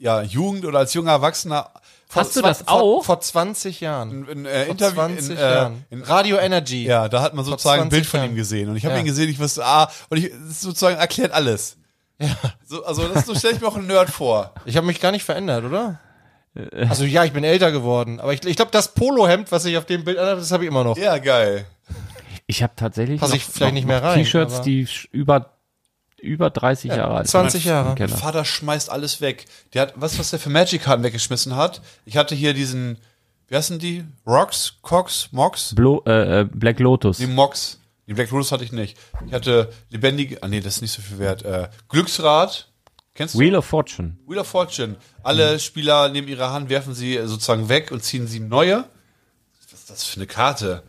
ja, Jugend oder als junger Erwachsener
Hast du
Vor-
das
vor,
auch?
Vor 20 Jahren.
in, äh,
Vor
Interview
20
in, äh,
Jahren.
in
Radio Energy.
Ja, da hat man sozusagen ein Bild
20
von ihm
Jahren.
gesehen. Und ich habe
Ja.
ihn gesehen, ich wusste, ah, und ich es ist sozusagen erklärt alles. Ja. So, also das so stelle ich mir auch einen Nerd vor.
Ich habe mich gar nicht verändert, oder?
Äh.
Also ja, ich bin älter geworden. Aber ich, ich glaube, das Polohemd, was ich auf dem Bild anhabe, das habe ich immer noch.
Ja, geil.
Ich habe tatsächlich
Pass
noch,
ich vielleicht
noch,
nicht mehr
noch
rein,
T-Shirts,
aber-
die sch- über, über 30 Jahre alt
20
sind.
Jahre.
Im Keller.
Vater schmeißt alles weg. Der hat, was, was der für Magic-Karten weggeschmissen hat? Ich hatte hier diesen, wie heißen die? Rocks, Cox, Mox?
Blo äh, äh, Black Lotus.
Die Mox. Die Black Lotus hatte ich nicht. Ich hatte lebendige, ah nee, das ist nicht so viel wert. Äh, Glücksrad. Kennst du?
Wheel of Fortune.
Wheel of Fortune. Alle Spieler nehmen ihre Hand, werfen sie äh, sozusagen weg und ziehen sie neue. Was ist das für eine Karte?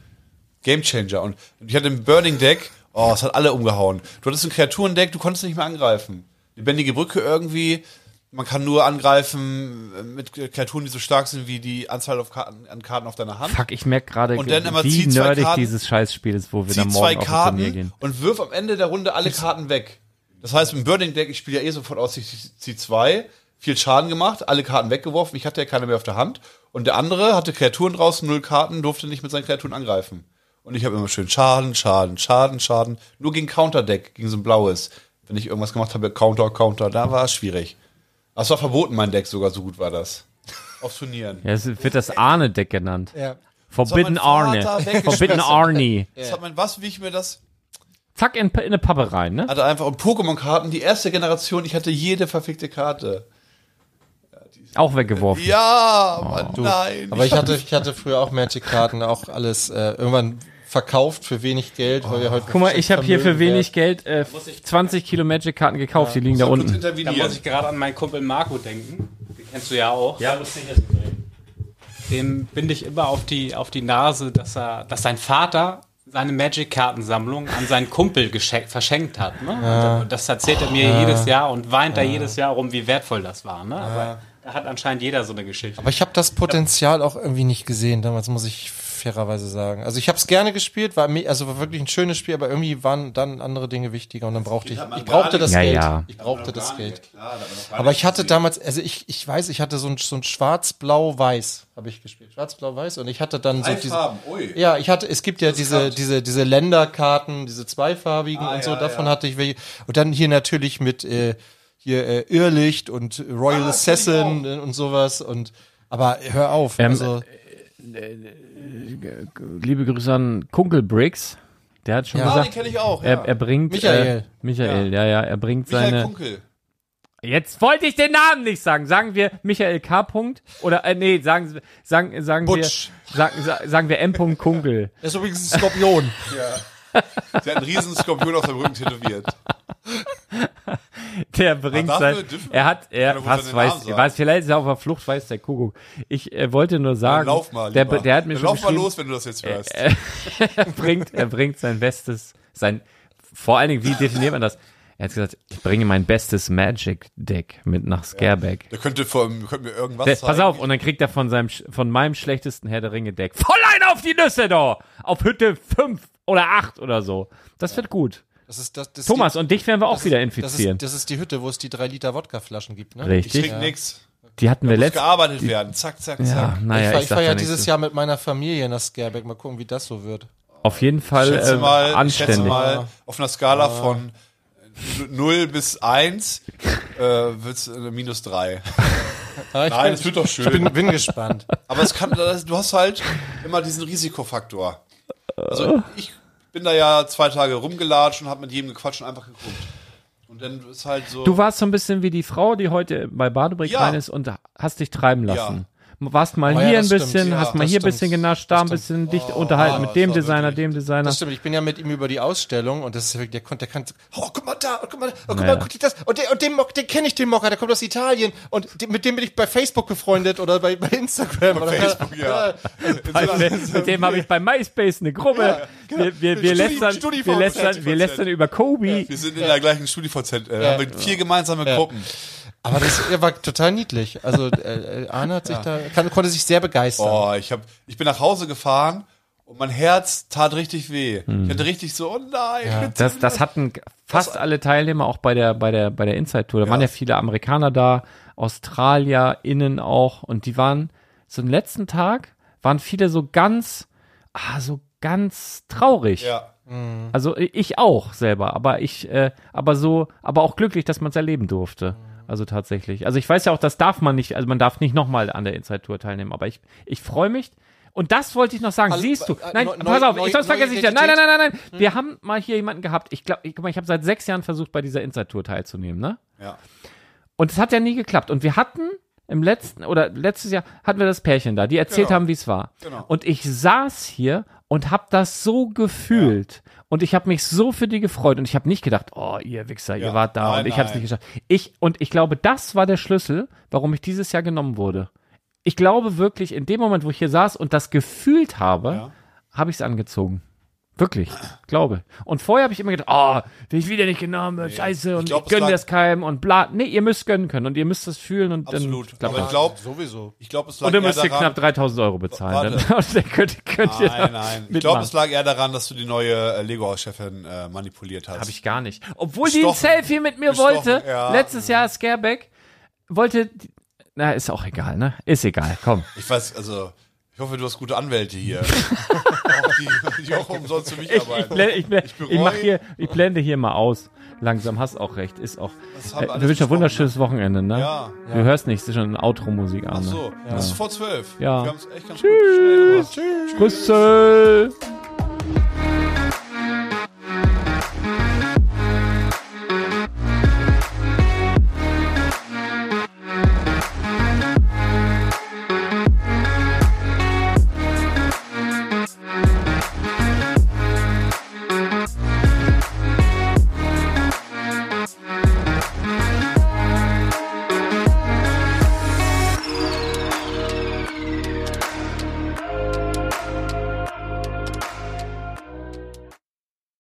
Game Changer. Und und ich hatte ein Burning Deck Oh, es hat alle umgehauen. Du hattest ein Kreaturendeck, du konntest nicht mehr angreifen. Lebendige Brücke irgendwie. Man kann nur angreifen mit Kreaturen, die so stark sind wie die Anzahl auf Karten, an Karten auf deiner Hand.
Fuck, ich merke gerade,
Und dann immer
wie
zieh zwei
nerdig
Karten-
dieses Scheißspiel ist, wo wir
Zieh
dann
zwei
morgen auf ein Turnier
Karten
gehen.
und wirf am Ende der Runde alle Karten weg. Das heißt, im Burning Deck, ich spiele ja eh sofort aus, ich zieh zwei, viel Schaden gemacht, alle Karten weggeworfen, ich hatte ja keine mehr auf der Hand. Und der andere hatte Kreaturen draußen, null Karten, durfte nicht mit seinen Kreaturen angreifen. Und ich habe immer schön Schaden, Schaden, Schaden, Schaden. Nur gegen Counter-Deck, gegen so ein blaues. Wenn ich irgendwas gemacht habe, Counter, Counter, da war es schwierig. Das war verboten, mein Deck sogar, so gut war das. Auf Turnieren.
Ja, es wird das Arne-Deck genannt.
Ja.
Forbidden
Das hat äh, mein
Arne.
Vater weggeschmissen.
Forbidden Arnie.
Das hat man, was, wie ich mir das
Zack, in, in eine Pappe rein, ne?
hatte einfach und Pokémon-Karten, die erste Generation, ich hatte jede verfickte Karte.
Auch weggeworfen.
Ja, Mann, nein.
Oh, Aber ich hatte, ich hatte früher auch Magic-Karten, auch alles äh, irgendwann verkauft für wenig Geld, weil wir heute.
Guck mal, ich habe hier für
Vermögen
wenig Geld äh, 20 Kilo Magic-Karten gekauft, die liegen da
Kurz
unten.
Da
intervenieren.
muss ich gerade an meinen Kumpel Marco denken. Den kennst du ja auch.
Ja, wusste ich jetzt nicht.
Dem binde ich immer auf die, auf die Nase, dass, er, dass sein Vater seine Magic-Kartensammlung an seinen Kumpel geschenk- verschenkt hat. Ne? Und das erzählt er mir jedes Jahr und weint da jedes Jahr rum, wie wertvoll das war. Ne? Aber da hat anscheinend jeder so eine Geschichte.
Aber ich habe das Potenzial auch irgendwie nicht gesehen damals, muss ich fairerweise sagen. Also ich habe es gerne gespielt, war mir, also war wirklich ein schönes Spiel, aber irgendwie waren dann andere Dinge wichtiger und dann brauchte ich, ich brauchte das
Ja,
Geld.
ja.
Ich brauchte das Geld. Aber ich
Äh,
hatte damals, also ich, ich weiß, ich hatte so ein, so ein schwarz-blau-weiß, habe ich gespielt. Schwarz-blau-weiß und ich hatte dann so
Drei
diese,
Farben, ui.
ja, ich hatte, es gibt ja diese,
krass.
diese, diese Länderkarten, diese zweifarbigen
Ah,
und so,
ja,
davon
ja.
hatte ich welche. Und dann hier natürlich mit äh, hier äh, Irrlicht und
Ah,
Royal Assassin und sowas und aber hör auf.
Ähm,
also,
Liebe Grüße an Kunkel Briggs. Der hat schon
Ja.
Ah, den
gesagt,
kenne ich auch.
er,
ja.
er bringt. Äh,
Michael.
Michael, ja, ja, er bringt
Michael
seine.
Kunkel.
Jetzt wollte ich den Namen nicht sagen. Sagen wir Michael K. Punkt oder äh, nee, sagen sagen sagen
Butsch.
wir sagen, sa- sagen wir M. Kunkel.
er ist übrigens ein Skorpion.
Der hat einen riesen Skorpion auf seinem Rücken tätowiert.
Der bringt
Ah,
sein
dafür dürfen wir-
Er hat
Oder
er
muss
was
man den Namen
weiß,
sagen?
weiß vielleicht ist er auf der Flucht, weiß der Kuckuck. Ich äh, wollte nur sagen,
lauf mal,
der
lieber.
der hat mir
Dann
schon
Lauf mal
geschrieben,
los, wenn du das jetzt hörst.
er bringt er bringt sein bestes sein vor allen Dingen wie definiert man das? Er hat gesagt, ich bringe mein bestes Magic Deck mit nach Scareback.
Der könnte, vom, könnte mir irgendwas
Der,
zeigen.
pass auf, und dann kriegt er von, seinem, sch- von meinem schlechtesten Herr der Ringe Deck voll ein auf die Nüsse da! Auf Hütte 5 oder 8 oder so. Das wird gut.
Das ist, das, das
Thomas, und dich werden wir auch
das ist-
wieder
das
infizieren.
ist, das ist die Hütte, wo es die 3 Liter Wodkaflaschen gibt, ne?
Ich
Richtig.
krieg nix.
Die hatten wir
Muss
letztes
gearbeitet werden. Zack, zack,
Ja,
zack.
Ah, naja,
ich
ich,
war, ich war
sag
ja
ja
dieses
nichts.
Jahr mit meiner Familie nach Scareback. Mal gucken, wie das so wird.
Auf jeden Fall
Schätze
äh,
mal, ich schätze
anständig.
mal, auf einer Skala von 0 bis 1 äh, wird es minus 3.
Ah, ich
Nein, es wird doch schön.
bin, bin gespannt.
Aber es kann, das- du hast halt immer diesen Risikofaktor. Also ich bin da ja zwei Tage rumgelatscht und habe mit jedem gequatscht und einfach geguckt. Und dann ist halt so.
Du warst so ein bisschen wie die Frau, die heute bei Badebrick
Ja.
rein ist und hast dich treiben lassen. Warst mal
Oh ja,
hier
das
ein bisschen,
stimmt. Ja,
hast mal
das
hier ein
stimmt. Oh,
bisschen genascht, da ein bisschen dich unterhalten mit dem Designer, dem Designer.
Das stimmt, ich bin ja mit ihm über die Ausstellung und das ist wirklich, der konnte, der kann, oh, guck mal da, oh, guck mal, oh, guck
Naja.
mal, guck dir das, und, der, und den, Mock, den kenne ich, den Mocker, der kommt aus Italien und den, mit dem bin ich bei Facebook befreundet oder bei, bei Instagram. oder,
Facebook, ja. In so einer-
mit dem habe ich bei MySpace eine Gruppe. Wir, wir, wir,
genau. Studi-
lästern,
Studi-
wir, lästern, wir
50%.
lästern über Kobe.
wir sind in der gleichen StudiVZ. Äh, haben wir vier gemeinsame Gruppen.
Aber das er war total niedlich. Also äh, äh, Arne hat sich da, kann, konnte sich sehr begeistern.
Boah, ich, hab, ich bin nach Hause gefahren und mein Herz tat richtig weh.
Hm.
Ich hatte richtig so, oh nein. bitte.
Das, das hatten fast alle Teilnehmer auch bei der, bei der, bei der Inside Tour. Da waren ja viele Amerikaner da, Australier, innen auch. Und die waren, so den letzten Tag waren viele so ganz, ah, so ganz traurig.
Ja.
Also ich auch selber, aber ich, äh, aber so, aber auch glücklich, dass man es erleben durfte.
Mhm.
Also tatsächlich. Also ich weiß ja auch, das darf man nicht, also man darf nicht nochmal an der Inside Tour teilnehmen, aber ich, ich freue mich. Und das wollte ich noch sagen.
Also,
Siehst du?
äh,
Nein,
neu-
pass auf,
neu-
ich, sonst
neue
vergesse ich ja. Nein, nein,
Identität. Mhm.
nein, nein, nein. Wir haben mal hier jemanden gehabt. Ich glaube, ich, guck mal, ich habe seit sechs Jahren versucht, bei dieser Inside Tour teilzunehmen, ne?
Ja.
Und es hat ja nie geklappt. Und wir hatten im letzten oder letztes Jahr hatten wir das Pärchen da, die erzählt haben, wie es war.
Genau.
Und ich saß hier und habe das so gefühlt. Und ich habe mich so für die gefreut. Und ich habe nicht gedacht, oh, ihr Wichser, ihr
Ja.
wart da
Nein,
und ich habe es
nein.
nicht geschafft. Ich, und ich glaube, das war der Schlüssel, warum ich dieses Jahr genommen wurde. Ich glaube wirklich, in dem Moment, wo ich hier saß und das gefühlt habe, habe ich es angezogen. Wirklich, glaube. Und vorher habe ich immer gedacht, oh, will ich wieder nicht genommen, scheiße, und ich,
glaub, es
gönne
lag-
das keinem und bla. Nee, ihr müsst gönnen können und ihr müsst das fühlen und
Absolut.
dann klappt
Aber ich
das.
glaube,
Sowieso.
ich glaube, es lag
Und dann
eher
müsst ihr
daran.
knapp 3000 Euro bezahlen.
Warte.
Dann, und dann könnt, könnt ihr
Nein, nein. Ich glaube, es lag eher daran, dass du die neue äh, Lego-Chefin äh, manipuliert hast.
Habe ich gar nicht. Obwohl die ein
Bestochen.
Selfie mit mir
Bestochen,
wollte,
ja.
letztes Jahr Scareback, wollte. Na, ist auch egal, ne? Ist egal, komm.
Ich weiß, also, ich hoffe, du hast gute Anwälte hier. auch die, die auch umsonst für mich
Ich, ich,
arbeiten.
blende- ich, blende-
Ich bereue-
ich, mach hier, ich blende hier mal aus. Langsam, hast auch recht, ist auch.
Das haben
Äh,
wir alles
wir wünschen ein
besprochen,
wunderschönes Wochenende, ne?
Ja.
Du hörst nicht, es ist schon Outro-Musik an.
Ach
ne?
so, es ist vor zwölf.
Ja.
Wir haben es echt ganz Tschüss. gut schnell gemacht. Tschüss.
Grüße!